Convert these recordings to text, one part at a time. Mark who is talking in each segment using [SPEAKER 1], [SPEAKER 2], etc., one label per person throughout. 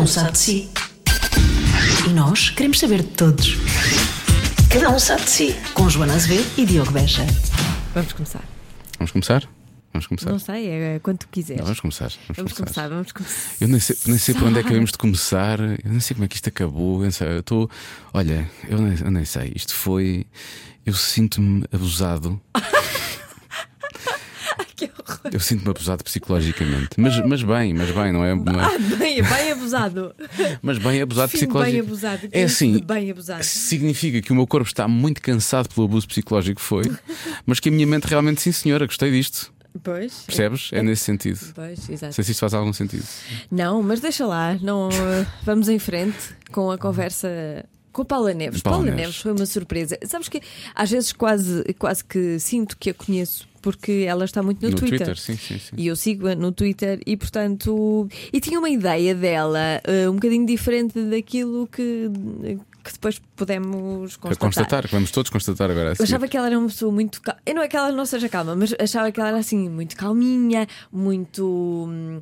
[SPEAKER 1] um sabe de si. E nós queremos saber de todos. Cada um sabe de si. Com Joana Azevedo e Diogo Beja.
[SPEAKER 2] Vamos começar.
[SPEAKER 3] Vamos começar? Vamos começar.
[SPEAKER 2] Não sei, é quando tu quiseres.
[SPEAKER 3] Não, vamos começar. Vamos,
[SPEAKER 2] Vamos começar, vamos começar.
[SPEAKER 3] Eu nem sei, nem sei por onde é que havemos de começar, eu nem sei como é que isto acabou. Eu não sei, eu estou. Olha, eu nem, eu nem sei. Isto foi. Eu sinto-me abusado.
[SPEAKER 2] Que horror.
[SPEAKER 3] Eu sinto-me abusado psicologicamente. Mas, mas bem, mas bem, não é? não é-
[SPEAKER 2] Ah, bem, bem abusado.
[SPEAKER 3] Mas bem abusado
[SPEAKER 2] Ah, Sinto-me
[SPEAKER 3] psicologicamente.
[SPEAKER 2] bem abusado.
[SPEAKER 3] É assim.
[SPEAKER 2] Bem abusado.
[SPEAKER 3] Significa que o meu corpo está muito cansado pelo abuso psicológico que foi, mas que a minha mente realmente, sim senhora, gostei disto.
[SPEAKER 2] É. Pois.
[SPEAKER 3] Percebes? É nesse sentido.
[SPEAKER 2] Pois,
[SPEAKER 3] Não
[SPEAKER 2] exato.
[SPEAKER 3] sei se isto faz algum sentido.
[SPEAKER 2] Não, mas deixa lá. Não, eh, vamos em frente com a conversa. Com a Paula Neves.
[SPEAKER 3] Paula
[SPEAKER 2] Paula
[SPEAKER 3] Neves.
[SPEAKER 2] Neves foi uma surpresa. Sabes que às vezes quase, quase que sinto que a conheço, porque ela está muito no,
[SPEAKER 3] no Twitter, sim, sim, sim.
[SPEAKER 2] E eu sigo-a no Twitter e, portanto, e tinha uma ideia dela eh, um bocadinho diferente daquilo que, que depois pudemos
[SPEAKER 3] Para
[SPEAKER 2] constatar.
[SPEAKER 3] constatar, que vamos todos constatar agora. a
[SPEAKER 2] Eu
[SPEAKER 3] seguir.
[SPEAKER 2] achava que ela era uma pessoa muito calma. Não é que ela não seja calma, mas achava que ela era assim, muito calminha, muito hum,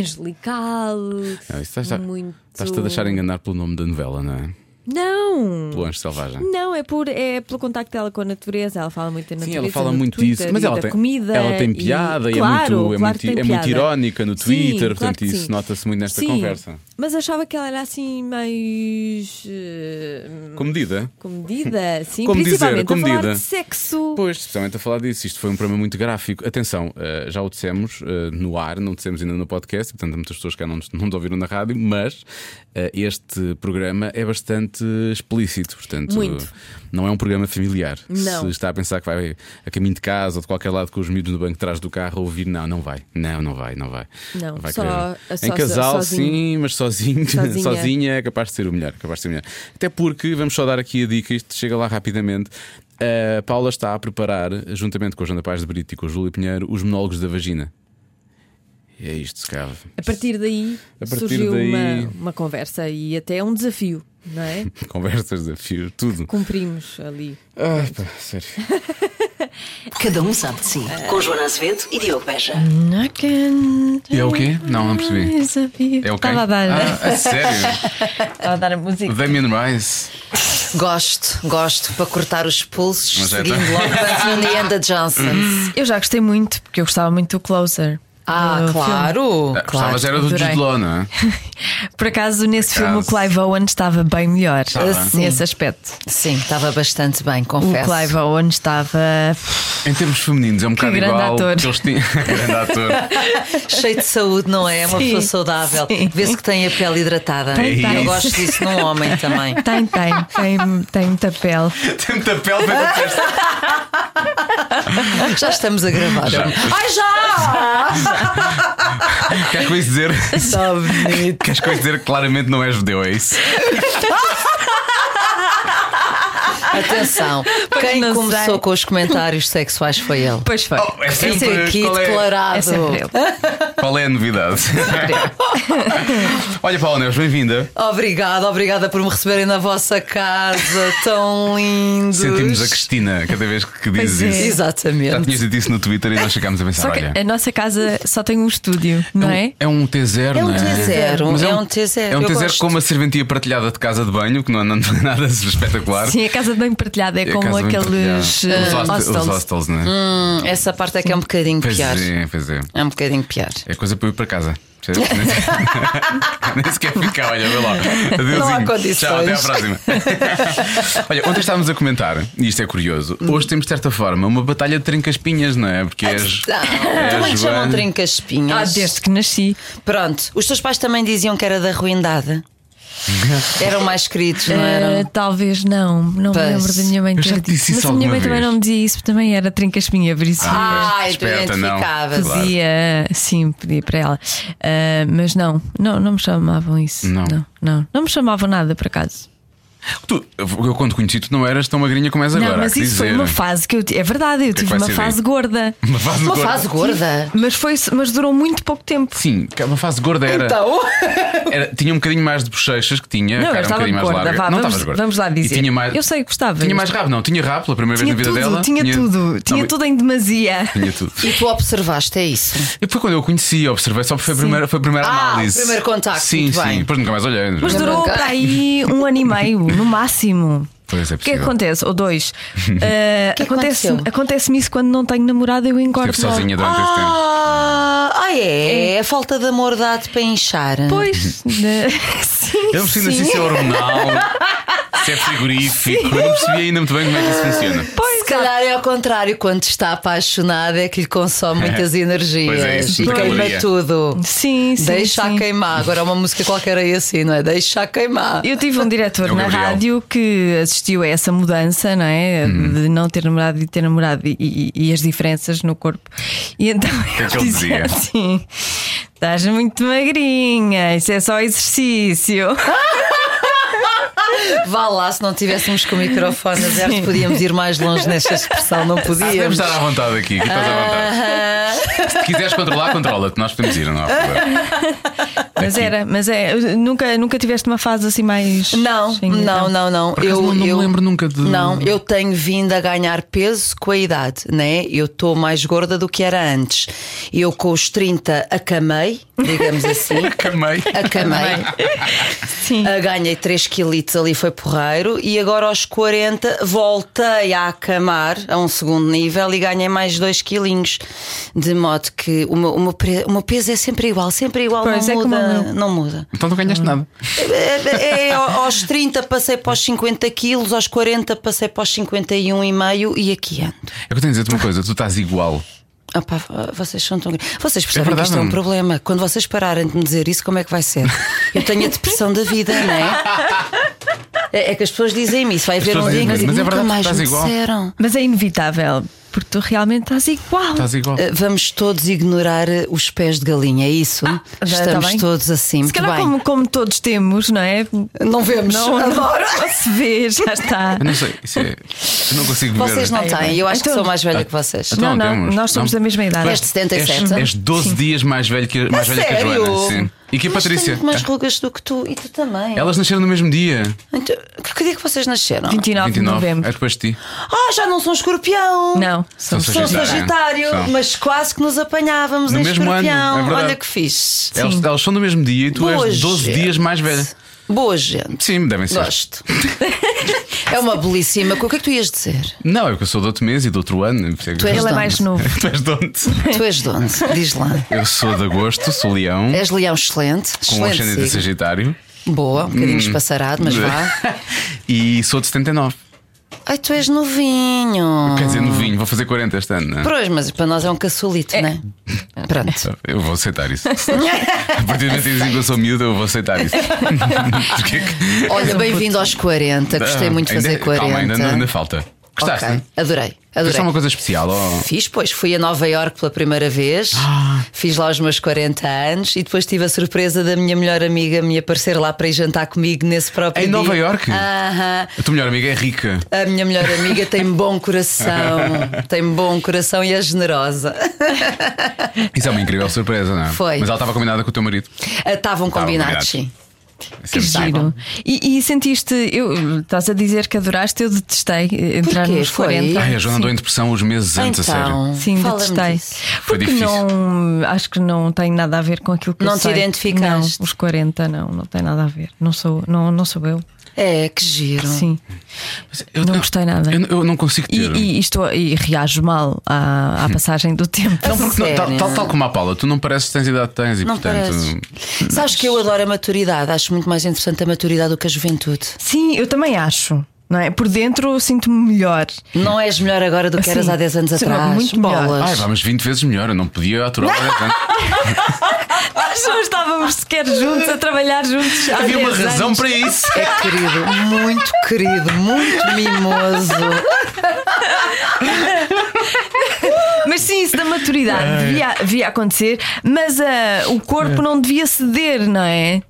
[SPEAKER 2] angelical.
[SPEAKER 3] Não, Ah, isso estás-
[SPEAKER 2] muito...
[SPEAKER 3] Estás-te a deixar enganar pelo nome da novela, não é?
[SPEAKER 2] Não!
[SPEAKER 3] Pelo Anjo Selvagem.
[SPEAKER 2] Não, é, por, é pelo contacto dela com a natureza. Ela fala muito da natureza.
[SPEAKER 3] Sim, ela fala
[SPEAKER 2] no
[SPEAKER 3] muito
[SPEAKER 2] Twitter
[SPEAKER 3] disso, mas
[SPEAKER 2] e
[SPEAKER 3] ela
[SPEAKER 2] da
[SPEAKER 3] tem,
[SPEAKER 2] comida.
[SPEAKER 3] ela tem
[SPEAKER 2] e-
[SPEAKER 3] piada
[SPEAKER 2] claro,
[SPEAKER 3] e, é muito, é
[SPEAKER 2] claro que
[SPEAKER 3] muito,
[SPEAKER 2] tem
[SPEAKER 3] é muito
[SPEAKER 2] piada.
[SPEAKER 3] irónica no
[SPEAKER 2] Sim,
[SPEAKER 3] Twitter,
[SPEAKER 2] claro
[SPEAKER 3] portanto,
[SPEAKER 2] que
[SPEAKER 3] isso
[SPEAKER 2] sim.
[SPEAKER 3] nota-se muito nesta
[SPEAKER 2] Sim,
[SPEAKER 3] conversa.
[SPEAKER 2] Mas achava que ela era assim, mais. eh,
[SPEAKER 3] Com medida?
[SPEAKER 2] comedida, sim,
[SPEAKER 3] Como dizer,
[SPEAKER 2] principalmente a falar
[SPEAKER 3] comedida.
[SPEAKER 2] de sexo.
[SPEAKER 3] Pois, especialmente a falar disso, isto foi um programa muito gráfico. Atenção, eh, já o dissemos eh, no ar, não dissemos ainda no podcast, portanto, há muitas pessoas que não, nos- não nos ouviram na rádio, mas eh, este programa é bastante explícito, portanto,
[SPEAKER 2] Muito.
[SPEAKER 3] não é um programa familiar.
[SPEAKER 2] Não.
[SPEAKER 3] Se está a pensar que vai a caminho de casa ou de qualquer lado com os miúdos no banco de trás do carro a ouvir, não, não vai. Não, não vai, não vai.
[SPEAKER 2] Não,
[SPEAKER 3] vai
[SPEAKER 2] só-
[SPEAKER 3] querer.
[SPEAKER 2] só-
[SPEAKER 3] Em casal,
[SPEAKER 2] sozinho.
[SPEAKER 3] sim, mas sozinho,
[SPEAKER 2] Sozinha.
[SPEAKER 3] sozinho sozinha é capaz de ser o melhor, capaz de ser o melhor. Até porque, vamos só dar aqui a dica, isto chega lá rapidamente. A Paula está a preparar, juntamente com a Joana Paz de Brito e com a Júlia Pinheiro, os monólogos da vagina. E é isto, se calhar.
[SPEAKER 2] A partir daí
[SPEAKER 3] A partir
[SPEAKER 2] surgiu
[SPEAKER 3] daí-
[SPEAKER 2] Uma, uma conversa e até um desafio, não é?
[SPEAKER 3] Conversas, desafios, tudo.
[SPEAKER 2] Cumprimos ali.
[SPEAKER 3] Ai, pá, sério.
[SPEAKER 1] Cada um sabe de si. Com Joana Azevedo e Diogo Beja.
[SPEAKER 3] É o quê? Não, não percebi. É o quê?
[SPEAKER 2] Estava a dar,
[SPEAKER 3] Ah, a sério?
[SPEAKER 2] estava a dar a música.
[SPEAKER 3] Damien Rice.
[SPEAKER 4] Gosto, gosto, para cortar os pulsos,
[SPEAKER 3] Mas é
[SPEAKER 4] seguindo
[SPEAKER 3] tão- Uhum.
[SPEAKER 4] logo Banzini and the Johnsons.
[SPEAKER 5] Eu já gostei muito, porque eu gostava muito do Closer.
[SPEAKER 4] Ah,
[SPEAKER 5] Do
[SPEAKER 4] claro!
[SPEAKER 3] Ah,
[SPEAKER 4] claro.
[SPEAKER 3] Gostavas era do
[SPEAKER 5] adorei.
[SPEAKER 3] Jude Law, não é?
[SPEAKER 5] filme. Por acaso, nesse filme, o
[SPEAKER 3] acaso.
[SPEAKER 5] Clive Owen estava bem melhor
[SPEAKER 4] bem.
[SPEAKER 5] nesse aspecto.
[SPEAKER 4] Sim, estava bastante bem,
[SPEAKER 5] O
[SPEAKER 4] confesso.
[SPEAKER 5] Clive Owen estava.
[SPEAKER 3] Em termos femininos, é um bocado
[SPEAKER 5] grande
[SPEAKER 3] igual.
[SPEAKER 5] ator.
[SPEAKER 3] que Eles tinham... grande ator.
[SPEAKER 4] Cheio de saúde, não é? É uma
[SPEAKER 5] Sim,
[SPEAKER 4] pessoa saudável.
[SPEAKER 5] sim.
[SPEAKER 4] Vê-se que tem a pele hidratada.
[SPEAKER 5] Tem,
[SPEAKER 4] Eu
[SPEAKER 5] tem.
[SPEAKER 4] gosto disso num homem também.
[SPEAKER 5] Tem, tem, tem, tem muita pele.
[SPEAKER 3] Tem muita pele para
[SPEAKER 4] Já estamos a gravar. Ai,
[SPEAKER 3] Queres com isso dizer?
[SPEAKER 4] Tá
[SPEAKER 3] Queres com isso dizer que claramente não é judeu, é isso?
[SPEAKER 4] já! Atenção, quem
[SPEAKER 5] não
[SPEAKER 4] começou
[SPEAKER 5] sei.
[SPEAKER 4] com os comentários sexuais foi ele.
[SPEAKER 5] Pois foi.
[SPEAKER 3] Oh, é
[SPEAKER 4] Tem
[SPEAKER 3] sempre
[SPEAKER 4] que ser aqui
[SPEAKER 3] qual, é,
[SPEAKER 4] declarado.
[SPEAKER 5] É sempre ele.
[SPEAKER 3] qual é a novidade? Olha, Paula Neves, bem-vinda.
[SPEAKER 4] Obrigada, obrigada por me receberem na vossa casa. Tão lindos.
[SPEAKER 3] Sentimos a Cristina cada vez que dizes
[SPEAKER 5] Pois é.
[SPEAKER 3] isso. Já
[SPEAKER 4] Exatamente.
[SPEAKER 3] tinhas dito isso no Twitter e nós ficámos a pensar:
[SPEAKER 5] Só que
[SPEAKER 3] olha.
[SPEAKER 5] a nossa casa só tem um estúdio, não é?
[SPEAKER 3] É um T0,
[SPEAKER 4] É um
[SPEAKER 3] não é?
[SPEAKER 4] T0,
[SPEAKER 3] Mas
[SPEAKER 4] é um T0,
[SPEAKER 3] É um
[SPEAKER 4] eu
[SPEAKER 3] T0
[SPEAKER 4] gosto.
[SPEAKER 3] com uma serventia partilhada de casa de banho, que não, não tem nada espetacular.
[SPEAKER 5] Sim, a casa de bem partilhada é,
[SPEAKER 3] É a
[SPEAKER 5] como
[SPEAKER 3] casa bem
[SPEAKER 5] aqueles
[SPEAKER 3] partilhada.
[SPEAKER 5] eh,
[SPEAKER 3] os, host-
[SPEAKER 5] hostels.
[SPEAKER 3] os hostels, não é?
[SPEAKER 4] Hum, Essa parte é que é um bocadinho
[SPEAKER 3] Pois
[SPEAKER 4] pior.
[SPEAKER 3] é, pois é.
[SPEAKER 4] É um bocadinho pior.
[SPEAKER 3] É coisa para eu ir para casa. percebes? Nem sequer- Nem sequer ficar, olha, vê lá. Adeusinho.
[SPEAKER 4] Não há condições.
[SPEAKER 3] Tchau, até à próxima. olha, ontem estávamos a comentar, e isto é curioso, hoje temos de certa forma uma batalha de trincaspinhas, não é? Porque és.
[SPEAKER 4] Ah,
[SPEAKER 3] és
[SPEAKER 4] também
[SPEAKER 3] É,
[SPEAKER 4] te chamam
[SPEAKER 3] Joana.
[SPEAKER 5] Ah,
[SPEAKER 4] trincas-espinhas.
[SPEAKER 5] desde que nasci.
[SPEAKER 4] Pronto, os teus pais também diziam que era da ruindade. Eram mais queridos, não
[SPEAKER 5] Eh,
[SPEAKER 4] eram?
[SPEAKER 5] talvez não, não
[SPEAKER 4] Pois.
[SPEAKER 5] me lembro da minha mãe
[SPEAKER 3] Eu
[SPEAKER 5] ter
[SPEAKER 3] já te
[SPEAKER 5] dito.
[SPEAKER 3] disse
[SPEAKER 5] Mas
[SPEAKER 3] isso
[SPEAKER 5] a minha
[SPEAKER 3] alguma
[SPEAKER 5] mãe também
[SPEAKER 3] vez.
[SPEAKER 5] não me dizia isso, porque também era trinca-espinha, por isso.
[SPEAKER 2] então
[SPEAKER 4] Ah,
[SPEAKER 3] pois,
[SPEAKER 4] e tu
[SPEAKER 3] esperta, não.
[SPEAKER 4] identificavas.
[SPEAKER 3] Claro.
[SPEAKER 5] Pedia, sim, pedia para ela. Ah, mas não, não, não me chamavam isso.
[SPEAKER 3] Não.
[SPEAKER 5] não, não, Não me chamavam nada por acaso.
[SPEAKER 3] Tu, eu quando conheci, tu não eras tão magrinha como és
[SPEAKER 2] Não,
[SPEAKER 3] agora. há
[SPEAKER 2] mas
[SPEAKER 3] que
[SPEAKER 2] isso foi
[SPEAKER 3] dizer.
[SPEAKER 2] uma fase que eu. ti- É verdade, eu
[SPEAKER 3] que
[SPEAKER 2] tive
[SPEAKER 3] vai
[SPEAKER 2] uma
[SPEAKER 3] ser
[SPEAKER 2] fase
[SPEAKER 3] daí?
[SPEAKER 2] gorda.
[SPEAKER 3] Uma fase
[SPEAKER 4] Uma
[SPEAKER 3] gorda.
[SPEAKER 4] fase gorda.
[SPEAKER 2] Mas, foi, mas durou muito pouco tempo.
[SPEAKER 3] Sim, uma fase gorda era.
[SPEAKER 4] Então.
[SPEAKER 3] Era- tinha um bocadinho mais de bochechas que tinha,
[SPEAKER 2] Não, eu
[SPEAKER 3] cara um
[SPEAKER 2] estava
[SPEAKER 3] bocadinho mais
[SPEAKER 2] gorda,
[SPEAKER 3] larga.
[SPEAKER 2] vá,
[SPEAKER 3] não
[SPEAKER 2] vamos-
[SPEAKER 3] estavas gorda.
[SPEAKER 2] vamos lá
[SPEAKER 3] E
[SPEAKER 2] dizer.
[SPEAKER 3] tinha mais-
[SPEAKER 2] Eu sei que gostava.
[SPEAKER 3] Tinha mais rabo, não, tinha rabo pela primeira
[SPEAKER 2] Tinha
[SPEAKER 3] vez na
[SPEAKER 2] tudo,
[SPEAKER 3] vida dela. Tá
[SPEAKER 2] tinha, tudo, tinha
[SPEAKER 3] Não,
[SPEAKER 2] tudo em demasia.
[SPEAKER 3] Tinha tudo.
[SPEAKER 4] E tu observaste, é isso?
[SPEAKER 3] E foi quando eu conheci, observei, só porque foi a primeira, foi a primeira
[SPEAKER 4] Ah,
[SPEAKER 3] análise.
[SPEAKER 4] primeiro contacto,
[SPEAKER 3] Sim,
[SPEAKER 4] muito
[SPEAKER 3] sim.
[SPEAKER 4] bem.
[SPEAKER 3] Depois nunca mais olhei. né?
[SPEAKER 2] Mas
[SPEAKER 4] Lembra-me
[SPEAKER 2] durou
[SPEAKER 4] cá?
[SPEAKER 2] para aí um ano e meio, no máximo.
[SPEAKER 3] Pois é
[SPEAKER 2] o que é que
[SPEAKER 3] possível.
[SPEAKER 2] acontece? Ou dois. Eh,
[SPEAKER 4] que
[SPEAKER 2] acontece-
[SPEAKER 4] aconteceu?
[SPEAKER 2] Acontece-me isso quando não tenho namorado, eu engordo.
[SPEAKER 3] Estive sozinha
[SPEAKER 2] logo.
[SPEAKER 3] durante esse tempo.
[SPEAKER 4] Ah, ah é. A falta de amor dá-te para inchar.
[SPEAKER 2] Pois. né? sim,
[SPEAKER 3] Eu não percebi ainda
[SPEAKER 2] sim.
[SPEAKER 3] se isso é hormonal, se é frigorífico. Eu não percebi ainda muito bem como é que isso funciona.
[SPEAKER 4] Se calhar é ao contrário, quando está apaixonado é que lhe consome muitas energias
[SPEAKER 3] Pois é, isso,
[SPEAKER 4] e
[SPEAKER 3] muita
[SPEAKER 4] queima
[SPEAKER 3] caloria.
[SPEAKER 4] tudo.
[SPEAKER 2] Sim, sim,
[SPEAKER 4] Deixa
[SPEAKER 2] sim.
[SPEAKER 4] a queimar. Agora há uma música qualquer aí assim, não é? Deixa a queimar.
[SPEAKER 2] Eu tive um diretor
[SPEAKER 3] É o
[SPEAKER 2] na
[SPEAKER 3] Gabriel.
[SPEAKER 2] rádio que assistiu a essa mudança, não é?
[SPEAKER 3] Uhum.
[SPEAKER 2] De não ter namorado e ter namorado e, e- e as diferenças no corpo. E então
[SPEAKER 3] é que ele dizia?
[SPEAKER 2] assim: estás muito magrinha, isso é só exercício.
[SPEAKER 4] Vá lá, se não tivéssemos com o microfone aberto, podíamos ir mais longe nesta expressão, não
[SPEAKER 3] Ah, Podemos
[SPEAKER 4] podíamos.
[SPEAKER 3] estar à vontade aqui, aqui estás à vontade.
[SPEAKER 4] Ah.
[SPEAKER 3] Se quiseres controlar, controla-te. Nós podemos ir, não há problema.
[SPEAKER 2] Mas
[SPEAKER 3] Aqui.
[SPEAKER 2] era, mas é, nunca, nunca tiveste uma fase assim mais.
[SPEAKER 4] Não,
[SPEAKER 2] Sim,
[SPEAKER 4] não, não, não.
[SPEAKER 3] um então. Por acaso não- não me lembro nunca de-
[SPEAKER 4] Não, eu tenho vindo a ganhar peso com a idade, né? Eu estou mais gorda do que era antes. Eu com os 30 acamei, digamos assim.
[SPEAKER 3] Camei.
[SPEAKER 4] Acamei.
[SPEAKER 2] Sim.
[SPEAKER 4] Ah, ganhei 3 quilitos ali, foi porreiro. E agora aos 40 voltei a acamar a um segundo nível e ganhei mais 2 quilinhos. De modo que o meu, o meu pre- o meu peso é sempre igual, sempre igual,
[SPEAKER 2] Pois,
[SPEAKER 4] não
[SPEAKER 2] é como o
[SPEAKER 4] muda.
[SPEAKER 2] meu.
[SPEAKER 4] Não muda.
[SPEAKER 3] Então não ganhaste nada.
[SPEAKER 4] É, é, aos 30 passei para os 50 quilos, aos 40 passei para os 51 e meio e aqui ando.
[SPEAKER 3] É que eu tenho a dizer-te uma coisa, tu estás igual.
[SPEAKER 4] Opa, vocês são tão grandes. Vocês percebem que
[SPEAKER 3] verdade,
[SPEAKER 4] isto é
[SPEAKER 3] não
[SPEAKER 4] um
[SPEAKER 3] é?
[SPEAKER 4] problema. Quando vocês pararem de me dizer isso, como é que vai ser? Eu tenho a depressão da vida, não é? É, é que as pessoas dizem-me isso. Vai haver um
[SPEAKER 3] pessoas
[SPEAKER 4] dia em que eu
[SPEAKER 3] dizem,
[SPEAKER 4] digo,
[SPEAKER 3] mas é verdade
[SPEAKER 4] nunca
[SPEAKER 3] que
[SPEAKER 4] mais
[SPEAKER 3] estás
[SPEAKER 4] me
[SPEAKER 3] igual."
[SPEAKER 4] disseram.
[SPEAKER 2] Mas é inevitável, porque tu realmente estás igual.
[SPEAKER 3] Estás igual.
[SPEAKER 4] Eh, Vamos todos ignorar eh, os pés de galinha, é isso?
[SPEAKER 2] já
[SPEAKER 4] Estamos
[SPEAKER 2] está Ah, tá bem.
[SPEAKER 4] todos assim.
[SPEAKER 2] Se
[SPEAKER 4] muito
[SPEAKER 2] calhar,
[SPEAKER 4] bem.
[SPEAKER 2] como, como todos temos, não é?
[SPEAKER 4] Não vemos.
[SPEAKER 2] Não,
[SPEAKER 4] Adoro.
[SPEAKER 2] não se vê, já está.
[SPEAKER 3] Eu não sei, isso é. Eu não consigo ver.
[SPEAKER 4] Vocês não
[SPEAKER 2] Ai,
[SPEAKER 4] têm.
[SPEAKER 2] bem.
[SPEAKER 4] Eu acho que
[SPEAKER 2] Então-
[SPEAKER 4] sou mais velha que vocês.
[SPEAKER 3] Então,
[SPEAKER 2] Não, não,
[SPEAKER 3] temos.
[SPEAKER 2] nós somos
[SPEAKER 3] Não.
[SPEAKER 2] da mesma idade.
[SPEAKER 4] Este 77.
[SPEAKER 3] É És, és 12 dias mais velho que, mais velha que a
[SPEAKER 4] É sério?
[SPEAKER 3] Joana. Sim. E que a
[SPEAKER 4] Mas
[SPEAKER 3] Patrícia. Ah.
[SPEAKER 4] tenho mais rugas do que tu e tu também.
[SPEAKER 3] Elas nasceram no mesmo dia.
[SPEAKER 4] Então, que, que dia que vocês nasceram?
[SPEAKER 2] 29, de
[SPEAKER 3] 29. É
[SPEAKER 2] novembro.
[SPEAKER 3] depois de ti.
[SPEAKER 4] Ah, já não são escorpião!
[SPEAKER 2] Não, somos
[SPEAKER 3] São
[SPEAKER 4] Sou
[SPEAKER 3] Sagitário.
[SPEAKER 4] sagitário,
[SPEAKER 3] São.
[SPEAKER 4] mas quase que nos apanhávamos
[SPEAKER 3] No
[SPEAKER 4] em
[SPEAKER 3] mesmo ano,
[SPEAKER 4] escorpião.
[SPEAKER 3] é verdade.
[SPEAKER 4] Olha que fixe.
[SPEAKER 3] Elas, elas são do mesmo dia e tu
[SPEAKER 4] Boa
[SPEAKER 3] és 12
[SPEAKER 4] gente.
[SPEAKER 3] dias mais velha.
[SPEAKER 4] Boa gente.
[SPEAKER 3] Sim, devem ser.
[SPEAKER 4] Gosto. é uma belíssima. coisa. O que é que tu ias dizer?
[SPEAKER 3] Não, é que eu sou do outro mês e do outro ano. Tu
[SPEAKER 4] és
[SPEAKER 2] Ele é mais novo.
[SPEAKER 3] tu és de onde?
[SPEAKER 4] Tu és de onde? Diz lá.
[SPEAKER 3] Eu sou de agosto, sou leão,
[SPEAKER 4] És leão excelente.
[SPEAKER 3] com o ascendente
[SPEAKER 4] É excelente.
[SPEAKER 3] de
[SPEAKER 4] signo.
[SPEAKER 3] Sagitário
[SPEAKER 4] Boa, um
[SPEAKER 3] hum.
[SPEAKER 4] bocadinho espaçarado, mas vá.
[SPEAKER 3] e sou de 79.
[SPEAKER 4] Ai, tu és novinho.
[SPEAKER 3] Quer dizer, novinho, vou fazer 40 este ano, não é?
[SPEAKER 4] Pois, mas para nós é um caçulito, não é? Pronto.
[SPEAKER 3] Eu vou aceitar isso. A partir do momento em que dizem que eu sou miúdo, eu vou aceitar isso. Porque é que-
[SPEAKER 4] Olha, bem-vindo aos 40. Gostei muito de
[SPEAKER 3] Ah, Ainda-
[SPEAKER 4] fazer 40.
[SPEAKER 3] Calma, ainda, ainda falta. Gostaste?
[SPEAKER 4] Ok,
[SPEAKER 3] né?
[SPEAKER 4] Adorei,
[SPEAKER 3] Fez
[SPEAKER 4] adorei.
[SPEAKER 3] uma coisa especial. ó.
[SPEAKER 4] Fiz, pois, fui a Nova Iorque pela primeira vez, fiz lá os meus 40 anos e depois tive a surpresa da minha melhor amiga me aparecer lá para ir jantar comigo nesse próprio
[SPEAKER 3] Em
[SPEAKER 4] dia.
[SPEAKER 3] Nova Iorque?
[SPEAKER 4] Aham.
[SPEAKER 3] A tua melhor amiga é rica.
[SPEAKER 4] A minha melhor amiga tem bom coração, tem bom coração e é generosa.
[SPEAKER 3] Isso é uma incrível surpresa, não é?
[SPEAKER 4] Foi.
[SPEAKER 3] Mas ela estava combinada com o teu marido.
[SPEAKER 4] Ah, Estavam
[SPEAKER 3] combinados.
[SPEAKER 4] combinados, sim.
[SPEAKER 3] Isso
[SPEAKER 2] Que
[SPEAKER 3] é muito bom.
[SPEAKER 2] giro. E, e sentiste, eu, estás a dizer que adoraste, eu detestei eh, entrar
[SPEAKER 4] Porquê?
[SPEAKER 2] nos
[SPEAKER 4] Foi?
[SPEAKER 2] 40.
[SPEAKER 3] Ai, a Joana
[SPEAKER 2] Sim.
[SPEAKER 3] andou em depressão uns meses antes, a sério.
[SPEAKER 4] Então,
[SPEAKER 2] Sim,
[SPEAKER 4] fala-me
[SPEAKER 2] detestei.
[SPEAKER 4] disso.
[SPEAKER 3] Foi
[SPEAKER 2] Porque
[SPEAKER 3] difícil.
[SPEAKER 2] não acho que não tem nada a ver com aquilo que
[SPEAKER 4] Não
[SPEAKER 2] eu
[SPEAKER 4] te
[SPEAKER 2] sei.
[SPEAKER 4] identificaste?
[SPEAKER 2] Não, os 40 não, não tem nada a ver. Não sou, não, não sou eu.
[SPEAKER 4] É, que giro.
[SPEAKER 2] Sim.
[SPEAKER 3] Eu
[SPEAKER 2] não gostei nada.
[SPEAKER 3] Eu, eu não consigo
[SPEAKER 2] E,
[SPEAKER 3] ter.
[SPEAKER 2] e estou, e reajo mal à, à passagem do tempo.
[SPEAKER 4] Não,
[SPEAKER 3] Porque não- tal, tal- tal como a Paula, tu não pareces que tens idade que tens e
[SPEAKER 4] Não
[SPEAKER 3] portanto.
[SPEAKER 4] pareces. Sabes que eu adoro a maturidade, acho muito mais interessante a maturidade do que a juventude.
[SPEAKER 2] Sim, eu também acho. Não é? Por dentro eu sinto-me melhor.
[SPEAKER 4] Não és melhor agora do que eras
[SPEAKER 2] Sim.
[SPEAKER 4] há 10 anos
[SPEAKER 2] Sim,
[SPEAKER 4] atrás.
[SPEAKER 2] muito melhor.
[SPEAKER 4] bolas.
[SPEAKER 3] Ai, vamos 20 vezes melhor, eu não é? podia aturar há 10 anos.
[SPEAKER 2] Nós não estávamos sequer juntos a trabalhar juntos. há
[SPEAKER 3] Havia uma
[SPEAKER 2] 10 anos.
[SPEAKER 3] razão para isso.
[SPEAKER 4] É querido, muito querido, muito mimoso.
[SPEAKER 2] Mas sim, isso da maturidade
[SPEAKER 3] É.
[SPEAKER 2] devia, devia acontecer, mas ah, o corpo não devia ceder, não é?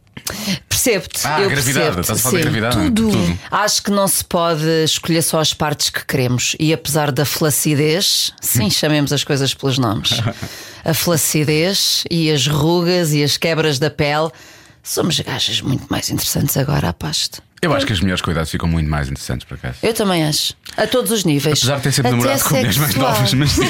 [SPEAKER 4] percebo-te.
[SPEAKER 3] Ah,
[SPEAKER 4] eu
[SPEAKER 3] gravidade,
[SPEAKER 4] percebo-te.
[SPEAKER 3] estás a falar da
[SPEAKER 4] Sim.
[SPEAKER 3] gravidade? é?
[SPEAKER 4] Tudo.
[SPEAKER 3] Tudo.
[SPEAKER 4] Acho que não se pode escolher só as partes que queremos. E apesar da flacidez,
[SPEAKER 3] Hum.
[SPEAKER 4] sim, chamemos as coisas pelos nomes. A flacidez e as rugas e as quebras da pele. Somos gajas muito mais interessantes agora à pasta.
[SPEAKER 3] Eu acho que as melhores cuidados ficam muito mais interessantes por acaso.
[SPEAKER 4] Eu também acho. A todos os níveis.
[SPEAKER 3] Apesar de ter sempre
[SPEAKER 4] Até
[SPEAKER 3] namorado com mulheres mais
[SPEAKER 4] sexual.
[SPEAKER 3] novas, mas sim.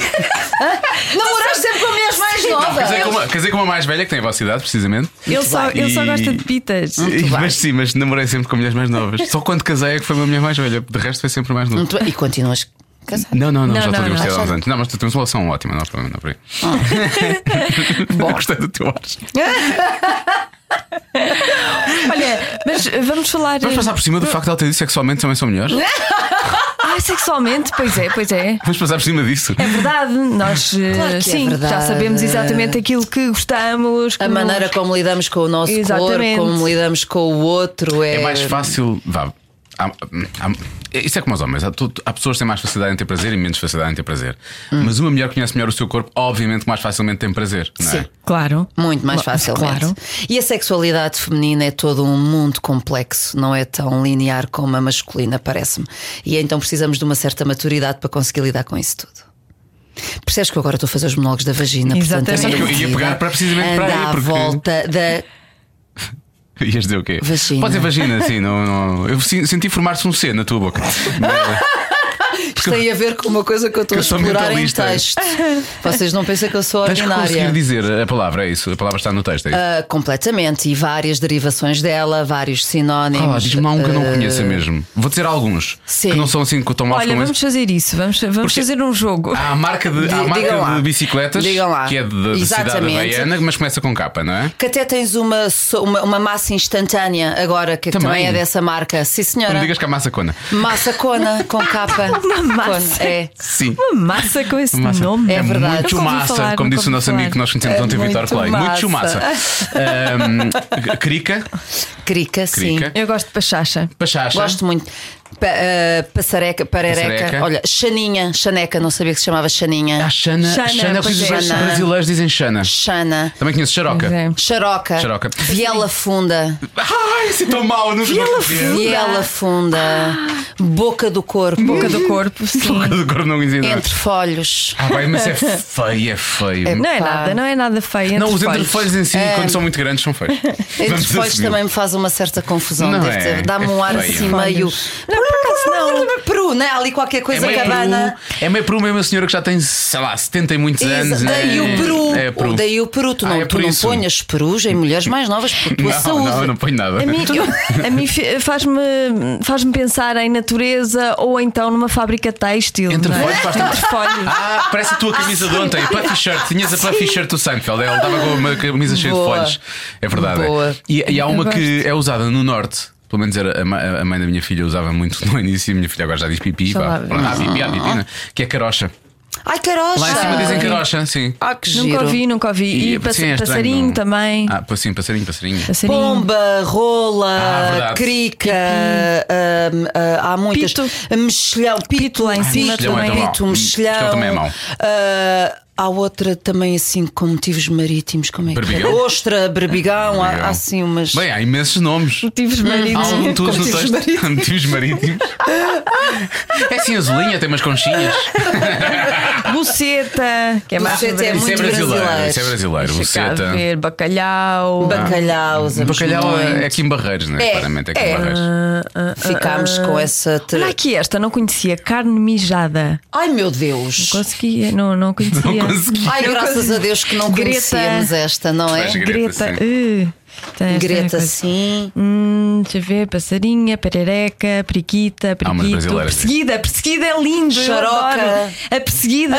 [SPEAKER 4] Namoraste sempre com mulheres mais
[SPEAKER 3] Quer dizer, com
[SPEAKER 4] novas.
[SPEAKER 3] uma, quer dizer, com uma mais velha que tem a vossa idade, precisamente.
[SPEAKER 2] Ele só,
[SPEAKER 3] bem.
[SPEAKER 2] ele só
[SPEAKER 3] E- Hum.
[SPEAKER 2] gosta de pitas.
[SPEAKER 3] E-
[SPEAKER 4] bem.
[SPEAKER 3] mas sim, mas namorei sempre com mulheres mais novas. Só quando casei é que foi uma mulher mais velha. De resto foi sempre mais nova.
[SPEAKER 4] Muito bem. E continuas casado.
[SPEAKER 3] Não, não,
[SPEAKER 2] Não,
[SPEAKER 3] não, já estou
[SPEAKER 2] não,
[SPEAKER 3] divorciado
[SPEAKER 2] não.
[SPEAKER 3] há uns anos. Não, mas tu tens uma relação ótima, não há problema, não é por aí. Ah. Bom, gostei do teu ar.
[SPEAKER 2] Olha, mas eh, vamos falar.
[SPEAKER 3] Vamos passar por cima do facto de ela ter dito sexualmente também são melhores?
[SPEAKER 2] Ah, sexualmente, pois é, pois é.
[SPEAKER 3] Vamos passar por cima disso.
[SPEAKER 2] É verdade, nós eh,
[SPEAKER 4] Claro que é
[SPEAKER 2] sim, já
[SPEAKER 4] verdade.
[SPEAKER 2] sabemos exatamente aquilo que gostamos.
[SPEAKER 4] A
[SPEAKER 2] como-
[SPEAKER 4] maneira como lidamos com o nosso
[SPEAKER 2] Exatamente.
[SPEAKER 4] corpo, como lidamos com o outro é.
[SPEAKER 3] É mais fácil. Vá. Há, há- isso é como os homens. Há, tu- há pessoas que têm mais facilidade em ter prazer e menos facilidade em ter prazer. Mas uma mulher que conhece melhor o seu corpo, obviamente, que mais facilmente tem prazer. Não é?
[SPEAKER 4] Sim.
[SPEAKER 2] Claro.
[SPEAKER 4] Muito mais
[SPEAKER 2] Claro.
[SPEAKER 4] facilmente. E a sexualidade feminina é todo um mundo complexo, não é tão linear como a masculina, parece-me. E então precisamos de uma certa maturidade para conseguir lidar com isso tudo. Percebes que eu agora estou a fazer os monólogos da vagina, portanto, a
[SPEAKER 2] Exatamente.
[SPEAKER 4] minha
[SPEAKER 2] Sabes
[SPEAKER 3] que eu ia pegar
[SPEAKER 4] vida
[SPEAKER 3] para- precisamente para
[SPEAKER 4] anda
[SPEAKER 3] aí,
[SPEAKER 4] à
[SPEAKER 3] porque-
[SPEAKER 4] volta da.
[SPEAKER 3] Ias dizer o quê?
[SPEAKER 4] Vagina.
[SPEAKER 3] Pode ser vagina, sim. Não, não- Eu si- senti formar-se um C na tua boca.
[SPEAKER 4] Isto tem a ver com uma coisa que eu estou
[SPEAKER 3] Que eu
[SPEAKER 4] a
[SPEAKER 3] sou
[SPEAKER 4] explorar em
[SPEAKER 3] mentalista.
[SPEAKER 4] texto. Vocês não pensam que eu sou
[SPEAKER 3] Tens que conseguir
[SPEAKER 4] ordinária.
[SPEAKER 3] dizer a palavra, é isso. A palavra está no texto, é isso.
[SPEAKER 4] Ah, completamente, e várias derivações dela, vários sinónimos.
[SPEAKER 3] Ah, lá, Diz-me há um que eu não
[SPEAKER 4] Ah,
[SPEAKER 3] conheça mesmo. Vou dizer alguns
[SPEAKER 4] sim.
[SPEAKER 3] que não são assim tão maus
[SPEAKER 2] Olha,
[SPEAKER 3] como esse.
[SPEAKER 2] vamos fazer isso, vamos, vamos fazer um jogo.
[SPEAKER 3] Há a marca de, há a
[SPEAKER 4] Di-
[SPEAKER 3] marca
[SPEAKER 4] digam lá.
[SPEAKER 3] de bicicletas
[SPEAKER 4] Digam lá.
[SPEAKER 3] que é da da cidade
[SPEAKER 4] Exatamente.
[SPEAKER 3] da Baiana, mas começa com capa, não é?
[SPEAKER 4] Que até tens uma, so- uma, uma massa instantânea agora, que
[SPEAKER 3] Também.
[SPEAKER 4] também, é dessa marca. Sim,
[SPEAKER 3] Não
[SPEAKER 4] senhora.
[SPEAKER 3] me digas que há massa cona.
[SPEAKER 4] Massa Cona com capa.
[SPEAKER 2] Uma massa.
[SPEAKER 4] Cona, É.
[SPEAKER 3] Sim.
[SPEAKER 2] Uma massa com esse
[SPEAKER 3] Massa.
[SPEAKER 2] nome.
[SPEAKER 4] É verdade.
[SPEAKER 3] Muito
[SPEAKER 2] Nunca ouvi
[SPEAKER 3] massa,
[SPEAKER 2] falar,
[SPEAKER 3] como
[SPEAKER 2] nunca
[SPEAKER 3] disse o
[SPEAKER 2] ouvi
[SPEAKER 3] nosso
[SPEAKER 2] falar.
[SPEAKER 3] amigo que nós conhecemos
[SPEAKER 4] É
[SPEAKER 3] ontem, Vitor
[SPEAKER 4] muito
[SPEAKER 3] Clay. Muito massa.
[SPEAKER 4] massa.
[SPEAKER 3] Ahm, crica,
[SPEAKER 4] Crica, sim.
[SPEAKER 3] Crica.
[SPEAKER 2] Eu gosto de pachacha.
[SPEAKER 3] pachacha.
[SPEAKER 4] Gosto muito. Pa, ah, passareca, parereca.
[SPEAKER 3] Passareca.
[SPEAKER 4] Olha, Xaninha, Xaneca, não sabia que se chamava Xaninha.
[SPEAKER 3] Ah, Xana,
[SPEAKER 2] Xana,
[SPEAKER 3] Xana, é o que
[SPEAKER 2] pois
[SPEAKER 3] os
[SPEAKER 2] é.
[SPEAKER 3] brasileiros-
[SPEAKER 4] Xana.
[SPEAKER 3] brasileiros dizem Xana.
[SPEAKER 4] Xana.
[SPEAKER 3] Também conheço Xaroca.
[SPEAKER 2] Pois é.
[SPEAKER 4] Xaroca.
[SPEAKER 3] Xaroca.
[SPEAKER 4] Viela funda.
[SPEAKER 3] Ai, se tão mal, não Viela
[SPEAKER 4] Viela funda.
[SPEAKER 2] Ah.
[SPEAKER 4] Boca do corpo.
[SPEAKER 2] Boca do corpo, sim.
[SPEAKER 3] Agora não conhecia nada.
[SPEAKER 4] Entre folhos.
[SPEAKER 3] Ah, bem, mas é feio, é feio.
[SPEAKER 2] Não é nada, não é nada feio.
[SPEAKER 3] Não, os
[SPEAKER 2] entre folhos.
[SPEAKER 3] entrefolhos em si, quando são muito grandes, são feios.
[SPEAKER 4] É. Entre
[SPEAKER 3] Vamos a
[SPEAKER 4] folhos
[SPEAKER 3] seguir.
[SPEAKER 4] também me faz uma certa confusão.
[SPEAKER 3] Não
[SPEAKER 4] devo
[SPEAKER 3] é?
[SPEAKER 4] dizer. Dá-me
[SPEAKER 3] É
[SPEAKER 4] um ar
[SPEAKER 3] feio.
[SPEAKER 4] assim meio.
[SPEAKER 2] Não, por acaso não.
[SPEAKER 4] Peru, né? Há Ali qualquer
[SPEAKER 3] É
[SPEAKER 4] coisa
[SPEAKER 3] meio
[SPEAKER 4] cabana.
[SPEAKER 3] peru, é meio peru mesmo a senhora que já tem, sei lá, 70 e muitos anos.
[SPEAKER 4] Exa- Daí
[SPEAKER 3] né?
[SPEAKER 4] o Peru.
[SPEAKER 3] É peru.
[SPEAKER 4] Daí o Peru. Tu
[SPEAKER 3] Ah,
[SPEAKER 4] não,
[SPEAKER 3] é
[SPEAKER 4] tu
[SPEAKER 3] por
[SPEAKER 4] não
[SPEAKER 3] isso.
[SPEAKER 4] ponhas perus em mulheres mais novas por tua
[SPEAKER 3] Não,
[SPEAKER 4] saúde.
[SPEAKER 3] não, não ponho nada.
[SPEAKER 2] A mim, eu- a mim fi- faz-me faz pensar em natureza ou então numa fábrica têxtil.
[SPEAKER 3] Entre
[SPEAKER 2] não é?
[SPEAKER 3] folhos faz-te-
[SPEAKER 2] Entre folhos.
[SPEAKER 3] Ah, parece a tua camisa de ontem, puffy shirt. Tinhas a puffy shirt do Seinfeld. Ele estava com uma camisa cheia de
[SPEAKER 4] Boa.
[SPEAKER 3] folhas. É verdade. é.
[SPEAKER 4] Boa.
[SPEAKER 3] E, e há uma
[SPEAKER 2] Eu
[SPEAKER 3] que é usada no norte. Pelo menos era a, ma- a mãe da minha filha usava muito no início. e A minha filha agora já diz pipi.
[SPEAKER 2] Já
[SPEAKER 3] Vá,
[SPEAKER 2] lá-
[SPEAKER 3] pronto, há pipi, há pipi, né? Que é carocha.
[SPEAKER 4] Ai, carocha.
[SPEAKER 3] Lá em cima dizem carocha, sim.
[SPEAKER 4] Ah, que
[SPEAKER 2] Nunca
[SPEAKER 4] giro.
[SPEAKER 2] ouvi, nunca ouvi. E,
[SPEAKER 3] sim,
[SPEAKER 2] pass-
[SPEAKER 3] é estranho,
[SPEAKER 2] passarinho
[SPEAKER 3] não-
[SPEAKER 2] também.
[SPEAKER 3] Ah, pois sim, passarinho, passarinho.
[SPEAKER 2] Passarinho.
[SPEAKER 4] Pomba, rola,
[SPEAKER 3] Ah, verdade.
[SPEAKER 4] crica, hum, ah, há muitas.
[SPEAKER 2] Pito.
[SPEAKER 4] Mexilhão, pito,
[SPEAKER 2] Pito lá em cima
[SPEAKER 3] mexilhão é
[SPEAKER 2] também.
[SPEAKER 3] tão mau.
[SPEAKER 4] pito, mexilhão.
[SPEAKER 3] Mexilhão também é mau.
[SPEAKER 4] Ah, há outra também assim com motivos marítimos, como é que é?
[SPEAKER 3] Berbigão?
[SPEAKER 4] Ostra, berbigão, há, há assim umas.
[SPEAKER 3] Bem, há imensos nomes.
[SPEAKER 2] Motivos
[SPEAKER 3] Há um,
[SPEAKER 2] marinhos.
[SPEAKER 3] algum todos no texto. Motivos marítimos. É assim, azulinha, tem umas conchinhas.
[SPEAKER 2] Buceta, que é mais
[SPEAKER 4] Buceta é
[SPEAKER 2] brasileiro.
[SPEAKER 4] muito
[SPEAKER 3] isso é brasileiro.
[SPEAKER 4] brasileiro.
[SPEAKER 3] Isso é brasileiro.
[SPEAKER 2] Deixa cá
[SPEAKER 3] Buceta.
[SPEAKER 2] ver, bacalhau.
[SPEAKER 4] Bacalhau, usamos
[SPEAKER 3] ah, Bacalhau
[SPEAKER 4] muito.
[SPEAKER 3] é Ah, aqui em Barreiros, né?
[SPEAKER 4] É,
[SPEAKER 3] Claramente é aqui
[SPEAKER 4] é.
[SPEAKER 3] em Barreiros.
[SPEAKER 4] Ficámos com essa. Tra...
[SPEAKER 2] Olha aqui esta, não conhecia. Carne mijada.
[SPEAKER 4] Ai meu Deus!
[SPEAKER 2] Conseguia, não, não conhecia.
[SPEAKER 3] Não consegui.
[SPEAKER 4] Ai,
[SPEAKER 2] Eu
[SPEAKER 4] graças
[SPEAKER 2] consigo.
[SPEAKER 4] a Deus que não
[SPEAKER 2] Greta.
[SPEAKER 4] conhecíamos esta, não é?
[SPEAKER 3] Mas
[SPEAKER 2] Greta,
[SPEAKER 3] Greta,
[SPEAKER 2] uh, tem
[SPEAKER 3] é
[SPEAKER 2] esta é
[SPEAKER 4] Greta,
[SPEAKER 2] coisa.
[SPEAKER 4] sim.
[SPEAKER 2] Hum, deixa eu ver, passarinha, perereca, periquita,
[SPEAKER 3] Há umas
[SPEAKER 2] periquito.
[SPEAKER 3] brasileiras, sim.
[SPEAKER 2] perseguida, perseguida é lindo. eu
[SPEAKER 4] Xaroca.
[SPEAKER 2] adoro. A perseguida.
[SPEAKER 4] A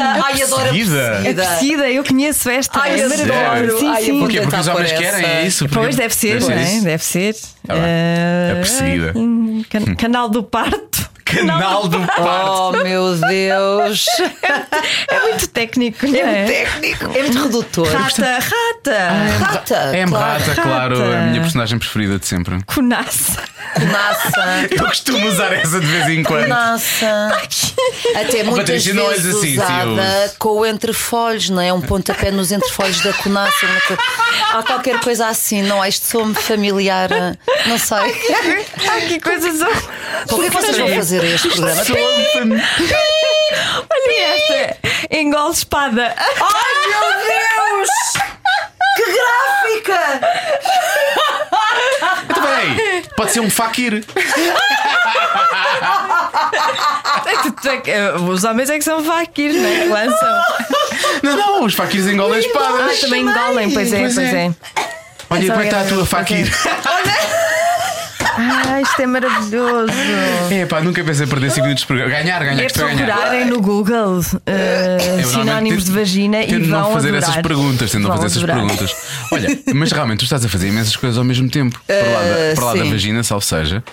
[SPEAKER 2] sim.
[SPEAKER 4] Ai, adoro a
[SPEAKER 3] perseguida.
[SPEAKER 2] A
[SPEAKER 4] perseguida!
[SPEAKER 2] perseguida, eu conheço esta.
[SPEAKER 4] Ai,
[SPEAKER 2] é
[SPEAKER 4] eu
[SPEAKER 2] maravilhosa.
[SPEAKER 4] adoro.
[SPEAKER 2] Sim,
[SPEAKER 4] Ai, eu
[SPEAKER 2] sim.
[SPEAKER 4] vou
[SPEAKER 3] Porquê? Porque os
[SPEAKER 4] tentar
[SPEAKER 3] homens
[SPEAKER 4] por
[SPEAKER 3] querem,
[SPEAKER 4] essa.
[SPEAKER 3] é isso? Porque-
[SPEAKER 2] Pois deve ser,
[SPEAKER 3] deve
[SPEAKER 2] não
[SPEAKER 3] ser
[SPEAKER 2] é?
[SPEAKER 3] isso.
[SPEAKER 2] Deve ser.
[SPEAKER 3] Tá bem.
[SPEAKER 2] Ah,
[SPEAKER 3] A perseguida.
[SPEAKER 2] hum, can- canal do Parto.
[SPEAKER 3] Canal do parto.
[SPEAKER 4] Oh meu Deus!
[SPEAKER 2] É muito técnico, não é?
[SPEAKER 4] técnico! Ah. É muito redutor.
[SPEAKER 2] Rata, rata,
[SPEAKER 4] Rata!
[SPEAKER 3] É M.
[SPEAKER 4] claro.
[SPEAKER 3] Rata, claro,
[SPEAKER 2] Rata.
[SPEAKER 3] a minha personagem preferida de sempre.
[SPEAKER 2] conaça.
[SPEAKER 4] Massa!
[SPEAKER 3] Eu costumo usar essa de vez em quando.
[SPEAKER 4] Nossa! Até muitas
[SPEAKER 3] Patrícia, não és
[SPEAKER 4] vezes
[SPEAKER 3] assim,
[SPEAKER 4] usada
[SPEAKER 3] sim, eu-
[SPEAKER 4] com o entrefolhos, não é? Um pontapé nos entrefolhos da conassa. uma coisa- Há qualquer coisa assim, não é? Isto sou-me familiar. eh, Não sei.
[SPEAKER 2] Há aqui coisas.
[SPEAKER 4] Por é que vocês vão fazer este programa?
[SPEAKER 2] Olha esta! Engole espada.
[SPEAKER 4] Que gráfica!
[SPEAKER 3] Então, peraí, pode ser um faquir.
[SPEAKER 2] Os homens é que são vaquir, não é? Que lançam.
[SPEAKER 3] Não, não, os faquires engolem
[SPEAKER 2] Ah,
[SPEAKER 3] espadas.
[SPEAKER 2] também engolem, pois é,
[SPEAKER 3] Pois
[SPEAKER 2] pois
[SPEAKER 3] é.
[SPEAKER 2] é.
[SPEAKER 3] Olha, como é que está a tua
[SPEAKER 2] Pois
[SPEAKER 3] faquir?
[SPEAKER 2] Ah, isto é maravilhoso.
[SPEAKER 3] É pá, nunca pensei perder 5 minutos de programa. Ganhar, ganhar,
[SPEAKER 2] É
[SPEAKER 3] estou a ganhar.
[SPEAKER 2] procurarem no Google eh,
[SPEAKER 3] É. Eu normalmente
[SPEAKER 2] sinónimos de vagina e
[SPEAKER 3] tendo
[SPEAKER 2] vão
[SPEAKER 3] não fazer
[SPEAKER 2] adorar.
[SPEAKER 3] essas perguntas, tendo não
[SPEAKER 2] Vão
[SPEAKER 3] fazer essas
[SPEAKER 2] adorar.
[SPEAKER 3] perguntas. Olha, mas realmente tu estás a fazer imensas coisas ao mesmo tempo. Para lá da, para lá da
[SPEAKER 4] Uh, sim.
[SPEAKER 3] vagina, salvo seja,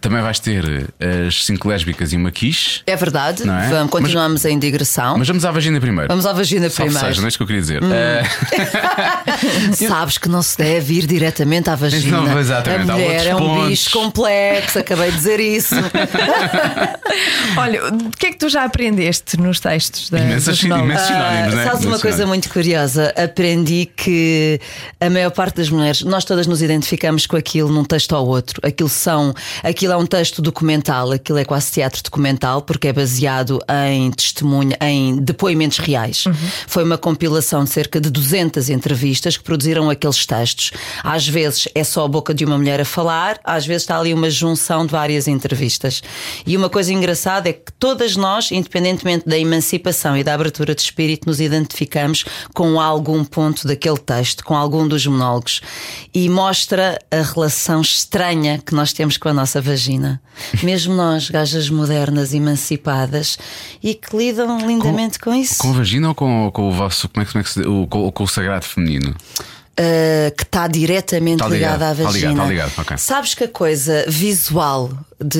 [SPEAKER 3] também vais ter eh, as 5 lésbicas e uma quiche.
[SPEAKER 4] É verdade,
[SPEAKER 3] Não é?
[SPEAKER 4] vamos, continuamos em digressão.
[SPEAKER 3] Mas vamos à vagina primeiro.
[SPEAKER 4] Vamos à vagina
[SPEAKER 3] Salvo
[SPEAKER 4] primeiro. Hum.
[SPEAKER 3] seja, não é isso que eu queria dizer. Eh,
[SPEAKER 4] Sabes que não se deve ir diretamente à vagina.
[SPEAKER 3] Não, exatamente,
[SPEAKER 4] a
[SPEAKER 3] há outros
[SPEAKER 4] mulher é um
[SPEAKER 3] pontos.
[SPEAKER 4] bicho complexo, acabei de dizer isso.
[SPEAKER 2] Olha, o que é que tu já aprendeste nos textos da
[SPEAKER 3] imensas,
[SPEAKER 2] dos novos?
[SPEAKER 3] imensos sinónimos, não é?
[SPEAKER 4] Ah, Sabes uma
[SPEAKER 3] Imensos
[SPEAKER 4] coisa
[SPEAKER 3] sinónimos.
[SPEAKER 4] muito curiosa? Aprendi que a maior parte das mulheres, nós todas nos identificamos com aquilo num texto ao outro. Aquilo são, aquilo é um texto documental, aquilo é quase teatro documental, porque é baseado em testemunho, em depoimentos reais. Foi uma compilação de cerca de 200 entrevistas que produziram aqueles textos. Às vezes é só a boca de uma mulher a falar, às vezes está ali uma junção de várias entrevistas. E uma coisa engraçada é que todas nós, independentemente da emancipação e da abertura de espírito, nos identificamos com algum ponto daquele texto, com algum dos monólogos. E mostra a relação estranha que nós temos com a nossa vagina. Mesmo nós, gajas modernas, emancipadas, e que lidam lindamente com, isso.
[SPEAKER 3] Com a vagina ou com, com o vosso. Como é que, como é que se, o, com, com o sagrado feminino?
[SPEAKER 4] Uh, que está diretamente
[SPEAKER 3] Tá ligado,
[SPEAKER 4] ligada à
[SPEAKER 3] tá ligado,
[SPEAKER 4] vagina.
[SPEAKER 3] tá ligado, ok.
[SPEAKER 4] Sabes que a coisa visual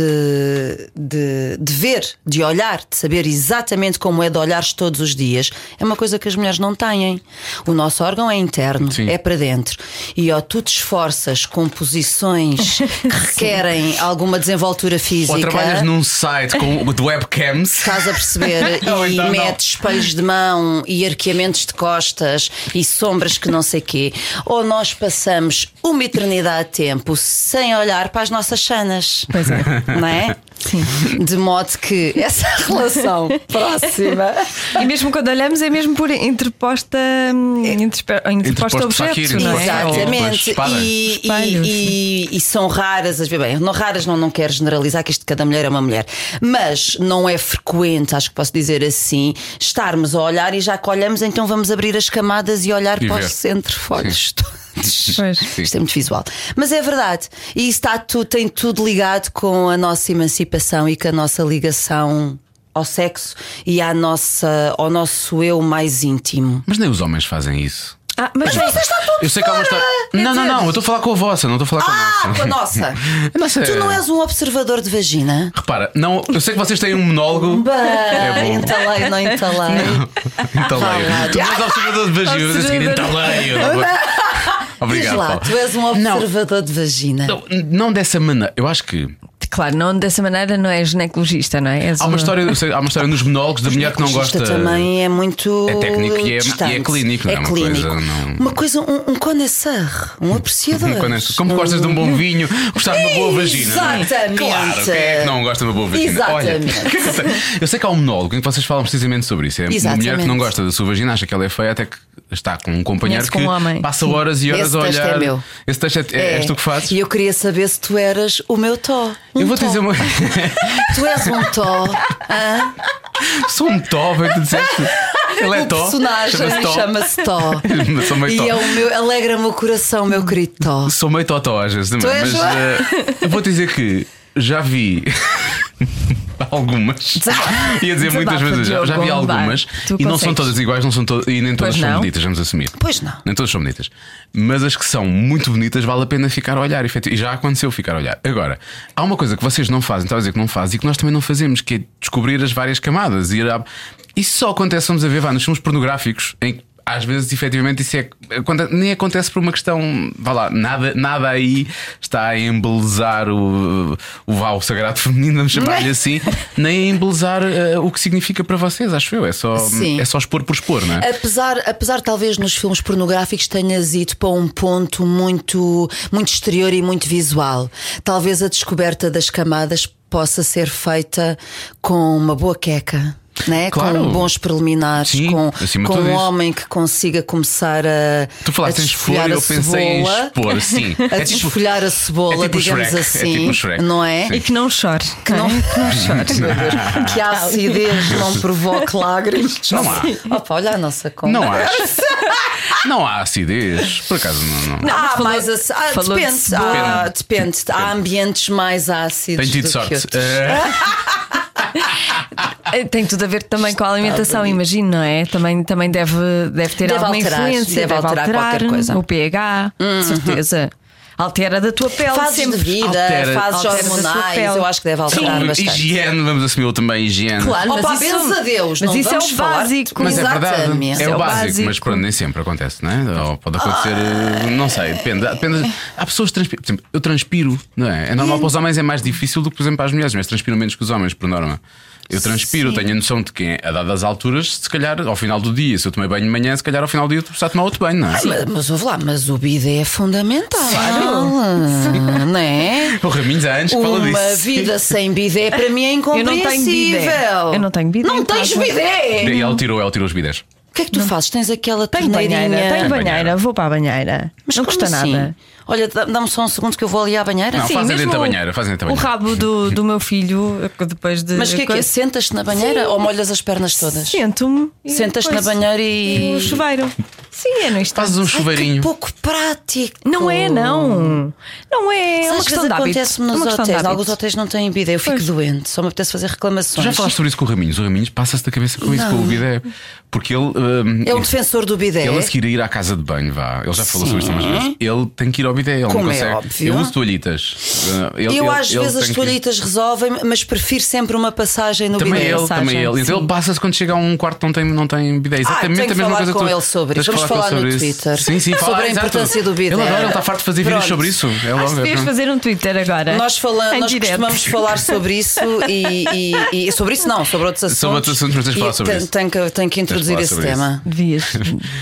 [SPEAKER 4] de, de, de ver, de olhar, de saber exatamente como é de olhares todos os dias, é uma coisa que as mulheres não têm. O nosso órgão é interno,
[SPEAKER 3] Sim.
[SPEAKER 4] é para dentro. E ó, tu te esforças com posições que requerem alguma desenvoltura física.
[SPEAKER 3] Ou trabalhas num site com, de webcams.
[SPEAKER 4] Estás a perceber?
[SPEAKER 3] Não,
[SPEAKER 4] e
[SPEAKER 3] então não.
[SPEAKER 4] metes espelhos de mão e arqueamentos de costas e sombras que não sei quê. Ou nós passamos uma eternidade de tempo sem olhar para as nossas chanas. Pois é. Não é? Sim. De modo que essa relação próxima.
[SPEAKER 2] E mesmo quando olhamos, é mesmo por interposta, hum, interpe-
[SPEAKER 3] Interposto
[SPEAKER 2] interposto
[SPEAKER 3] faquir,
[SPEAKER 2] objeto, não é?
[SPEAKER 3] interposto faquir. Pois,
[SPEAKER 4] Exatamente.
[SPEAKER 3] espalhas.
[SPEAKER 4] E, e-
[SPEAKER 2] Espalhos.
[SPEAKER 4] e- e são raras, às vezes, bem, não raras, não, não quero generalizar que isto de cada mulher é uma mulher, mas não é frequente, acho que posso dizer assim, estarmos a olhar e já que olhamos, então vamos abrir as camadas e olhar
[SPEAKER 3] E
[SPEAKER 4] para
[SPEAKER 3] ver.
[SPEAKER 4] os entrefolhos todos.
[SPEAKER 2] Pois.
[SPEAKER 4] Isto é muito visual. Mas é verdade. E isso está tu, tem tudo ligado com a nossa emancipação e com a nossa ligação ao sexo e à nossa, ao nosso eu mais íntimo.
[SPEAKER 3] Mas nem os homens fazem isso.
[SPEAKER 2] Ah, mas
[SPEAKER 3] Eu sei que há uma história. Não, não, não, eu estou a falar com a vossa, não estou a falar com a
[SPEAKER 4] Ah,
[SPEAKER 3] nossa.
[SPEAKER 4] com a nossa!
[SPEAKER 3] A nossa
[SPEAKER 4] Tu
[SPEAKER 3] é-
[SPEAKER 4] não és um observador de vagina?
[SPEAKER 3] Repara, não, eu sei que vocês têm um monólogo. É
[SPEAKER 4] Bem,
[SPEAKER 3] bom.
[SPEAKER 4] Ah, entalei, não entalei.
[SPEAKER 3] Entaleio.
[SPEAKER 4] Vá lá.
[SPEAKER 3] Tu és observador de vagina, mas a seguir entaleio.
[SPEAKER 4] Diz
[SPEAKER 3] Obrigado.
[SPEAKER 4] lá,
[SPEAKER 3] Paulo.
[SPEAKER 4] tu és um observador de vagina.
[SPEAKER 3] Não, não dessa maneira. Eu acho que
[SPEAKER 2] Claro, não, dessa maneira não é ginecologista, não é? És
[SPEAKER 3] há uma
[SPEAKER 2] um-
[SPEAKER 3] história, eu sei, há uma história nos monólogos da mulher que não
[SPEAKER 4] Ginecologista
[SPEAKER 3] gosta.
[SPEAKER 4] também é muito.
[SPEAKER 3] É técnico e é-
[SPEAKER 4] distante.
[SPEAKER 3] e é clínico, não é?
[SPEAKER 4] É
[SPEAKER 3] Uma
[SPEAKER 4] clínico.
[SPEAKER 3] coisa, não-
[SPEAKER 4] Uma coisa, um, um conhecer, um apreciador.
[SPEAKER 3] Quando é- Como gostas de um bom vinho, gostar de uma boa vagina. não é?
[SPEAKER 4] Exatamente.
[SPEAKER 3] Claro, quem é que não gosta de uma boa vagina?
[SPEAKER 4] Exatamente.
[SPEAKER 3] Olha, eu, sei, eu sei que há um monólogo em que vocês falam precisamente sobre isso. É uma
[SPEAKER 4] Exatamente.
[SPEAKER 3] mulher que não gosta da sua vagina, acha que ela é feia, até que está com um companheiro
[SPEAKER 2] Conhece com
[SPEAKER 3] que
[SPEAKER 2] um homem.
[SPEAKER 3] passa horas e horas
[SPEAKER 4] Esse
[SPEAKER 3] a
[SPEAKER 4] texto
[SPEAKER 3] olhar.
[SPEAKER 4] é meu.
[SPEAKER 3] Esse texto é, é, és tu que fazes.
[SPEAKER 4] E eu queria saber se tu eras o meu tó. Um
[SPEAKER 3] eu vou te
[SPEAKER 4] tó.
[SPEAKER 3] dizer uma.
[SPEAKER 4] Tu és um tó. hã?
[SPEAKER 3] Sou um tó, bem que disseste. Ele é
[SPEAKER 4] o
[SPEAKER 3] tó.
[SPEAKER 4] personagem
[SPEAKER 3] chama-se tó.
[SPEAKER 4] chama-se Tó.
[SPEAKER 3] Sou meio
[SPEAKER 4] e
[SPEAKER 3] tó.
[SPEAKER 4] é o meu, alegra-me o coração, meu querido Tó.
[SPEAKER 3] Sou meio totó às vezes também,
[SPEAKER 4] Tu és
[SPEAKER 3] mas
[SPEAKER 4] uma-
[SPEAKER 3] eh, eu vou dizer que já vi algumas.
[SPEAKER 2] Desa-
[SPEAKER 3] Ia dizer muitas
[SPEAKER 2] Desabafa,
[SPEAKER 3] vezes, já,
[SPEAKER 2] Diogo,
[SPEAKER 3] já vi
[SPEAKER 2] vamos lá.
[SPEAKER 3] algumas
[SPEAKER 2] Tu
[SPEAKER 3] e não são
[SPEAKER 2] consegues.
[SPEAKER 3] todas iguais, não são to e nem todas
[SPEAKER 2] Pois
[SPEAKER 3] são
[SPEAKER 2] não.
[SPEAKER 3] bonitas, vamos assumir.
[SPEAKER 4] Pois não.
[SPEAKER 3] Nem todas são bonitas. Mas as que são muito bonitas vale a pena ficar a olhar, efetivo. E já aconteceu ficar a olhar. Agora, há uma coisa que vocês não fazem, estava a dizer que não fazem e que nós também não fazemos, que é descobrir as várias camadas. E ir à- isso só acontece, vamos a ver, vá, nos filmes pornográficos, em que às vezes, efetivamente, isso é, aconte- nem acontece por uma questão. Vá lá, nada, nada aí está a embelezar o, o, vá, o sagrado feminino, vamos chamar-lhe assim, nem a embelezar eh, o que significa para vocês, acho eu. É só,
[SPEAKER 4] Sim.
[SPEAKER 3] é só expor por expor, não é?
[SPEAKER 4] Apesar, apesar talvez nos filmes pornográficos tenhas ido para um ponto muito, muito exterior e muito visual, talvez a descoberta das camadas possa ser feita com uma boa queca. Né?
[SPEAKER 3] Claro.
[SPEAKER 4] Com bons preliminares,
[SPEAKER 3] Sim,
[SPEAKER 4] com,
[SPEAKER 3] acima de
[SPEAKER 4] com
[SPEAKER 3] tudo
[SPEAKER 4] um
[SPEAKER 3] isso.
[SPEAKER 4] homem que consiga começar a.
[SPEAKER 3] Tu falaste
[SPEAKER 4] a
[SPEAKER 3] em expor
[SPEAKER 4] desfolhar
[SPEAKER 3] e
[SPEAKER 4] a
[SPEAKER 3] eu pensei em
[SPEAKER 4] cebola,
[SPEAKER 3] expor, sim. tipo,
[SPEAKER 4] A desfolhar a cebola,
[SPEAKER 3] é tipo o
[SPEAKER 4] digamos
[SPEAKER 3] Shrek, é
[SPEAKER 4] assim.
[SPEAKER 3] tipo o Shrek.
[SPEAKER 4] Não é?
[SPEAKER 2] E que não chore.
[SPEAKER 4] Que não, que a acidez não provoque lágrimas.
[SPEAKER 3] Não há.
[SPEAKER 4] Opa, olha a nossa conta.
[SPEAKER 3] Não acho. Não há acidez. Por acaso não. não.
[SPEAKER 4] ah, mais ac- ah,
[SPEAKER 2] falou de
[SPEAKER 4] depende,
[SPEAKER 2] cebola.
[SPEAKER 4] ah, depende. Há ambientes mais ácidos.
[SPEAKER 3] Tenho tido
[SPEAKER 4] do que
[SPEAKER 3] sorte.
[SPEAKER 4] outros.
[SPEAKER 3] Eh,
[SPEAKER 2] Eh, Tem tudo a ver também com a alimentação, imagino, não é? Também, também deve, deve ter
[SPEAKER 4] Deve
[SPEAKER 2] alguma
[SPEAKER 4] alterar,
[SPEAKER 2] influência.
[SPEAKER 4] deve alterar qualquer coisa.
[SPEAKER 2] O pH, de certeza. Altera da tua pele
[SPEAKER 4] Fases
[SPEAKER 2] Eh, sempre.
[SPEAKER 4] de vida,
[SPEAKER 3] altera-
[SPEAKER 4] fases
[SPEAKER 2] altera a sua
[SPEAKER 4] hormonais,
[SPEAKER 2] pele.
[SPEAKER 4] eu acho que deve alterar
[SPEAKER 3] então,
[SPEAKER 4] bastante.
[SPEAKER 3] higiene, vamos assumir também higiene.
[SPEAKER 4] Claro,
[SPEAKER 2] Opa,
[SPEAKER 4] mas isso,
[SPEAKER 2] benza
[SPEAKER 4] a Deus,
[SPEAKER 2] mas
[SPEAKER 4] não
[SPEAKER 2] isso é
[SPEAKER 4] vamos
[SPEAKER 2] o
[SPEAKER 4] falar.
[SPEAKER 2] básico.
[SPEAKER 3] Mas é
[SPEAKER 4] Exatamente.
[SPEAKER 3] verdade, é
[SPEAKER 2] É
[SPEAKER 3] o
[SPEAKER 2] o
[SPEAKER 3] básico, mas
[SPEAKER 2] básico.
[SPEAKER 3] pronto, nem sempre acontece, não é? Ou pode acontecer, eh, não sei, depende. depende. Há pessoas que transpiram, por exemplo, eu transpiro, não é? É normal para os homens é mais difícil do que, por exemplo, para as mulheres, mas transpiram menos que os homens, por norma. Eu transpiro, tenho a noção de que, a dadas alturas, se calhar ao final do dia, se eu tomei banho de manhã, se calhar ao final do dia tu precisas tomar outro banho, não é?
[SPEAKER 4] Mas, mas ouve lá, mas o bidé é fundamental. Claro. Não é?
[SPEAKER 3] O Raminhos há anos que fala disso.
[SPEAKER 4] Uma vida sem bidé para mim é
[SPEAKER 2] Eu não tenho bidé.
[SPEAKER 4] incompreensível.
[SPEAKER 2] Eu não tenho bidé
[SPEAKER 4] Não
[SPEAKER 2] em
[SPEAKER 4] tens
[SPEAKER 2] casa.
[SPEAKER 4] bidé.
[SPEAKER 3] E ele tirou, ele tirou os bidés.
[SPEAKER 4] O que é que tu fazes? Tens aquela
[SPEAKER 2] Tenho banheira, tenho
[SPEAKER 4] torneirinha.
[SPEAKER 2] banheira, vou para a banheira.
[SPEAKER 4] Mas
[SPEAKER 2] não
[SPEAKER 4] como
[SPEAKER 2] custa
[SPEAKER 4] assim?
[SPEAKER 2] nada.
[SPEAKER 4] Olha, dá- dá-me só um segundo que eu vou ali à banheira.
[SPEAKER 3] Não,
[SPEAKER 2] Sim,
[SPEAKER 3] fazem dentro
[SPEAKER 2] mesmo
[SPEAKER 3] da banheira, fazem dentro da
[SPEAKER 2] O
[SPEAKER 3] banheira.
[SPEAKER 2] rabo do, do meu filho, depois de.
[SPEAKER 4] Mas o que é que é?
[SPEAKER 2] coisa-
[SPEAKER 4] Sentas-te na banheira ou molhas as pernas todas?
[SPEAKER 2] Sento-me. e
[SPEAKER 4] Sentas-te na
[SPEAKER 2] depois-
[SPEAKER 4] banheira e-
[SPEAKER 2] o chuveiro. Sim, é no instante.
[SPEAKER 3] Fazes um chuveirinho.
[SPEAKER 4] Pouco prático.
[SPEAKER 2] Não é, não. Não é. é
[SPEAKER 4] Isso
[SPEAKER 2] uma questão
[SPEAKER 4] às vezes
[SPEAKER 2] de hábito.
[SPEAKER 4] acontece
[SPEAKER 2] É
[SPEAKER 4] nos
[SPEAKER 2] uma questão de
[SPEAKER 4] hotéis.
[SPEAKER 2] hábito.
[SPEAKER 4] Alguns hotéis não têm bidé. Eu fico
[SPEAKER 2] Pois.
[SPEAKER 4] doente. Só me apetece fazer
[SPEAKER 3] Tu
[SPEAKER 4] reclamações.
[SPEAKER 3] já falaste sobre isso com o Raminhos. O Raminhos passa-se da cabeça com isso, com o bidé. Porque ele. hum,
[SPEAKER 4] É um defensor do bidé.
[SPEAKER 3] Ele a seguir a ir à casa de banho, vá. Ele já falou sobre isto umas vezes. Ele tem que ir ao bidé, ele
[SPEAKER 4] Como
[SPEAKER 3] não
[SPEAKER 4] é
[SPEAKER 3] consegue.
[SPEAKER 4] óbvio.
[SPEAKER 3] Eu uso toalhitas. Uh, ele-
[SPEAKER 4] eu
[SPEAKER 3] ele-
[SPEAKER 4] às
[SPEAKER 3] ele
[SPEAKER 4] vezes
[SPEAKER 3] tem
[SPEAKER 4] as
[SPEAKER 3] que-
[SPEAKER 4] toalhitas resolvem, mas prefiro sempre uma passagem no
[SPEAKER 3] Também
[SPEAKER 4] bidé.
[SPEAKER 3] ele,
[SPEAKER 2] Massagem,
[SPEAKER 3] também ele. Então
[SPEAKER 2] sim.
[SPEAKER 3] ele passa-se quando chega a um quarto que não tem, não tem bidé.
[SPEAKER 4] Ah,
[SPEAKER 3] Exatamente
[SPEAKER 4] tenho
[SPEAKER 3] a
[SPEAKER 4] que
[SPEAKER 3] mesma
[SPEAKER 4] falar
[SPEAKER 3] coisa que
[SPEAKER 4] com
[SPEAKER 3] tu.
[SPEAKER 4] ele sobre
[SPEAKER 3] Tens
[SPEAKER 4] isso.
[SPEAKER 3] que
[SPEAKER 4] Vamos
[SPEAKER 3] falar com
[SPEAKER 4] falar
[SPEAKER 3] ele
[SPEAKER 4] no
[SPEAKER 3] sobre isso.
[SPEAKER 4] Twitter.
[SPEAKER 3] Sim, sim, fala,
[SPEAKER 4] Sobre a
[SPEAKER 3] exato.
[SPEAKER 4] importância do bidé.
[SPEAKER 3] Ele adora, ele está farto de fazer vídeos
[SPEAKER 4] Pronto.
[SPEAKER 3] sobre isso. É logo,
[SPEAKER 2] Acho que
[SPEAKER 3] é
[SPEAKER 2] devias
[SPEAKER 3] pronto.
[SPEAKER 2] fazer um Twitter agora.
[SPEAKER 4] Nós, falamos,
[SPEAKER 2] Em
[SPEAKER 4] nós
[SPEAKER 2] direto.
[SPEAKER 4] costumamos falar sobre isso e, e- e- sobre isso não, sobre outros assuntos.
[SPEAKER 3] outros assuntos, mas tens de
[SPEAKER 4] E
[SPEAKER 3] falar sobre
[SPEAKER 4] tem-
[SPEAKER 3] isso.
[SPEAKER 4] Tenho que, tenho que introduzir
[SPEAKER 3] falar
[SPEAKER 4] esse
[SPEAKER 3] sobre
[SPEAKER 4] tema.
[SPEAKER 2] Devias.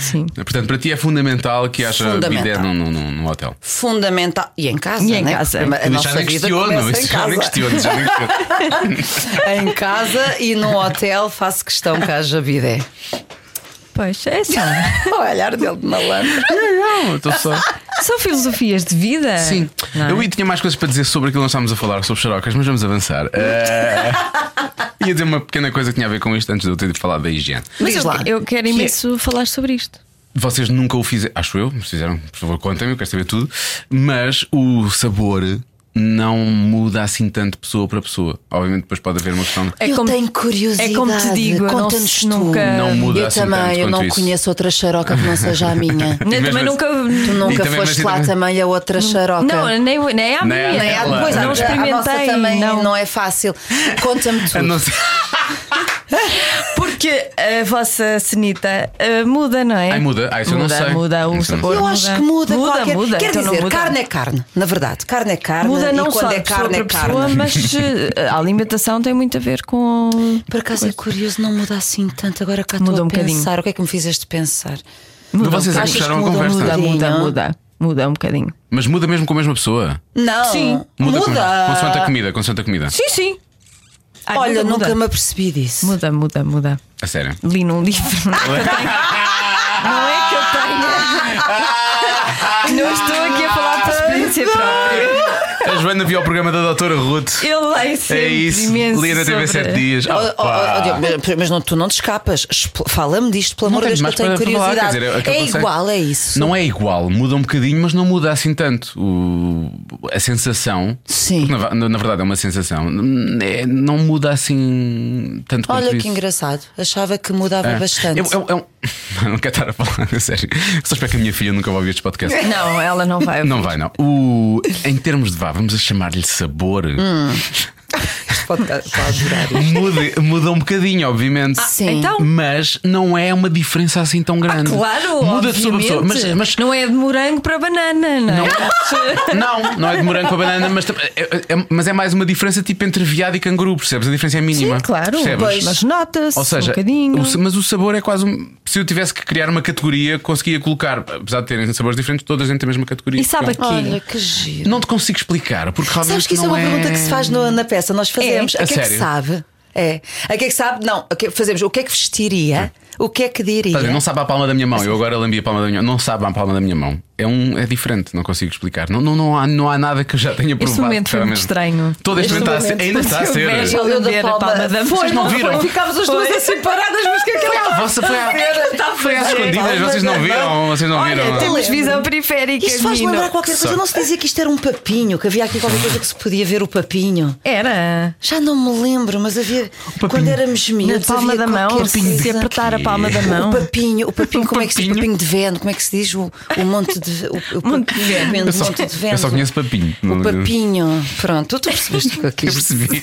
[SPEAKER 2] Sim.
[SPEAKER 3] Portanto, para ti é fundamental que haja bidé
[SPEAKER 4] Fundamental.
[SPEAKER 3] num, num, num, num hotel.
[SPEAKER 4] Fundamental. E em casa,
[SPEAKER 2] E em
[SPEAKER 4] né?
[SPEAKER 2] casa.
[SPEAKER 4] Porque A
[SPEAKER 3] Mas
[SPEAKER 4] nossa
[SPEAKER 3] já nem
[SPEAKER 4] vida
[SPEAKER 3] questiono,
[SPEAKER 4] começa
[SPEAKER 3] isso
[SPEAKER 4] em
[SPEAKER 3] já nem
[SPEAKER 4] casa.
[SPEAKER 3] questiono, já nem questiono.
[SPEAKER 2] É
[SPEAKER 4] em casa e no hotel faço questão que haja
[SPEAKER 2] é.
[SPEAKER 4] bidé.
[SPEAKER 2] Pois, é só.
[SPEAKER 4] O olhar dele de malandro.
[SPEAKER 3] Não, estou só.
[SPEAKER 2] São filosofias de vida.
[SPEAKER 3] Sim.
[SPEAKER 2] Não é?
[SPEAKER 3] Eu tinha mais coisas para dizer sobre aquilo que nós estávamos a falar, sobre xarocas, mas vamos avançar. Eh, Ia dizer uma pequena coisa que tinha a ver com isto antes de eu ter de falar da higiene.
[SPEAKER 2] Mas
[SPEAKER 4] Diz
[SPEAKER 2] eu,
[SPEAKER 4] lá.
[SPEAKER 2] eu quero imenso falar sobre isto.
[SPEAKER 3] Vocês nunca o fizeram, acho eu, se fizeram, por favor, contem-me, eu quero saber tudo. Mas o sabor não muda assim tanto pessoa para pessoa. Obviamente, depois pode haver uma questão. de-
[SPEAKER 2] É
[SPEAKER 4] eu
[SPEAKER 2] como-
[SPEAKER 4] tenho curiosidade.
[SPEAKER 2] é como te digo, eu não-
[SPEAKER 4] Conta-nos tu.
[SPEAKER 2] nunca-
[SPEAKER 3] Não muda
[SPEAKER 4] eu
[SPEAKER 3] assim tanto
[SPEAKER 4] também, eu
[SPEAKER 3] quanto
[SPEAKER 4] não
[SPEAKER 3] isso.
[SPEAKER 4] conheço outra xaroca que não seja a minha.
[SPEAKER 2] Eu
[SPEAKER 3] mesmo
[SPEAKER 2] também
[SPEAKER 3] assim-
[SPEAKER 2] nunca.
[SPEAKER 4] tu
[SPEAKER 3] E
[SPEAKER 4] nunca
[SPEAKER 3] também
[SPEAKER 4] foste
[SPEAKER 3] imagina-
[SPEAKER 4] lá também a outra xaroca.
[SPEAKER 2] Não, nem, nem à
[SPEAKER 3] Nem à
[SPEAKER 2] minha.
[SPEAKER 3] dela.
[SPEAKER 4] é,
[SPEAKER 3] ela-
[SPEAKER 4] pois,
[SPEAKER 2] não
[SPEAKER 4] a-
[SPEAKER 2] experimentei.
[SPEAKER 4] a nossa também não. é fácil. Conta-me
[SPEAKER 3] A
[SPEAKER 4] tudo.
[SPEAKER 3] não ser-
[SPEAKER 2] Porque a vossa cenita ah, muda, não é?
[SPEAKER 3] Ai, muda. Ah, isso eu não
[SPEAKER 2] muda,
[SPEAKER 3] sei.
[SPEAKER 2] Muda o
[SPEAKER 3] Isso eu não
[SPEAKER 2] sabor.
[SPEAKER 4] Eu acho que muda,
[SPEAKER 2] muda,
[SPEAKER 4] qualquer.
[SPEAKER 2] muda.
[SPEAKER 4] Quer
[SPEAKER 2] Então não
[SPEAKER 4] dizer,
[SPEAKER 2] muda.
[SPEAKER 4] carne é carne, na verdade. Carne é carne.
[SPEAKER 2] Muda não
[SPEAKER 4] e quando
[SPEAKER 2] só
[SPEAKER 4] é
[SPEAKER 2] de pessoa
[SPEAKER 4] carne é
[SPEAKER 2] para pessoa,
[SPEAKER 4] carne.
[SPEAKER 2] mas eh, a alimentação tem muito a ver com.
[SPEAKER 4] Por acaso é curioso, não muda assim tanto. Agora cá
[SPEAKER 2] Muda
[SPEAKER 4] estou a
[SPEAKER 2] um bocadinho.
[SPEAKER 4] pensar. O que é que me fizeste pensar?
[SPEAKER 2] Muda
[SPEAKER 3] vocês
[SPEAKER 2] um
[SPEAKER 3] é
[SPEAKER 2] bocadinho.
[SPEAKER 3] que puxaram a
[SPEAKER 4] Achas que muda,
[SPEAKER 3] conversa.
[SPEAKER 2] muda, muda,
[SPEAKER 4] Sim, não?
[SPEAKER 2] muda. Muda um bocadinho.
[SPEAKER 3] Mas muda mesmo com a mesma pessoa.
[SPEAKER 4] Não.
[SPEAKER 2] Sim,
[SPEAKER 3] Muda. com-
[SPEAKER 4] Muda.
[SPEAKER 3] Consoante a comida, consoante a comida.
[SPEAKER 2] Sim, sim. Ai,
[SPEAKER 4] Olha,
[SPEAKER 2] muda,
[SPEAKER 4] nunca
[SPEAKER 2] muda.
[SPEAKER 4] me apercebi disso.
[SPEAKER 2] Muda, muda, muda.
[SPEAKER 3] A sério.
[SPEAKER 2] Li num livro. Não é que eu é tenha. Não é que eu tenha. Não estou aqui a falar por experiência própria.
[SPEAKER 3] A Joana viu o programa da Doutora Ruth.
[SPEAKER 2] Eu leio sempre
[SPEAKER 3] é isso.
[SPEAKER 2] imenso
[SPEAKER 3] Lia na TV
[SPEAKER 2] sobre-
[SPEAKER 3] 7 dias.
[SPEAKER 4] Oh,
[SPEAKER 3] Ah,
[SPEAKER 4] oh,
[SPEAKER 3] pá.
[SPEAKER 4] oh, Diogo, mas- mas não, tu não te escapas. Expl- Fala-me disto, pelo
[SPEAKER 3] Não
[SPEAKER 4] amor de Deus, que eu
[SPEAKER 3] mais
[SPEAKER 4] tenho
[SPEAKER 3] para falar,
[SPEAKER 4] curiosidade.
[SPEAKER 3] quer dizer, aquele
[SPEAKER 4] é
[SPEAKER 3] conceito-
[SPEAKER 4] igual, é isso.
[SPEAKER 3] Não é igual, muda um bocadinho, mas não muda assim tanto. O- a sensação,
[SPEAKER 4] Sim.
[SPEAKER 3] porque na, na- na verdade é uma sensação, n- é- não muda assim tanto quanto
[SPEAKER 4] Olha que
[SPEAKER 3] isso.
[SPEAKER 4] engraçado. Achava que mudava
[SPEAKER 3] É.
[SPEAKER 4] bastante.
[SPEAKER 3] Eu- eu- eu- não quero estar a falar, a sério. Só espero que a minha filha nunca vá ouvir este podcast.
[SPEAKER 2] Não, ela não vai.
[SPEAKER 3] Não vai, não. O, em termos de vá, vamos a chamar-lhe sabor.
[SPEAKER 4] Hum. Pode, pode jurar.
[SPEAKER 3] Muda, muda um bocadinho, obviamente.
[SPEAKER 4] Sim.
[SPEAKER 2] então-
[SPEAKER 3] Mas não é uma diferença assim tão grande.
[SPEAKER 4] Ah,
[SPEAKER 2] Claro,
[SPEAKER 3] muda de pessoa a pessoa. Mas,
[SPEAKER 2] obviamente.
[SPEAKER 3] mas
[SPEAKER 2] não é de morango para banana, não, é?
[SPEAKER 3] Não, não é de morango com a banana, mas, tam- é, é- mas é mais uma diferença tipo entre viado e canguru, percebes? A diferença é mínima.
[SPEAKER 2] Sim, claro,
[SPEAKER 3] percebes?
[SPEAKER 2] pois, mas nota-se
[SPEAKER 3] Ou seja,
[SPEAKER 2] um bocadinho.
[SPEAKER 3] o sa- mas o sabor é quase um. Se eu tivesse que criar uma categoria, conseguia colocar, apesar de terem sabores diferentes, todas dentro da mesma categoria.
[SPEAKER 2] E sabe a
[SPEAKER 3] Porque é um-
[SPEAKER 2] quê?
[SPEAKER 4] Olha que giro.
[SPEAKER 3] Não te consigo explicar, porque realmente.
[SPEAKER 4] Sabes que isso é
[SPEAKER 3] não
[SPEAKER 4] uma pergunta que se faz no- na peça. Nós
[SPEAKER 3] É?
[SPEAKER 4] fazemos. a que é que
[SPEAKER 3] Sério?
[SPEAKER 4] sabe? É. A que é que sabe? Não. A que- fazemos. O que é que vestiria? O que é que diria?
[SPEAKER 3] Estás Tá a ver, Não sabe à palma da minha mão, eu agora lambi a palma da minha mão, não sabe à palma da minha mão. É, um, é diferente, não consigo explicar. Não, não, não, há, não há nada que eu já tenha provado.
[SPEAKER 2] momento foi
[SPEAKER 3] Era
[SPEAKER 2] muito
[SPEAKER 3] mesmo.
[SPEAKER 2] estranho.
[SPEAKER 3] Todo este, momento está a ser, ainda está a ser.
[SPEAKER 2] Mas eu
[SPEAKER 4] Eu da
[SPEAKER 2] lamber a
[SPEAKER 4] palma-
[SPEAKER 2] palma da
[SPEAKER 3] Vocês não viram?
[SPEAKER 4] Ficámos as duas assim paradas, mas o que é que
[SPEAKER 3] Foi à vossa, foi à, foi às escondidas, vocês não viram, vocês não viram.
[SPEAKER 2] Olha, um temos visão periférica,
[SPEAKER 4] Isto faz
[SPEAKER 2] menino.
[SPEAKER 4] lembrar qualquer coisa.
[SPEAKER 3] Só-
[SPEAKER 4] Não se dizia que isto era um papinho, que havia aqui qualquer coisa que se podia ver o papinho.
[SPEAKER 2] Era.
[SPEAKER 4] Já não me lembro, mas havia. Quando éramos
[SPEAKER 2] Na
[SPEAKER 4] miúdos.
[SPEAKER 2] palma da
[SPEAKER 4] havia
[SPEAKER 2] mão,
[SPEAKER 4] qualquer coisa.
[SPEAKER 2] se apertar a palma da
[SPEAKER 4] O
[SPEAKER 2] mão.
[SPEAKER 4] papinho, o papinho, como é que se diz? O
[SPEAKER 3] papinho.
[SPEAKER 4] papinho de vento, como é que se diz? O, o monte de. O, o
[SPEAKER 2] Monte de
[SPEAKER 4] papinho
[SPEAKER 2] vento.
[SPEAKER 4] vento,
[SPEAKER 3] Eu só,
[SPEAKER 4] monte de vento.
[SPEAKER 3] eu só conheço papinho.
[SPEAKER 4] O
[SPEAKER 3] Não-
[SPEAKER 4] papinho. Pronto, tu percebeste o que eu
[SPEAKER 3] Eu
[SPEAKER 4] quis.
[SPEAKER 3] percebi.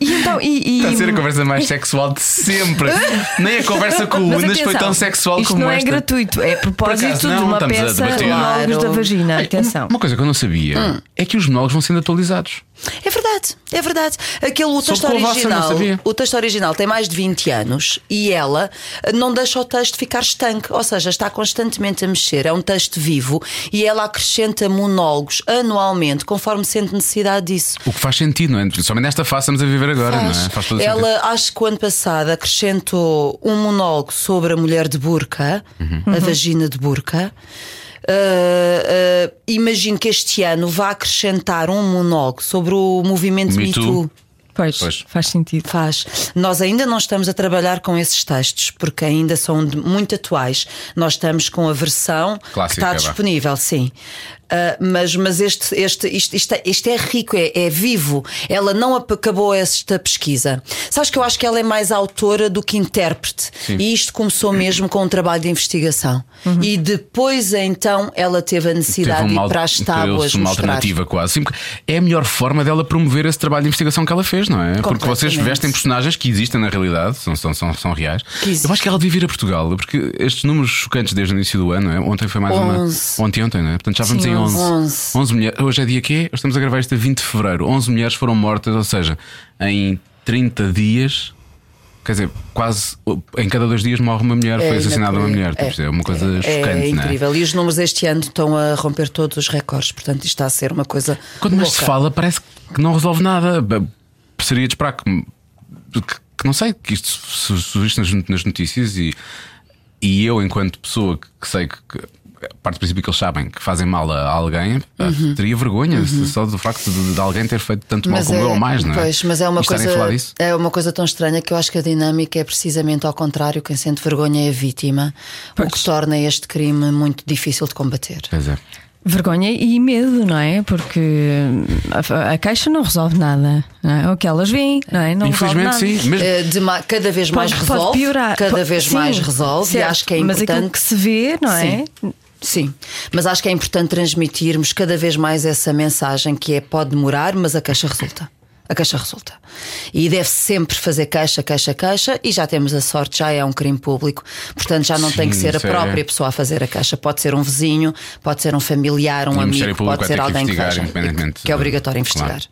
[SPEAKER 2] E então, e. e-
[SPEAKER 3] Está a ser a conversa mais sexual de sempre. Nem a conversa com o
[SPEAKER 2] Mas
[SPEAKER 3] Unas foi
[SPEAKER 2] atenção,
[SPEAKER 3] tão sexual
[SPEAKER 2] isto
[SPEAKER 3] como
[SPEAKER 2] não
[SPEAKER 3] esta.
[SPEAKER 2] é gratuito, é a propósito
[SPEAKER 3] Por acaso,
[SPEAKER 2] de
[SPEAKER 3] não,
[SPEAKER 2] uma
[SPEAKER 3] estamos a
[SPEAKER 2] peça
[SPEAKER 3] debater.
[SPEAKER 2] Monólogos da
[SPEAKER 4] Claro.
[SPEAKER 2] Vagina. é? Atenção.
[SPEAKER 3] Uma coisa que eu não sabia é que os monólogos vão sendo atualizados.
[SPEAKER 4] É verdade, é verdade. Aquele o
[SPEAKER 3] Só
[SPEAKER 4] texto
[SPEAKER 3] com a vossa, não
[SPEAKER 4] original.
[SPEAKER 3] sabia.
[SPEAKER 4] O texto original tem mais de 20 anos e ela eh, não deixa o texto ficar estanque, ou seja, está constantemente a mexer. É um texto vivo e ela acrescenta monólogos anualmente, conforme sente necessidade disso.
[SPEAKER 3] O que faz sentido, não é? Somente nesta fase estamos a viver agora, não é? Faz todo o sentido.
[SPEAKER 4] ela, acho que o ano passado, acrescentou um monólogo sobre a mulher de burca,
[SPEAKER 3] Uhum.
[SPEAKER 4] a vagina de burca. Eh, eh, imagino que este ano vá acrescentar um monólogo sobre o movimento
[SPEAKER 3] Me
[SPEAKER 4] Me
[SPEAKER 3] Too.
[SPEAKER 4] Too.
[SPEAKER 2] Pois,
[SPEAKER 3] Pois.
[SPEAKER 2] faz sentido.
[SPEAKER 4] Faz. Nós ainda não estamos a trabalhar com esses textos, porque ainda são de- muito atuais. Nós estamos com a versão
[SPEAKER 3] Clássica,
[SPEAKER 4] que
[SPEAKER 3] vá.
[SPEAKER 4] está disponível, sim. Ah, mas mas este, este, isto, isto, é- isto é rico, é, é vivo. Ela não ap- acabou esta pesquisa. Sabes que eu acho que ela é mais autora do que intérprete. E isto começou mesmo com um trabalho de investigação.
[SPEAKER 3] Uhum.
[SPEAKER 4] E depois, então, ela teve a necessidade de ir
[SPEAKER 3] al-
[SPEAKER 4] para as tábuas
[SPEAKER 3] criou-se um uma
[SPEAKER 4] mostrar.
[SPEAKER 3] alternativa quase. Sim, porque é a melhor forma dela promover esse trabalho de investigação que ela fez, não é? Porque vocês
[SPEAKER 4] Completamente.
[SPEAKER 3] vestem personagens que existem na realidade, são, são, são, são reais.
[SPEAKER 4] existem.
[SPEAKER 3] Eu acho que ela devia vir a Portugal, porque estes números chocantes desde o início do ano, não é? ontem foi mais
[SPEAKER 4] Onze.
[SPEAKER 3] uma. Ontem, ontem, não é? Portanto já vamos
[SPEAKER 2] Sim,
[SPEAKER 3] em 11.
[SPEAKER 4] onze.
[SPEAKER 3] 11 mulheres. Hoje é dia quê? Hoje Estamos a gravar isto a 20 de fevereiro. 11 mulheres foram mortas, ou seja, em 30 dias. Quer dizer, quase em cada dois dias morre uma mulher, foi assassinada uma mulher.
[SPEAKER 4] É.
[SPEAKER 3] tipo, É, uma coisa chocante,
[SPEAKER 4] É
[SPEAKER 3] não é?
[SPEAKER 4] incrível. E os números este ano estão a romper todos os recordes, portanto, isto está a ser uma coisa.
[SPEAKER 3] Quanto mais se
[SPEAKER 4] louca.
[SPEAKER 3] fala, parece que não resolve nada. Ba- Seria de esperar que, que, que não sei, que isto su- surgisse nas, nas notícias e, e eu, enquanto pessoa que, que sei que. que a parte do princípio é que eles sabem que fazem mal a a alguém, pá,
[SPEAKER 4] Uhum.
[SPEAKER 3] teria vergonha se- só do facto de, de alguém ter feito tanto mal como eu ou mais, não é?
[SPEAKER 4] Pois, mas é
[SPEAKER 3] E
[SPEAKER 4] uma
[SPEAKER 3] estarem
[SPEAKER 4] coisa.
[SPEAKER 3] a falar disso.
[SPEAKER 4] É uma coisa tão estranha que eu acho que a dinâmica é precisamente ao contrário. Quem sente vergonha é a vítima, o que torna este crime muito difícil de combater.
[SPEAKER 3] Pois é.
[SPEAKER 2] Vergonha e medo, não é? Porque a, a caixa não resolve nada. Não é? O que elas veem, não é? Não
[SPEAKER 3] Infelizmente,
[SPEAKER 2] resolve nada.
[SPEAKER 3] sim. Mesmo,
[SPEAKER 4] Eh, de ma- cada vez mais
[SPEAKER 2] Pode-
[SPEAKER 4] resolve,
[SPEAKER 2] pode piorar.
[SPEAKER 4] cada
[SPEAKER 2] Pode-
[SPEAKER 4] vez
[SPEAKER 2] sim,
[SPEAKER 4] mais resolve
[SPEAKER 2] certo.
[SPEAKER 4] e acho que é
[SPEAKER 2] Mas aquilo
[SPEAKER 4] importante
[SPEAKER 2] que se vê, não é?
[SPEAKER 4] Sim. Sim, mas acho que é importante transmitirmos cada vez mais essa mensagem que é pode demorar, mas a queixa resulta. A queixa resulta. E deve sempre fazer queixa, queixa, queixa, e já temos a sorte, já é um crime público, portanto já não tem que
[SPEAKER 3] Sim,
[SPEAKER 4] ser a
[SPEAKER 3] isso é-
[SPEAKER 4] própria pessoa a fazer a queixa. Pode ser um vizinho, pode ser um familiar, um
[SPEAKER 3] o Ministério
[SPEAKER 4] amigo,
[SPEAKER 3] Público
[SPEAKER 4] pode
[SPEAKER 3] vai ter
[SPEAKER 4] ser
[SPEAKER 3] que
[SPEAKER 4] alguém que,
[SPEAKER 3] investigar,
[SPEAKER 4] veja,
[SPEAKER 3] independentemente
[SPEAKER 4] que é obrigatório
[SPEAKER 3] de-
[SPEAKER 4] investigar.
[SPEAKER 3] claro.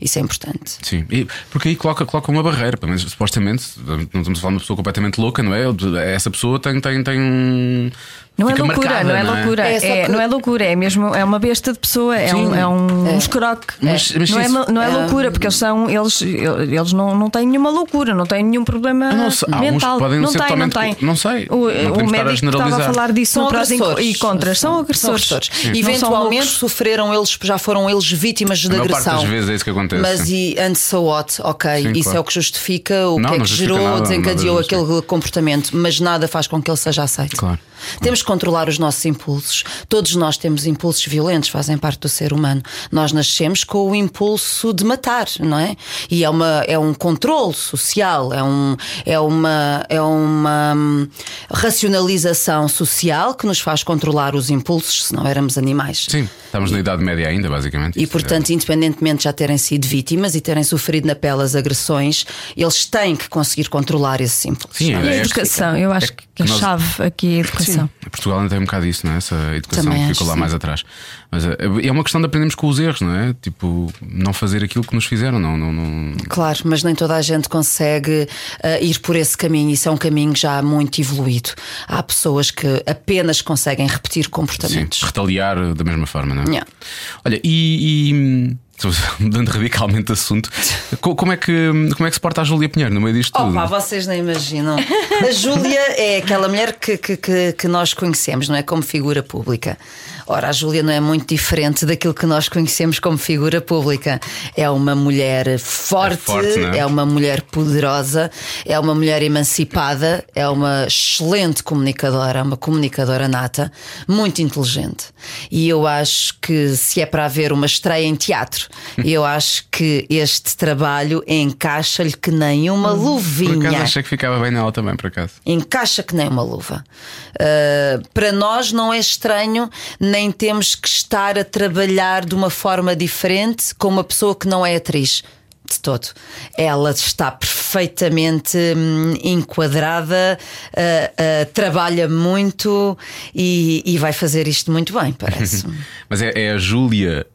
[SPEAKER 4] Isso é importante.
[SPEAKER 3] Sim, e- porque aí coloca, coloca uma barreira, pelo menos supostamente, não estamos a falar de uma pessoa completamente louca, não é? Essa pessoa tem, tem, tem um.
[SPEAKER 2] Não é
[SPEAKER 3] Fica
[SPEAKER 2] loucura,
[SPEAKER 3] marcada,
[SPEAKER 2] não é
[SPEAKER 3] não é?
[SPEAKER 2] loucura.
[SPEAKER 4] É, só
[SPEAKER 2] É,
[SPEAKER 4] que-
[SPEAKER 2] Não é loucura, é mesmo é uma besta de pessoa, é um, é um, um escroque.
[SPEAKER 3] Mas- mas
[SPEAKER 2] não, é,
[SPEAKER 3] isso-
[SPEAKER 2] ma- não é loucura, porque eles são, eles, eles não, não têm nenhuma loucura, não têm nenhum problema
[SPEAKER 3] Eu não sei, há uns
[SPEAKER 2] mental.
[SPEAKER 3] que podem
[SPEAKER 2] não
[SPEAKER 3] ser
[SPEAKER 2] têm, não
[SPEAKER 3] totalmente-
[SPEAKER 2] têm.
[SPEAKER 3] não sei,
[SPEAKER 2] O,
[SPEAKER 3] não
[SPEAKER 2] o
[SPEAKER 3] podemos estar a
[SPEAKER 2] médico estava a
[SPEAKER 3] generalizar.
[SPEAKER 2] falar disso
[SPEAKER 4] São
[SPEAKER 2] no prós e, co-
[SPEAKER 4] agressores.
[SPEAKER 2] e contras, são agressores. Não são
[SPEAKER 4] Eventualmente
[SPEAKER 2] loucos.
[SPEAKER 4] sofreram eles, já foram eles vítimas de
[SPEAKER 3] A maior parte
[SPEAKER 4] agressão.
[SPEAKER 3] das vezes é isso que acontece.
[SPEAKER 4] Mas e and so what? Ok,
[SPEAKER 3] Sim,
[SPEAKER 4] isso
[SPEAKER 3] claro.
[SPEAKER 4] é o que justifica, o
[SPEAKER 3] Não,
[SPEAKER 4] que é
[SPEAKER 3] não
[SPEAKER 4] que
[SPEAKER 3] justifica
[SPEAKER 4] gerou,
[SPEAKER 3] nada,
[SPEAKER 4] desencadeou
[SPEAKER 3] nada justifica.
[SPEAKER 4] aquele comportamento, mas nada faz com que ele seja aceito.
[SPEAKER 3] Claro.
[SPEAKER 4] Temos que controlar os nossos impulsos. Todos nós temos impulsos violentos, fazem parte do ser humano. Nós nascemos com o impulso de matar, não é? E é, uma, é um controle social, é, um, é, uma, é uma hum, racionalização social que nos faz controlar os impulsos, se não éramos animais.
[SPEAKER 3] Sim, estamos na Idade Média ainda, basicamente.
[SPEAKER 4] E
[SPEAKER 3] Isso é-
[SPEAKER 4] portanto, independentemente de já terem sido vítimas e terem sofrido na pele as agressões, eles têm que conseguir controlar esses impulsos.
[SPEAKER 3] Sim,
[SPEAKER 4] não
[SPEAKER 2] E
[SPEAKER 4] é?
[SPEAKER 2] a
[SPEAKER 3] É,
[SPEAKER 2] educação, eu acho
[SPEAKER 3] que
[SPEAKER 2] que a
[SPEAKER 3] nós-
[SPEAKER 2] chave aqui é a educação.
[SPEAKER 3] Portugal ainda tem um bocado isso, não é? Essa educação
[SPEAKER 4] Também
[SPEAKER 3] que
[SPEAKER 4] acho,
[SPEAKER 3] ficou lá
[SPEAKER 4] sim.
[SPEAKER 3] mais atrás. Mas eh, é uma questão de aprendermos com os erros, não é? Tipo, não fazer aquilo que nos fizeram, não. não, não...
[SPEAKER 4] Claro, mas nem toda a gente consegue ah, ir por esse caminho. Isso é um caminho já muito evoluído. Há pessoas que apenas conseguem repetir
[SPEAKER 3] Sim,
[SPEAKER 4] comportamentos.
[SPEAKER 3] retaliar eh, da mesma forma, não é?
[SPEAKER 4] Yeah.
[SPEAKER 3] Olha, e. e, hum, Mudando radicalmente de assunto, co- como é, que, como é que se porta a Júlia Pinheiro no meio disto tudo?
[SPEAKER 4] Opa, Oh, vocês nem imaginam. A Júlia é aquela mulher que, que, que, que nós conhecemos, não é? Como figura pública. Ora, a Júlia não é muito diferente daquilo que nós conhecemos como figura pública. É uma mulher forte,
[SPEAKER 3] É forte, não é?
[SPEAKER 4] é uma mulher poderosa, é uma mulher emancipada, é uma excelente comunicadora, uma comunicadora nata, muito inteligente. E eu acho que se é para haver uma estreia em teatro, eu acho que este trabalho encaixa-lhe que nem uma
[SPEAKER 3] por acaso
[SPEAKER 4] luvinha.
[SPEAKER 3] achei que ficava bem nela também, por acaso.
[SPEAKER 4] Encaixa que nem uma luva. Uh, para nós não é estranho, nem temos que estar a trabalhar de uma forma diferente com uma pessoa que não é atriz. De todo. Ela está perfeitamente hum, enquadrada, uh, uh, trabalha muito e, e vai fazer isto muito bem, parece.
[SPEAKER 3] Mas é, é a Júlia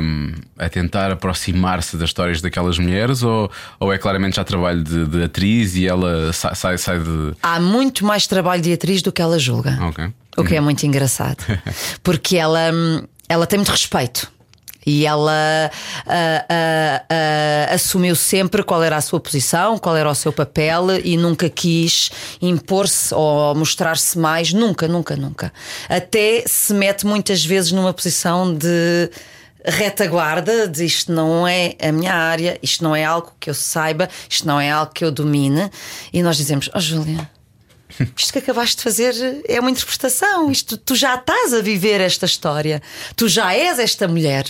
[SPEAKER 3] hum, a tentar aproximar-se das histórias daquelas mulheres ou, ou é claramente já trabalho de, de atriz e ela sa- sai, sai de. Ah,
[SPEAKER 4] Há muito mais trabalho de atriz do que ela julga.
[SPEAKER 3] Ok.
[SPEAKER 4] O que é muito engraçado. Porque ela, hum, ela tem muito respeito. E ela ah, ah, ah, assumiu sempre qual era a sua posição, qual era o seu papel e nunca quis impor-se ou mostrar-se mais, nunca, nunca, nunca. Até se mete muitas vezes numa posição de retaguarda de isto não é a minha área, isto não é algo que eu saiba, isto não é algo que eu domine. E nós dizemos: Oh, Júlia, isto que acabaste de fazer é uma interpretação. Isto, tu já estás a viver esta história. Tu já és esta mulher.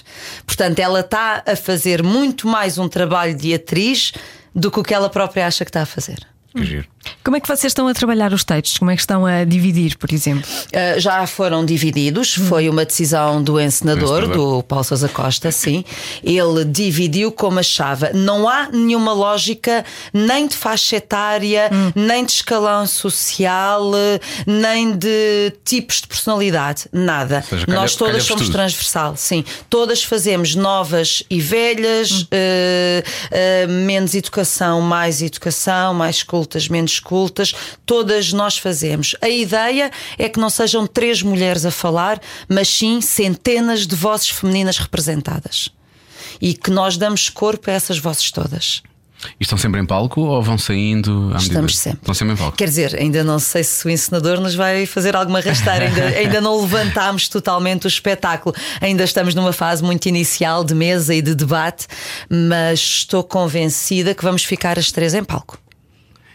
[SPEAKER 4] Portanto, ela está a fazer muito mais um trabalho de atriz do que o que ela própria acha que está a fazer.
[SPEAKER 3] Que giro.
[SPEAKER 2] Como é que vocês estão a trabalhar os textos? Como é que estão a dividir, por exemplo?
[SPEAKER 4] Uh, já foram divididos. Foi uma decisão do encenador,
[SPEAKER 3] Do encenador.
[SPEAKER 4] do Paulo Sousa Costa, sim. Ele dividiu como achava. Não há nenhuma lógica nem de faixa etária, nem de escalão social, eh, nem de tipos de personalidade. Nada.
[SPEAKER 3] seja, calha-
[SPEAKER 4] Nós todas
[SPEAKER 3] calha-vos
[SPEAKER 4] somos
[SPEAKER 3] tudo.
[SPEAKER 4] trans transversal, sim. Todas fazemos novas e velhas, eh, eh, menos educação, mais educação, mais cultas, menos cultas. Todas nós fazemos. A ideia é que não sejam três mulheres a falar, mas sim centenas de vozes femininas representadas. E que nós damos corpo a essas vozes todas.
[SPEAKER 3] E estão sempre em palco ou vão saindo à medida?
[SPEAKER 4] Estamos sempre.
[SPEAKER 3] Estão sempre em palco.
[SPEAKER 4] Quer dizer, ainda não sei se o encenador nos vai fazer alguma rasteira, ainda, ainda não levantámos totalmente o espetáculo. Ainda estamos numa fase muito inicial de mesa e de debate, mas estou convencida que vamos ficar as três em palco.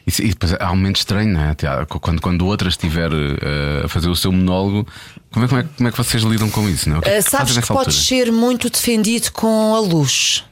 [SPEAKER 3] E, se- e depois há um momento estranho, não é? Até há- Quando, quando outra estiver eh, a fazer o seu monólogo, como é, como é, como é que vocês lidam com isso? Não é? O que é
[SPEAKER 4] Ah,
[SPEAKER 3] que
[SPEAKER 4] sabes
[SPEAKER 3] fazem
[SPEAKER 4] que
[SPEAKER 3] nessa
[SPEAKER 4] podes
[SPEAKER 3] altura?
[SPEAKER 4] ser muito defendido com a luz.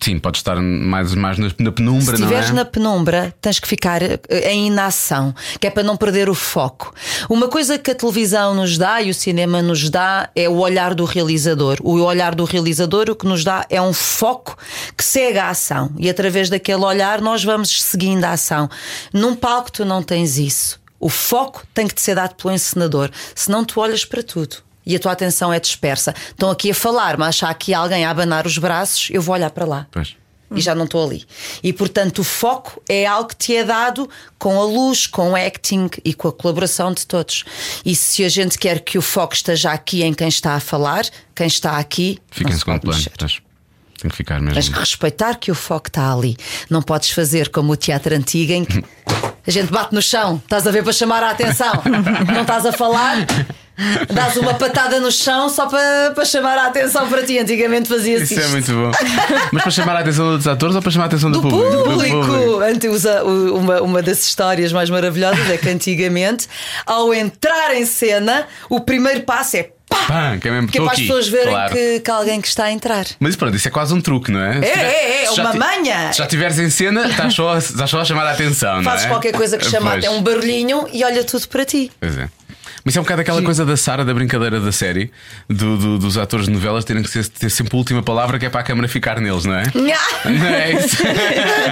[SPEAKER 3] Sim, pode estar mais, mais na, na penumbra,
[SPEAKER 4] Se
[SPEAKER 3] não
[SPEAKER 4] estiveres
[SPEAKER 3] é?
[SPEAKER 4] na penumbra, tens que ficar eh, em inação, que é para não perder o foco. Uma coisa que a televisão nos dá e o cinema nos dá é o olhar do realizador. O olhar do realizador o que nos dá é um foco que segue a ação. E através daquele olhar nós vamos seguindo a ação. Num palco tu não tens isso. O foco tem que te ser dado pelo encenador, senão tu olhas para tudo. E a tua atenção é dispersa. Estão aqui a falar, mas há aqui alguém a abanar os braços, eu vou olhar para lá.
[SPEAKER 3] Pois.
[SPEAKER 4] e já não estou ali. E portanto, o foco é algo que te é dado com a luz, com o acting e com a colaboração de todos. E se a gente quer que o foco esteja aqui em quem está a falar, quem está aqui.
[SPEAKER 3] Fica
[SPEAKER 4] não
[SPEAKER 3] em
[SPEAKER 4] se
[SPEAKER 3] segundo
[SPEAKER 4] pode
[SPEAKER 3] plano.
[SPEAKER 4] mexer.
[SPEAKER 3] mas Tem que ficar mesmo.
[SPEAKER 4] Tens que respeitar que o foco está ali. Não podes fazer como o teatro antigo em que a gente bate no chão, estás a ver para chamar a atenção. Não estás a falar, dás uma patada no chão só para, para chamar a atenção para ti. Antigamente fazias
[SPEAKER 3] Isso
[SPEAKER 4] isto.
[SPEAKER 3] é muito bom. Mas para chamar a atenção dos atores ou para chamar a atenção do,
[SPEAKER 4] Do público!
[SPEAKER 3] Do público.
[SPEAKER 4] Ante- usa- u- uma, uma das histórias mais maravilhosas é que antigamente, ao entrar em cena, o primeiro passo é pá!
[SPEAKER 3] Pá, que é mesmo,
[SPEAKER 4] que é
[SPEAKER 3] tô
[SPEAKER 4] para as
[SPEAKER 3] aqui,
[SPEAKER 4] pessoas verem
[SPEAKER 3] claro.
[SPEAKER 4] que, que alguém que está a entrar.
[SPEAKER 3] Mas pronto, isso é quase um truque, não é? Se tiver-
[SPEAKER 4] é, é,
[SPEAKER 3] se já
[SPEAKER 4] uma
[SPEAKER 3] ti-
[SPEAKER 4] manha.
[SPEAKER 3] Se já estiveres em cena, estás só, a- estás só a chamar a atenção, não é?
[SPEAKER 4] Fazes qualquer coisa que chama
[SPEAKER 3] Pois.
[SPEAKER 4] até um barulhinho e olha tudo para ti.
[SPEAKER 3] Pois é. Mas é um bocado aquela coisa da Sara, da brincadeira da série, do- do- dos atores de novelas terem que ser- ter sempre a última palavra que é para a câmara ficar neles, não é? Não é isso?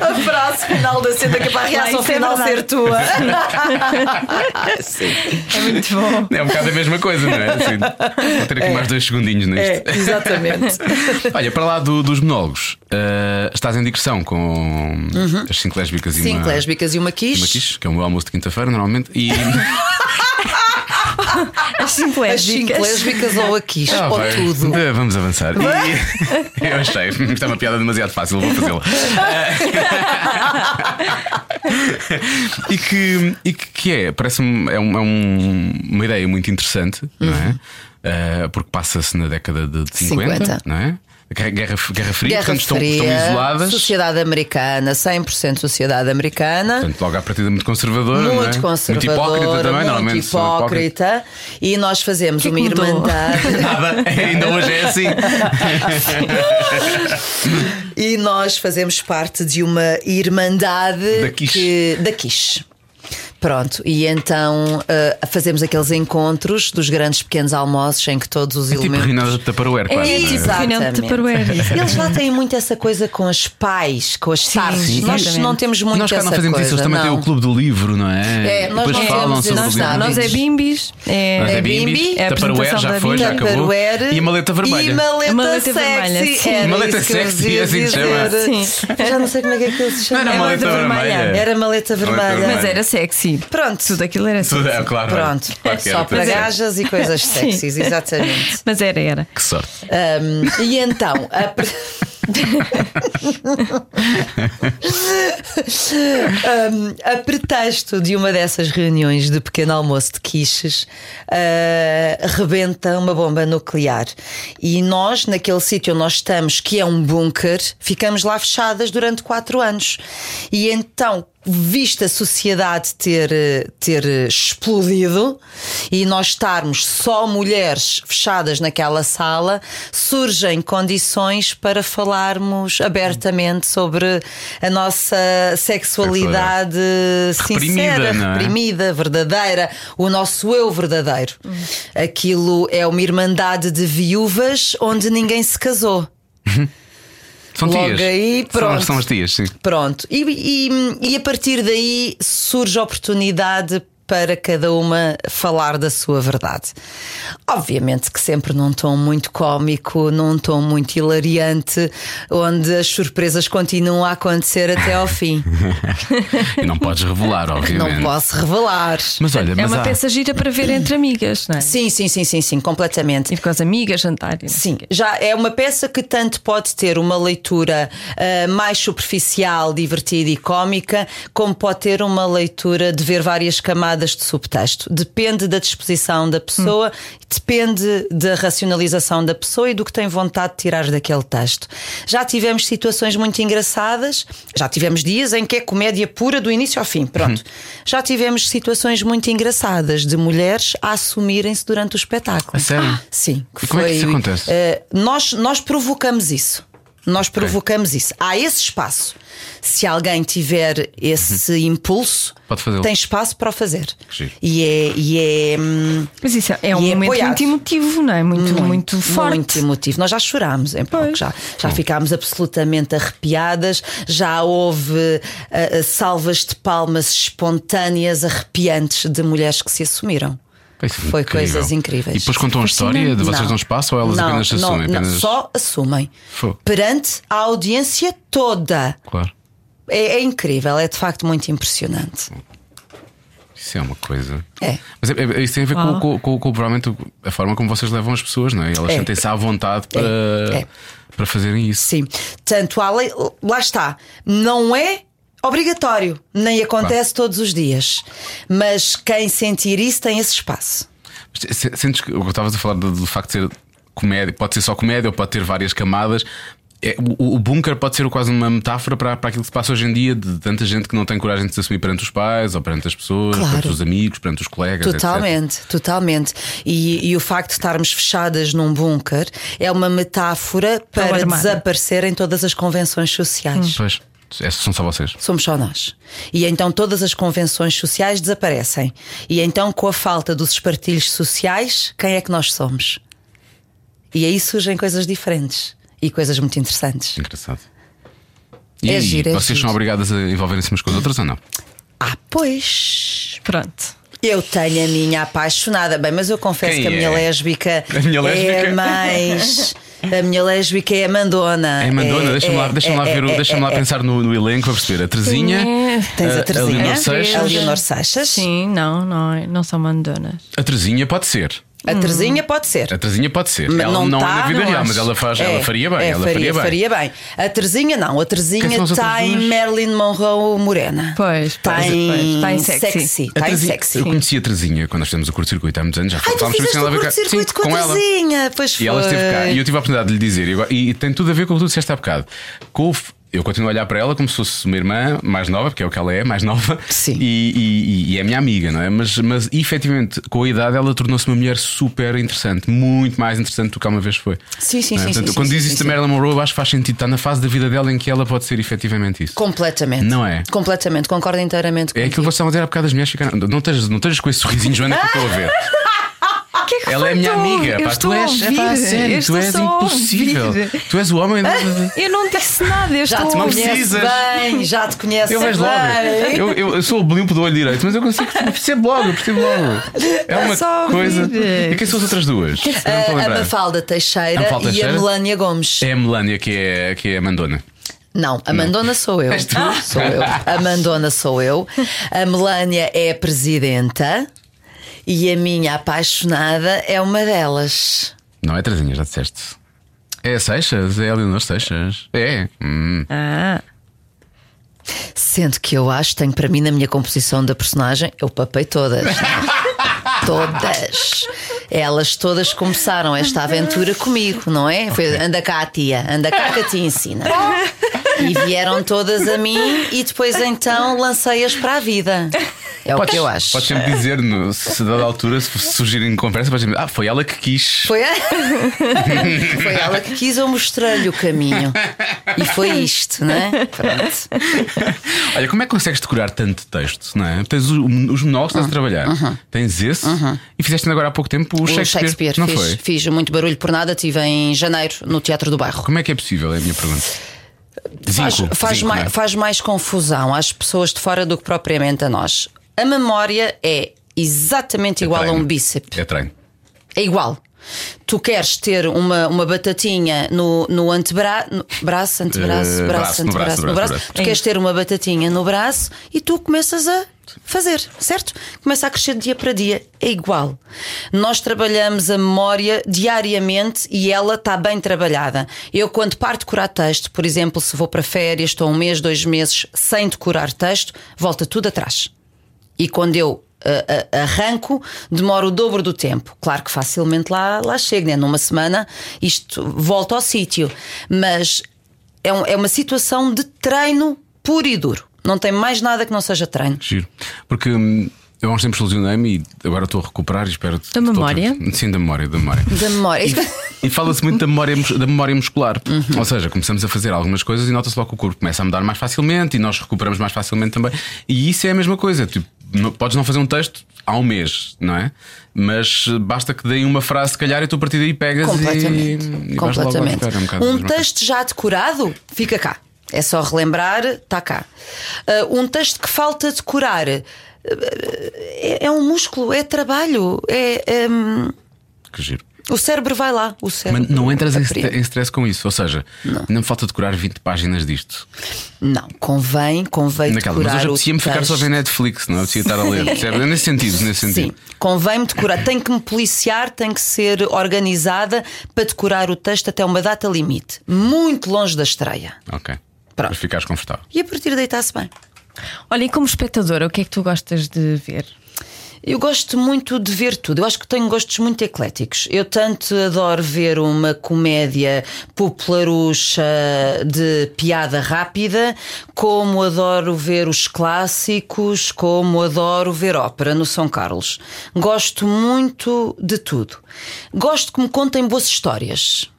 [SPEAKER 4] A frase final da cena que é para a reação
[SPEAKER 2] isso é
[SPEAKER 4] final
[SPEAKER 2] verdade.
[SPEAKER 4] ser tua.
[SPEAKER 2] É muito bom.
[SPEAKER 3] É um bocado a mesma coisa, não é? Assim, vou ter aqui mais dois segundinhos nisto.
[SPEAKER 4] É, exatamente.
[SPEAKER 3] é? Olha, para lá do- dos monólogos, ah, estás em digressão com as cinco lésbicas e
[SPEAKER 4] Uhum. Cinco
[SPEAKER 3] uma,
[SPEAKER 4] lésbicas e uma
[SPEAKER 3] e uma
[SPEAKER 4] quiche.
[SPEAKER 3] quiche, que é o meu almoço de quinta-feira normalmente, e
[SPEAKER 2] As cinco
[SPEAKER 4] As cinco
[SPEAKER 2] lésbicas.
[SPEAKER 4] lésbicas ou a quiche,
[SPEAKER 3] Ah,
[SPEAKER 4] ou
[SPEAKER 3] vai.
[SPEAKER 4] tudo.
[SPEAKER 3] Eh, Vamos avançar. E... Eu achei, está uma piada demasiado fácil, vou fazê-la. Eh, e que, e que, que é, parece-me, é, um- é um- uma ideia muito interessante, não
[SPEAKER 4] Uhum.
[SPEAKER 3] é? Eh, porque passa-se na década de 50,
[SPEAKER 4] 50.
[SPEAKER 3] não é? Guerra, guerra, guerra Fria,
[SPEAKER 4] Guerra
[SPEAKER 3] portanto, estão,
[SPEAKER 4] Fria,
[SPEAKER 3] estão isoladas.
[SPEAKER 4] sociedade americana, 100% sociedade americana.
[SPEAKER 3] Portanto, logo à partida muito conservadora. não é?
[SPEAKER 4] Muito conservadora,
[SPEAKER 3] Muito hipócrita também, normalmente.
[SPEAKER 4] muito
[SPEAKER 3] sou hipócrita.
[SPEAKER 4] hipócrita, e nós fazemos
[SPEAKER 2] que
[SPEAKER 4] uma
[SPEAKER 2] é que mudou?
[SPEAKER 4] irmandade
[SPEAKER 3] Nada, ainda hoje é assim.
[SPEAKER 4] e nós fazemos parte de uma irmandade
[SPEAKER 3] Da quiche.
[SPEAKER 4] que- da quiche. Pronto, e então ah, fazemos aqueles encontros dos grandes pequenos almoços em que todos os
[SPEAKER 3] Tipo
[SPEAKER 4] elementos
[SPEAKER 3] Renata de Tupperware, quase.
[SPEAKER 2] É
[SPEAKER 3] não
[SPEAKER 2] tipo
[SPEAKER 4] Exatamente.
[SPEAKER 2] final de Tupperware.
[SPEAKER 4] Eles lá têm muito essa coisa com as pais, com as tardes. Nós
[SPEAKER 2] exatamente.
[SPEAKER 4] não temos muito
[SPEAKER 3] nós cá
[SPEAKER 4] essa
[SPEAKER 3] não fazemos
[SPEAKER 4] coisa.
[SPEAKER 3] isso, eles também têm
[SPEAKER 4] não.
[SPEAKER 3] o clube do livro, não é?
[SPEAKER 4] É, nós
[SPEAKER 3] Depois
[SPEAKER 4] não
[SPEAKER 3] falam
[SPEAKER 4] temos isso,
[SPEAKER 3] sobre o
[SPEAKER 4] nós
[SPEAKER 3] livro.
[SPEAKER 4] não,
[SPEAKER 2] Nós é bimbis.
[SPEAKER 3] Nós é
[SPEAKER 2] É,
[SPEAKER 3] bimbis,
[SPEAKER 4] bimbi,
[SPEAKER 2] é a
[SPEAKER 3] Tupperware,
[SPEAKER 2] apresentação
[SPEAKER 3] já
[SPEAKER 2] da
[SPEAKER 3] foi, já
[SPEAKER 2] bimbi.
[SPEAKER 3] acabou.
[SPEAKER 4] Tupperware
[SPEAKER 3] E a maleta vermelha.
[SPEAKER 4] E maleta,
[SPEAKER 2] A maleta vermelha,
[SPEAKER 4] sexy.
[SPEAKER 2] sim.
[SPEAKER 4] Era
[SPEAKER 3] Maleta
[SPEAKER 4] isso que eu
[SPEAKER 3] sexy,
[SPEAKER 4] vos ia
[SPEAKER 3] é assim que se chama.
[SPEAKER 4] dizer.
[SPEAKER 2] Sim.
[SPEAKER 4] Eu Já não sei como é que aquilo se chama.
[SPEAKER 3] Não era
[SPEAKER 2] É
[SPEAKER 3] maleta
[SPEAKER 2] maleta vermelha.
[SPEAKER 3] vermelha.
[SPEAKER 4] Era maleta vermelha.
[SPEAKER 2] Mas era sexy.
[SPEAKER 4] Pronto.
[SPEAKER 2] Tudo aquilo era sexy.
[SPEAKER 3] Tudo, é, claro.
[SPEAKER 4] Pronto,
[SPEAKER 3] claro que era,
[SPEAKER 4] só para
[SPEAKER 3] tudo. é.
[SPEAKER 4] gajas e coisas
[SPEAKER 2] Sim.
[SPEAKER 4] sexys, exatamente.
[SPEAKER 2] Mas era, era.
[SPEAKER 3] Que sorte.
[SPEAKER 4] Um, e então, a pre- Um, a pretexto de uma dessas reuniões de pequeno almoço de quiches, uh, rebenta uma bomba nuclear. E nós, naquele sítio onde nós estamos, que é um bunker, ficamos lá fechadas durante quatro anos. E então, vista a sociedade ter, eh, ter eh, explodido e nós estarmos só mulheres fechadas naquela sala, surgem condições para falarmos abertamente sobre a nossa sexualidade
[SPEAKER 3] Reprimida,
[SPEAKER 4] sincera,
[SPEAKER 3] não é?
[SPEAKER 4] reprimida, verdadeira, o nosso eu verdadeiro. Aquilo é uma irmandade de viúvas onde ninguém se casou.
[SPEAKER 3] São
[SPEAKER 4] Logo
[SPEAKER 3] tias.
[SPEAKER 4] aí,
[SPEAKER 3] São-
[SPEAKER 4] pronto.
[SPEAKER 3] São as tias, sim.
[SPEAKER 4] Pronto, e, e- e a partir daí surge a oportunidade para cada uma falar da sua verdade. Obviamente que sempre num tom muito cómico, num tom muito hilariante, onde as surpresas continuam a acontecer até ao fim.
[SPEAKER 3] E não podes revelar, obviamente.
[SPEAKER 4] Não posso revelar.
[SPEAKER 3] Mas olha,
[SPEAKER 2] É
[SPEAKER 3] mas
[SPEAKER 2] uma
[SPEAKER 3] há-
[SPEAKER 2] peça gira para ver entre amigas, não é?
[SPEAKER 4] Sim, sim, sim, sim, sim, completamente.
[SPEAKER 2] Ir com as amigas, jantar. e não sei
[SPEAKER 4] Sim,
[SPEAKER 2] o quê.
[SPEAKER 4] já é uma peça que tanto pode ter uma leitura ah, mais superficial, divertida e cómica, como pode ter uma leitura de ver várias camadas de subtexto. Depende da disposição da pessoa,
[SPEAKER 3] Hum.
[SPEAKER 4] depende da racionalização da pessoa e do que tem vontade de tirar daquele texto. Já tivemos situações muito engraçadas, já tivemos dias em que é comédia pura do início ao fim, pronto.
[SPEAKER 3] Hum.
[SPEAKER 4] Já tivemos situações muito engraçadas de mulheres a assumirem-se durante o espetáculo.
[SPEAKER 3] A sério?
[SPEAKER 4] Sim,
[SPEAKER 3] E como é que isso
[SPEAKER 4] foi-
[SPEAKER 3] acontece?
[SPEAKER 4] eh, nós, nós provocamos isso. Nós provocamos isso. Há esse espaço. Se alguém tiver esse impulso,
[SPEAKER 3] Uhum. Pode fazê-lo.
[SPEAKER 4] tem espaço para o fazer.
[SPEAKER 3] giro.
[SPEAKER 4] E é, e é, hum,
[SPEAKER 2] Mas isso é um
[SPEAKER 4] E é
[SPEAKER 2] momento
[SPEAKER 4] apoiado.
[SPEAKER 2] muito emotivo, não é? Muito, muito, forte.
[SPEAKER 4] muito emotivo. Nós já chorámos em palco, já, já ficámos absolutamente arrepiadas, já houve eh, ah, ah, salvas de palmas espontâneas, arrepiantes de mulheres que se assumiram. Foi coisas
[SPEAKER 3] É
[SPEAKER 4] incríveis.
[SPEAKER 3] E depois contam a história de vocês dão espaço ou elas
[SPEAKER 4] não,
[SPEAKER 3] apenas
[SPEAKER 4] não,
[SPEAKER 3] assumem?
[SPEAKER 4] não,
[SPEAKER 3] apenas...
[SPEAKER 4] só assumem.
[SPEAKER 3] Fogo.
[SPEAKER 4] Perante a audiência toda.
[SPEAKER 3] Claro.
[SPEAKER 4] É, é incrível, é de facto muito impressionante.
[SPEAKER 3] Isso é uma coisa.
[SPEAKER 4] É. Ah.
[SPEAKER 3] Mas é- é- isso tem a ver com,
[SPEAKER 2] Uau.
[SPEAKER 3] com, com, com, provavelmente a forma como vocês levam as pessoas, não é? Elas
[SPEAKER 4] É.
[SPEAKER 3] sentem-se à vontade para,
[SPEAKER 4] É.
[SPEAKER 3] para fazerem isso.
[SPEAKER 4] Sim. Tanto há lei, lá está, não é obrigatório, nem acontece todos os dias. Mas quem sentir isso tem esse espaço.
[SPEAKER 3] Mas se- Sentes que o que eu estavas a falar do, do facto de ser comédia, pode ser só comédia ou pode ter várias camadas. É, o, o bunker pode ser quase uma metáfora para, para aquilo que se passa hoje em dia de tanta gente que não tem coragem de se assumir perante os pais ou perante as pessoas,
[SPEAKER 4] Claro.
[SPEAKER 3] perante os amigos, perante os colegas. etc.
[SPEAKER 4] Totalmente, totalmente. E, e o facto de estarmos fechadas num bunker é uma metáfora para
[SPEAKER 2] armário.
[SPEAKER 4] desaparecerem todas as convenções sociais.
[SPEAKER 3] Pois, essas são só vocês.
[SPEAKER 4] Somos só nós. E então todas as convenções sociais desaparecem. E então, com a falta dos espartilhos sociais, quem é que nós somos? E aí surgem coisas diferentes e coisas muito interessantes.
[SPEAKER 3] Engraçado. E
[SPEAKER 4] É
[SPEAKER 3] aí,
[SPEAKER 4] giro, é
[SPEAKER 3] vocês
[SPEAKER 4] giro.
[SPEAKER 3] são obrigadas a envolverem-se umas com as outras ou não?
[SPEAKER 4] Ah, pois.
[SPEAKER 2] Pronto.
[SPEAKER 4] Eu tenho a minha apaixonada. Bem, mas eu confesso
[SPEAKER 3] Quem
[SPEAKER 4] que a minha
[SPEAKER 3] é?
[SPEAKER 4] lésbica
[SPEAKER 3] A minha
[SPEAKER 4] é
[SPEAKER 3] lésbica?
[SPEAKER 4] mais. A minha lésbica é a Mandona.
[SPEAKER 3] É Mandona, deixa-me lá,
[SPEAKER 4] é-
[SPEAKER 3] deixa lá
[SPEAKER 4] é-
[SPEAKER 3] ver, o-
[SPEAKER 4] é-
[SPEAKER 3] deixa-me lá
[SPEAKER 4] é-
[SPEAKER 3] pensar no, no elenco para perceber. A Terezinha,
[SPEAKER 4] Tens a
[SPEAKER 3] a
[SPEAKER 4] Terezinha,
[SPEAKER 3] Leonor
[SPEAKER 4] a
[SPEAKER 3] Seixas.
[SPEAKER 4] Leonor Seixas.
[SPEAKER 2] Sim, não, não, não são mandonas.
[SPEAKER 3] A Terezinha pode ser.
[SPEAKER 4] A Terezinha pode ser.
[SPEAKER 3] A Terezinha pode ser.
[SPEAKER 4] Mas
[SPEAKER 3] ela não, é
[SPEAKER 4] tá,
[SPEAKER 3] na vida
[SPEAKER 4] não
[SPEAKER 3] real,
[SPEAKER 4] acho.
[SPEAKER 3] mas ela, faz,
[SPEAKER 4] É,
[SPEAKER 3] ela faria bem.
[SPEAKER 4] é,
[SPEAKER 3] ela faria, bem.
[SPEAKER 4] A Terezinha não, a
[SPEAKER 3] Quem é
[SPEAKER 4] Terezinha
[SPEAKER 3] são as outras
[SPEAKER 4] está em
[SPEAKER 3] duas?
[SPEAKER 4] Marilyn Monroe Morena.
[SPEAKER 2] Pois,
[SPEAKER 4] Está
[SPEAKER 2] pois, pois.
[SPEAKER 4] em,
[SPEAKER 2] Está em
[SPEAKER 4] sexy.
[SPEAKER 2] sexy.
[SPEAKER 3] A
[SPEAKER 4] Está tá em
[SPEAKER 3] Terezinha-
[SPEAKER 4] sexy.
[SPEAKER 3] Eu conheci a Terezinha quando nós fizemos o curto-circuito há muitos anos. Já
[SPEAKER 4] Ai, tu
[SPEAKER 3] falámos sobre isso,
[SPEAKER 4] fizeste
[SPEAKER 3] ela
[SPEAKER 4] o
[SPEAKER 3] veio cá.
[SPEAKER 4] curto-circuito
[SPEAKER 3] Sim,
[SPEAKER 4] com a Terezinha. Pois foi.
[SPEAKER 3] E ela esteve cá e eu tive a oportunidade de lhe dizer, e, agora- e- e tem tudo a ver com o que tu disseste há bocado. Com o f- eu continuo a olhar para ela como se fosse uma irmã mais nova, porque é o que ela é, mais nova,
[SPEAKER 4] Sim.
[SPEAKER 3] E, e- e- e é minha amiga, não é? Mas, mas efetivamente, com a idade, ela tornou-se uma mulher super interessante, muito mais interessante do que uma vez foi.
[SPEAKER 4] Sim, sim,
[SPEAKER 3] Não é?
[SPEAKER 4] sim,
[SPEAKER 3] Portanto,
[SPEAKER 4] sim,
[SPEAKER 3] Quando
[SPEAKER 4] sim,
[SPEAKER 3] diz
[SPEAKER 4] sim,
[SPEAKER 3] isso
[SPEAKER 4] sim.
[SPEAKER 3] da Marilyn Monroe, eu acho que faz sentido, está na fase da vida dela em que ela pode ser efetivamente isso.
[SPEAKER 4] Completamente.
[SPEAKER 3] Não é?
[SPEAKER 4] Completamente, concordo inteiramente com
[SPEAKER 3] É aquilo que vocês estavam a dizer há bocado das mulheres ficaram. Não estejas, não estejas com esse sorrisinho, Joana, que eu estou a ver.
[SPEAKER 4] Ah,
[SPEAKER 2] Que é que
[SPEAKER 3] Ela é
[SPEAKER 2] foi?
[SPEAKER 3] minha
[SPEAKER 2] Estou a ouvir,
[SPEAKER 3] amiga. pá,
[SPEAKER 2] eu estou
[SPEAKER 3] tu
[SPEAKER 2] a
[SPEAKER 3] és, é pá, a
[SPEAKER 2] ouvir, eu
[SPEAKER 3] sério, tu
[SPEAKER 2] estou
[SPEAKER 3] és
[SPEAKER 2] só a
[SPEAKER 3] impossível.
[SPEAKER 2] ouvir.
[SPEAKER 3] Tu és o homem.
[SPEAKER 2] Eu não disse nada, eu estou
[SPEAKER 4] Já te
[SPEAKER 2] a
[SPEAKER 3] Não
[SPEAKER 2] ouvir.
[SPEAKER 4] conheces
[SPEAKER 3] precisas.
[SPEAKER 4] bem, já te conheces
[SPEAKER 3] Eu vejo logo.
[SPEAKER 4] bem.
[SPEAKER 3] Eu, eu, eu sou o limpo do olho direito, mas eu consigo perceber logo, eu percebo logo. É uma
[SPEAKER 2] só ouvir.
[SPEAKER 3] coisa. E quem são as outras duas? Eu não estou a
[SPEAKER 4] A, a
[SPEAKER 3] lembrar.
[SPEAKER 4] Mafalda Teixeira,
[SPEAKER 3] A Mafalda
[SPEAKER 4] e a
[SPEAKER 3] Teixeira?
[SPEAKER 4] Melania Gomes.
[SPEAKER 3] É a Melania que é, que é a Mandona.
[SPEAKER 4] Não, a Mandona sou eu.
[SPEAKER 3] És tu?
[SPEAKER 4] Sou eu. A Mandona sou eu. A Melânia é a presidenta e a minha apaixonada é uma delas.
[SPEAKER 3] Não é Trazinha, já disseste. É a Seixas, é a Leonor Seixas. É. Hum.
[SPEAKER 2] Ah,
[SPEAKER 4] Sendo que eu acho, tenho para mim na minha composição da personagem, eu papei todas. todas. Elas todas começaram esta aventura comigo, não é? Foi anda cá, tia, anda cá que a tia ensina. E vieram todas a mim e depois então lancei-as para a vida. É o que eu acho.
[SPEAKER 3] Podes sempre dizer, no, se dada altura, se surgirem conversa, podes dizer, ah, foi ela que quis.
[SPEAKER 4] Foi, a- foi ela que quis, eu mostrei-lhe o caminho. E foi isto, não é? Pronto.
[SPEAKER 3] Olha, como é que consegues decorar tanto texto? Não é? Tens o- os monólogos que estás a trabalhar, tens esse e fizeste ainda agora há pouco tempo o,
[SPEAKER 4] O Shakespeare,
[SPEAKER 3] Não
[SPEAKER 4] fiz,
[SPEAKER 3] foi?
[SPEAKER 4] fiz muito barulho por nada, tive em janeiro no Teatro do Bairro.
[SPEAKER 3] Como é que é possível? É a minha pergunta.
[SPEAKER 4] Faz,
[SPEAKER 3] Zinco,
[SPEAKER 4] faz
[SPEAKER 3] zinco,
[SPEAKER 4] mai-
[SPEAKER 3] não é?
[SPEAKER 4] faz mais confusão às pessoas de fora do que propriamente a nós. A memória é exatamente igual a
[SPEAKER 3] É treino.
[SPEAKER 4] um bíceps.
[SPEAKER 3] É treino.
[SPEAKER 4] É igual. Tu queres ter uma, uma batatinha no, no antebraço, braço, antebraço,
[SPEAKER 3] Eh, braço,
[SPEAKER 4] braço,
[SPEAKER 3] no braço,
[SPEAKER 4] antebraço,
[SPEAKER 3] no braço,
[SPEAKER 4] no braço.
[SPEAKER 3] no braço.
[SPEAKER 4] Tu queres ter uma batatinha no braço e tu começas a fazer, certo? Começa a crescer de dia para dia. É igual. Nós trabalhamos a memória diariamente e ela está bem trabalhada. Eu, quando paro de decorar texto, por exemplo, se vou para férias, estou um mês, dois meses sem decorar texto, volta tudo atrás. E quando eu ah, ah, arranco, demoro o dobro do tempo. Claro que facilmente lá, lá chego, né? numa semana isto volta ao sítio. Mas é, um- é uma situação de treino puro e duro. Não tem mais nada que não seja treino.
[SPEAKER 3] Giro. Porque hum, eu há uns tempos lesionei-me e agora estou a recuperar e espero.
[SPEAKER 2] Da memória?
[SPEAKER 3] Sim, da memória, da memória.
[SPEAKER 4] Da memória. Uhum.
[SPEAKER 3] E fala-se muito da memória, mus- da memória muscular. Ou seja, começamos a fazer algumas coisas e nota-se logo que o corpo começa a mudar mais facilmente e nós recuperamos mais facilmente também. E isso é a mesma coisa. Tipo, não- podes não fazer um texto há um mês, não é? Mas eh, basta que deem uma frase, se calhar, e tu a partir daí pegas
[SPEAKER 4] Completamente.
[SPEAKER 3] e. e vais logo lá
[SPEAKER 4] Completamente.
[SPEAKER 3] tocar. É um bocado a
[SPEAKER 4] Um
[SPEAKER 3] mesma coisa.
[SPEAKER 4] texto já decorado, tá Eh, fica cá. É só relembrar, está cá. Ah, um texto que falta decorar. É, é um músculo, é trabalho, é, hum,
[SPEAKER 3] Que giro.
[SPEAKER 4] o cérebro vai lá, o
[SPEAKER 3] Mas
[SPEAKER 4] cérebro.
[SPEAKER 3] não entras em,
[SPEAKER 4] apreende.
[SPEAKER 3] stre- em stress com isso, ou seja, não, me falta decorar 20 páginas disto.
[SPEAKER 4] Não, convém, convém
[SPEAKER 3] Naquela, mas
[SPEAKER 4] decorar
[SPEAKER 3] hoje
[SPEAKER 4] o
[SPEAKER 3] apetecia-me ficar só a
[SPEAKER 4] texto.
[SPEAKER 3] ver Netflix, não apetecia estar a ler. percebe? É Nesse sentido, nesse
[SPEAKER 4] Sim,
[SPEAKER 3] sentido.
[SPEAKER 4] convém-me decorar. Tenho que me policiar, tenho que ser organizada para decorar o texto até uma data limite, muito longe da estreia.
[SPEAKER 3] Ok.
[SPEAKER 4] Pronto.
[SPEAKER 3] Para ficares confortável.
[SPEAKER 4] E a partir daí está-se bem.
[SPEAKER 2] Olha, e como espectadora, o que é que tu gostas de ver?
[SPEAKER 4] Eu gosto muito de ver tudo. Eu acho que tenho gostos muito ecléticos. Eu tanto adoro ver uma comédia popularucha de piada rápida, como adoro ver os clássicos, como adoro ver ópera no São Carlos. Gosto muito de tudo. Gosto que me contem boas histórias.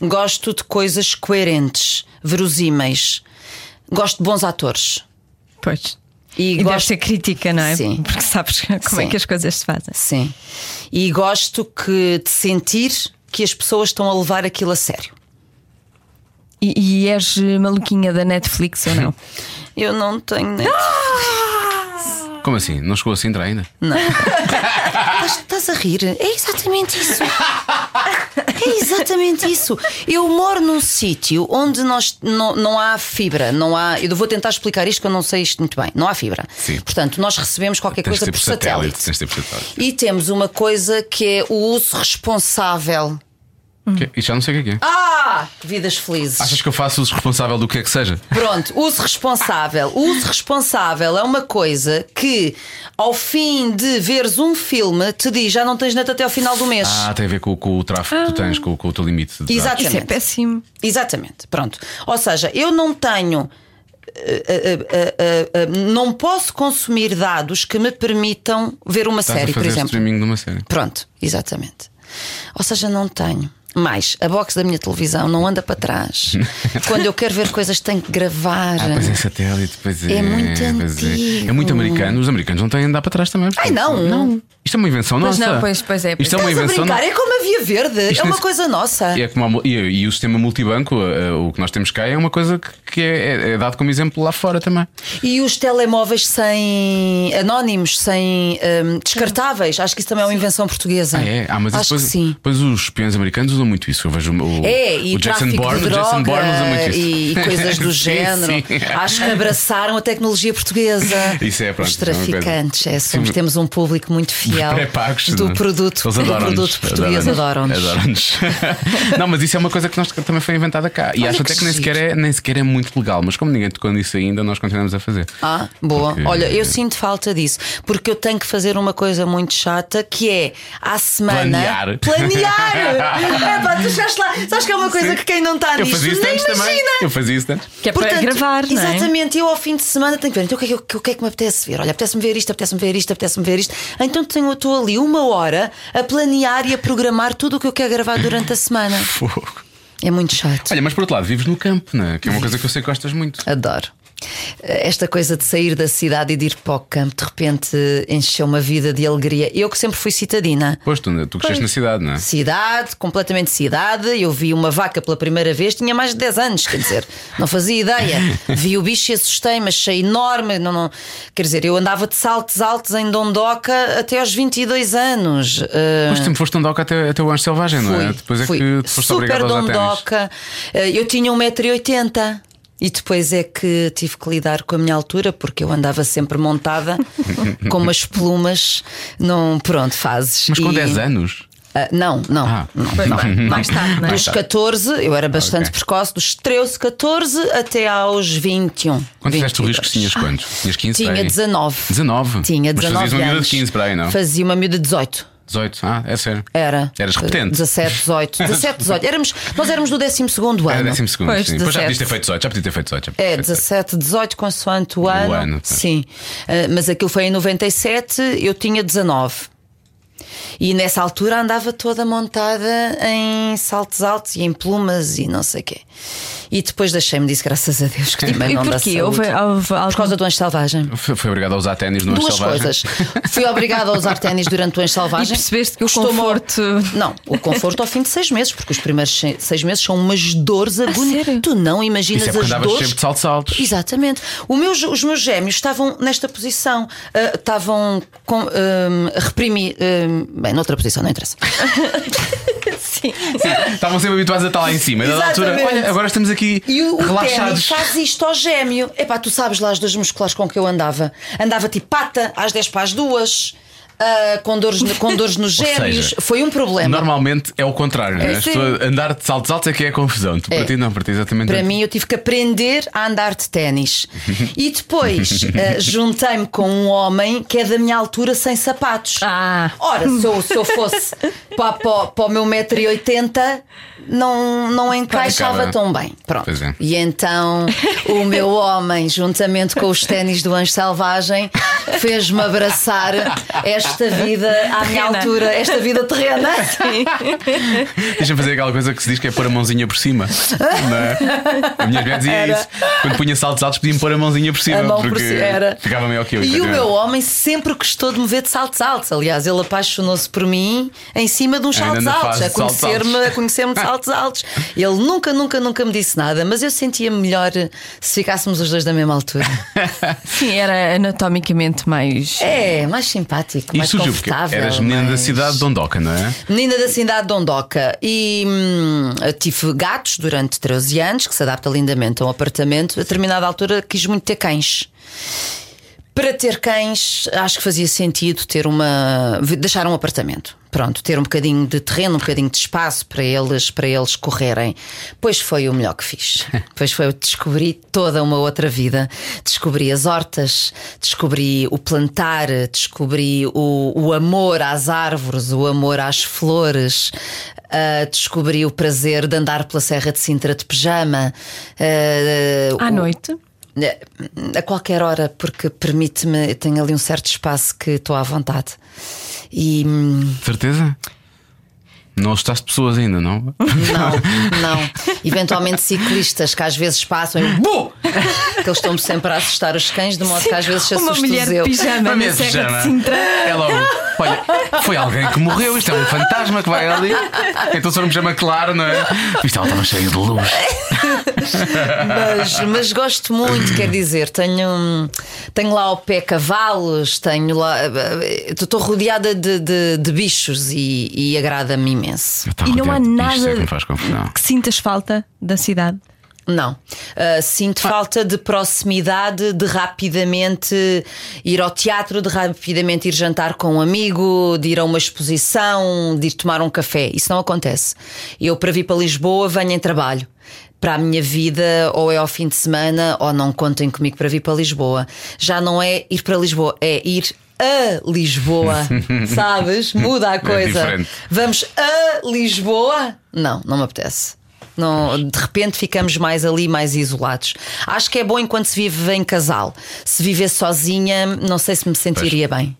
[SPEAKER 4] Gosto de coisas coerentes, verosímeis. Gosto de bons atores.
[SPEAKER 2] Pois.
[SPEAKER 4] E
[SPEAKER 2] E,
[SPEAKER 4] gosto-
[SPEAKER 2] deves ser crítica, não é?
[SPEAKER 4] Sim.
[SPEAKER 2] Porque sabes como é
[SPEAKER 4] Sim.
[SPEAKER 2] que as coisas se fazem.
[SPEAKER 4] Sim. E gosto que de sentir que as pessoas estão a levar aquilo a sério.
[SPEAKER 2] E, e és eh, maluquinha da Netflix ou não?
[SPEAKER 4] Eu não tenho. Net...
[SPEAKER 3] Ah! Como assim? Não chegou a Sintra ainda?
[SPEAKER 4] Estás, estás a rir? É exatamente isso. É exatamente isso. Eu moro num sítio onde nós, não, não há fibra, não há. Eu vou tentar explicar isto que eu não sei isto muito bem. Não há fibra.
[SPEAKER 3] Sim.
[SPEAKER 4] Portanto, nós recebemos qualquer
[SPEAKER 3] Tens de ter
[SPEAKER 4] coisa por satélite.
[SPEAKER 3] Tens de ter por satélite.
[SPEAKER 4] E temos uma coisa que é o uso responsável.
[SPEAKER 3] Que- E já não sei o que é que é.
[SPEAKER 4] Ah! que Vidas felizes.
[SPEAKER 3] Achas que eu faço uso responsável do que é que seja?
[SPEAKER 4] Pronto, uso responsável. O uso responsável é uma coisa que, ao fim de veres um filme, te diz já não tens net até ao final do mês.
[SPEAKER 3] Ah, tem a ver com, com o tráfego que tu tens, com, com o teu limite. De tráfego.
[SPEAKER 4] Exatamente.
[SPEAKER 2] Isso é péssimo.
[SPEAKER 4] Exatamente, pronto. Ou seja, eu não tenho. eh, eh, eh, eh, eh, não posso consumir dados que me permitam ver uma
[SPEAKER 3] Estás
[SPEAKER 4] série,
[SPEAKER 3] a fazer
[SPEAKER 4] por exemplo.
[SPEAKER 3] streaming de uma série.
[SPEAKER 4] Pronto, exatamente. Ou seja, não tenho. Mais, a box da minha televisão não anda para trás. Quando eu quero ver coisas, tenho que gravar.
[SPEAKER 3] Ah, pois é satélite, pois é.
[SPEAKER 4] É muito
[SPEAKER 3] pois é.
[SPEAKER 4] antigo.
[SPEAKER 3] é muito americano. Os americanos não têm andar para trás também.
[SPEAKER 4] Ai,
[SPEAKER 3] portanto.
[SPEAKER 4] não.
[SPEAKER 3] Isto é uma invenção
[SPEAKER 2] Pois
[SPEAKER 3] nossa.
[SPEAKER 2] não, pois- pois é, pois
[SPEAKER 3] Isto é uma
[SPEAKER 4] Estás a
[SPEAKER 3] invenção
[SPEAKER 4] brincar?
[SPEAKER 3] nossa.
[SPEAKER 4] É como a Via Verde,
[SPEAKER 3] Isto
[SPEAKER 4] é uma
[SPEAKER 3] nem se-
[SPEAKER 4] coisa nossa.
[SPEAKER 3] E, é como a- e, e o sistema multibanco, eh, o que nós temos cá, é uma coisa que, que é, é- é dado como exemplo lá fora também.
[SPEAKER 4] E os telemóveis sem anónimos, sem hum, descartáveis, acho que isso também é uma invenção portuguesa.
[SPEAKER 3] Ah, é? Ah, mas
[SPEAKER 4] acho
[SPEAKER 3] depois,
[SPEAKER 4] que sim.
[SPEAKER 3] depois os peões americanos usam muito isso. Eu vejo o, o-
[SPEAKER 4] É, e
[SPEAKER 3] o Jason
[SPEAKER 4] tráfico
[SPEAKER 3] Bourne,
[SPEAKER 4] de
[SPEAKER 3] o Jason
[SPEAKER 4] droga
[SPEAKER 3] Bourne usa muito isso.
[SPEAKER 4] e coisas do
[SPEAKER 3] Sim,
[SPEAKER 4] género.
[SPEAKER 3] sim.
[SPEAKER 4] Acho que abraçaram a tecnologia portuguesa.
[SPEAKER 3] Isso é, pronto,
[SPEAKER 4] Os
[SPEAKER 3] isso é uma coisa.
[SPEAKER 4] traficantes, é, somos,
[SPEAKER 3] Sim.
[SPEAKER 4] temos um público muito fiel
[SPEAKER 3] Pré-pagos
[SPEAKER 4] do
[SPEAKER 3] não é?
[SPEAKER 4] produto,
[SPEAKER 3] Eles
[SPEAKER 4] do
[SPEAKER 3] adoram-nos,
[SPEAKER 4] produto português, adoram-nos.
[SPEAKER 3] adoram-nos. não, mas isso é uma coisa que nós que também foi inventada cá. E
[SPEAKER 4] Olha
[SPEAKER 3] acho
[SPEAKER 4] que
[SPEAKER 3] até que nem
[SPEAKER 4] giro.
[SPEAKER 3] sequer, é, nem sequer é muito legal, mas como ninguém tocou nisso ainda, nós continuamos a fazer.
[SPEAKER 4] Ah, boa.
[SPEAKER 3] Porque-
[SPEAKER 4] Olha, eu sinto falta disso, porque eu tenho que fazer uma coisa muito chata que é à semana.
[SPEAKER 3] Planear.
[SPEAKER 4] Planear! Epá, tu chegaste lá. Sabes que é uma coisa que quem não está
[SPEAKER 3] Eu
[SPEAKER 4] nisto
[SPEAKER 3] fazia isso
[SPEAKER 4] nem
[SPEAKER 3] antes
[SPEAKER 4] imagina.
[SPEAKER 3] também. Eu fazia isso antes.
[SPEAKER 2] Que é para gravar, não é?
[SPEAKER 4] Exatamente, eu ao fim de semana tenho que ver. Então o que é que, eu- o que, é que me apetece ver? Olha, apetece-me ver isto, apetece-me ver isto, apetece-me ver isto. Então tenho, eu estou ali uma hora a planear e a programar tudo o que eu quero gravar durante a semana.
[SPEAKER 3] Fogo.
[SPEAKER 4] É muito chato.
[SPEAKER 3] Olha, mas por outro lado, vives no campo, né? que é uma coisa que eu sei que gostas muito.
[SPEAKER 4] Adoro. Esta coisa de sair da cidade e de ir para o campo, de repente encheu uma vida de alegria. Eu que sempre fui citadina.
[SPEAKER 3] Pois tu, tu cresceste na cidade, não é?
[SPEAKER 4] Cidade, completamente cidade. Eu vi uma vaca pela primeira vez, tinha mais de 10 anos, quer dizer, não fazia ideia. Vi o bicho e assustei, mas achei enorme. Não, não- quer dizer, eu andava de saltos altos em Dondoca até aos 22 anos. Ah,
[SPEAKER 3] Mas tu foste andoca até, até o Anjo Selvagem, não é?
[SPEAKER 4] Fui,
[SPEAKER 3] Depois é
[SPEAKER 4] fui.
[SPEAKER 3] que te foste
[SPEAKER 4] Super
[SPEAKER 3] obrigado a usar ténis.
[SPEAKER 4] dondoca. Eh, Eu tinha 1,80m. E depois é que tive que lidar com a minha altura, porque eu andava sempre montada, com umas plumas, não, pronto, fazes.
[SPEAKER 3] Mas com
[SPEAKER 4] E-
[SPEAKER 3] 10 anos.
[SPEAKER 4] Ah, não, não.
[SPEAKER 3] Ah.
[SPEAKER 4] não.
[SPEAKER 2] Pois, Mais tarde, não é?
[SPEAKER 4] Dos 14, eu era bastante precoce, dos 13, 14 até aos 21.
[SPEAKER 3] Quando fizeste o
[SPEAKER 4] 22.
[SPEAKER 3] risco, tinhas quantos? Tinhas 15? para
[SPEAKER 4] Tinha
[SPEAKER 3] aí?
[SPEAKER 4] 19.
[SPEAKER 3] 19?
[SPEAKER 4] Tinha
[SPEAKER 3] Mas
[SPEAKER 4] 19
[SPEAKER 3] fazias uma miúda
[SPEAKER 4] anos.
[SPEAKER 3] de 15 para aí, não?
[SPEAKER 4] Fazia uma miúda de 18.
[SPEAKER 3] 18, ah, é sério.
[SPEAKER 4] Era.
[SPEAKER 3] Eras repetente.
[SPEAKER 4] 17, 18. 17, 18. Éramos, nós éramos do 12 ano.
[SPEAKER 3] Era décimo segundo,
[SPEAKER 2] Pois,
[SPEAKER 3] sim. Pois já
[SPEAKER 2] 17.
[SPEAKER 3] podias ter feito 18, já podia ter feito 18. já podia
[SPEAKER 4] É,
[SPEAKER 3] ter feito
[SPEAKER 4] 17, 18, consoante o ano.
[SPEAKER 3] ano, pois.
[SPEAKER 4] Sim. Ah, mas aquilo foi em 97, eu tinha 19. E nessa altura andava toda montada em saltos altos e em plumas e não sei o quê. E depois deixei-me disso, graças a Deus, que tive
[SPEAKER 2] E
[SPEAKER 4] não dá
[SPEAKER 2] porquê?
[SPEAKER 4] saúde.
[SPEAKER 2] Houve- houve algum-
[SPEAKER 4] Por causa do anjo selvagem.
[SPEAKER 3] Foi, foi obrigado a usar ténis no
[SPEAKER 4] Duas
[SPEAKER 3] é selvagem.
[SPEAKER 4] coisas. Fui obrigada a usar ténis durante o anjo selvagem.
[SPEAKER 2] E percebeste que o
[SPEAKER 4] Custou-me-
[SPEAKER 2] conforto-
[SPEAKER 4] Não, o conforto ao fim de seis meses, porque os primeiros se- seis meses são umas dores
[SPEAKER 2] Ah, sério?
[SPEAKER 4] agonias. Tu não imaginas
[SPEAKER 3] Isso é porque
[SPEAKER 4] as
[SPEAKER 3] andavas
[SPEAKER 4] dores.
[SPEAKER 3] sempre de saltos altos.
[SPEAKER 4] Exatamente. O meus- os meus gêmeos estavam nesta posição, ah, estavam com, reprimidos. bem, noutra posição, não interessa.
[SPEAKER 3] Estavam sempre habituados a estar lá em cima. E dada altura,
[SPEAKER 4] Exatamente.
[SPEAKER 3] olha, agora estamos aqui
[SPEAKER 4] E o, o ténis
[SPEAKER 3] relaxados.
[SPEAKER 4] faz isto ao gêmeo. Epá, tu sabes lá as dores musculares com que eu andava. Andava tipo pata, às 10 para as 2, com, dores, no- com dores nos
[SPEAKER 3] Ou seja,
[SPEAKER 4] gêmeos. Foi um problema.
[SPEAKER 3] Normalmente é o contrário, não é?
[SPEAKER 4] É,
[SPEAKER 3] As
[SPEAKER 4] sim.
[SPEAKER 3] pessoas- Andar de saltos altos é que é a confusão. Tu, Para
[SPEAKER 4] É.
[SPEAKER 3] ti, não, para ti, exatamente.
[SPEAKER 4] Para mim, eu tive que aprender a andar de ténis. E depois eh, juntei-me com um homem que é da minha altura sem sapatos.
[SPEAKER 2] Ah.
[SPEAKER 4] Ora, se eu, se eu fosse para, para, para o meu 1,80m, não, não encaixava
[SPEAKER 3] Acaba.
[SPEAKER 4] tão bem. Pronto.
[SPEAKER 3] Pois é.
[SPEAKER 4] E então o meu homem, juntamente com os ténis do Anjo Selvagem, fez-me abraçar esta vida à minha
[SPEAKER 2] Terrena.
[SPEAKER 4] altura, esta vida terrena.
[SPEAKER 3] Deixa-me fazer aquela coisa que se diz que é pôr a mãozinha por cima. não é? A minha mulher dizia isso. Quando punha saltos altos, podia-me pôr a mãozinha por cima.
[SPEAKER 4] A mão por
[SPEAKER 3] porque
[SPEAKER 4] cima, era.
[SPEAKER 3] Ficava meio ok.
[SPEAKER 4] E o
[SPEAKER 3] entendeu?
[SPEAKER 4] meu homem sempre gostou de me ver de saltos altos. Aliás, ele apaixonou-se por mim em cima de uns
[SPEAKER 3] Ainda
[SPEAKER 4] saltos
[SPEAKER 3] na
[SPEAKER 4] altos,
[SPEAKER 3] fase
[SPEAKER 4] a
[SPEAKER 3] de saltos
[SPEAKER 4] conhecer-me
[SPEAKER 3] altos.
[SPEAKER 4] a conhecer-me de saltos altos. Ele nunca, nunca, nunca me disse nada, mas eu sentia me melhor se ficássemos os dois da mesma altura.
[SPEAKER 2] Sim, era anatomicamente mais.
[SPEAKER 4] É, mais simpático,
[SPEAKER 3] E
[SPEAKER 4] mais
[SPEAKER 3] surgiu porque
[SPEAKER 4] confortável.
[SPEAKER 3] eras menina da
[SPEAKER 4] mais-
[SPEAKER 3] cidade de Ondoca, não é?
[SPEAKER 4] Menina da cidade de Ondoca e hum, eu tive gatos durante 13 anos, que se adapta lindamente a um apartamento. A determinada altura quis muito ter cães. Para ter cães, acho que fazia sentido ter uma. deixar um apartamento. Pronto, ter um bocadinho de terreno, um bocadinho de espaço para eles, para eles correrem. Pois foi o melhor que fiz. Pois foi, eu descobri toda uma outra vida. Descobri as hortas, descobri o plantar, descobri o, o amor às árvores, o amor às flores. ah, descobri o prazer de andar pela Serra de Sintra de pijama. ah,
[SPEAKER 2] À
[SPEAKER 4] o-
[SPEAKER 2] noite.
[SPEAKER 4] eh, A qualquer hora, porque permite-me, eu tenho ali um certo espaço que estou à vontade. E hum,
[SPEAKER 3] De certeza? Não assustaste pessoas ainda, não?
[SPEAKER 4] não, não. Eventualmente ciclistas que às vezes passam e eu, "Bu!" que eles estão-me sempre a assustar os cães, de modo que às vezes
[SPEAKER 2] Uma mulher
[SPEAKER 4] assusto-os
[SPEAKER 2] de
[SPEAKER 4] eu.
[SPEAKER 2] pijama
[SPEAKER 3] Uma
[SPEAKER 2] na
[SPEAKER 3] mesa
[SPEAKER 2] Serra
[SPEAKER 3] pijama.
[SPEAKER 2] de Sintra.
[SPEAKER 3] É logo. Olha, foi alguém que morreu, isto é um fantasma que vai ali. Então só não me chama claro, não é? Isto ela estava cheia de luz.
[SPEAKER 4] Mas, mas gosto muito, quer dizer, tenho, tenho lá ao pé cavalos, tenho lá. eh, Estou rodeada de, de- de bichos e, e agrada-me imenso.
[SPEAKER 3] Eu estava
[SPEAKER 2] E não há
[SPEAKER 3] rodeado. Isto é que
[SPEAKER 2] nada
[SPEAKER 3] me faz confusão.
[SPEAKER 2] que sintas falta da cidade.
[SPEAKER 4] Não. Ah, sinto falta de proximidade, de rapidamente ir ao teatro, de rapidamente ir jantar com um amigo, de ir a uma exposição, de ir tomar um café. Isso não acontece. Eu, para vir para Lisboa, venho em trabalho. Para a minha vida, ou é ao fim de semana, ou não contem comigo para vir para Lisboa. Já não é ir para Lisboa, é ir a Lisboa. Sabes? Muda a coisa.
[SPEAKER 3] diferente.
[SPEAKER 4] Vamos a Lisboa? Não, não me apetece. Não, de repente ficamos mais ali, mais isolados. Acho que é bom enquanto se vive em casal. Se viver sozinha, não sei se me sentiria bem.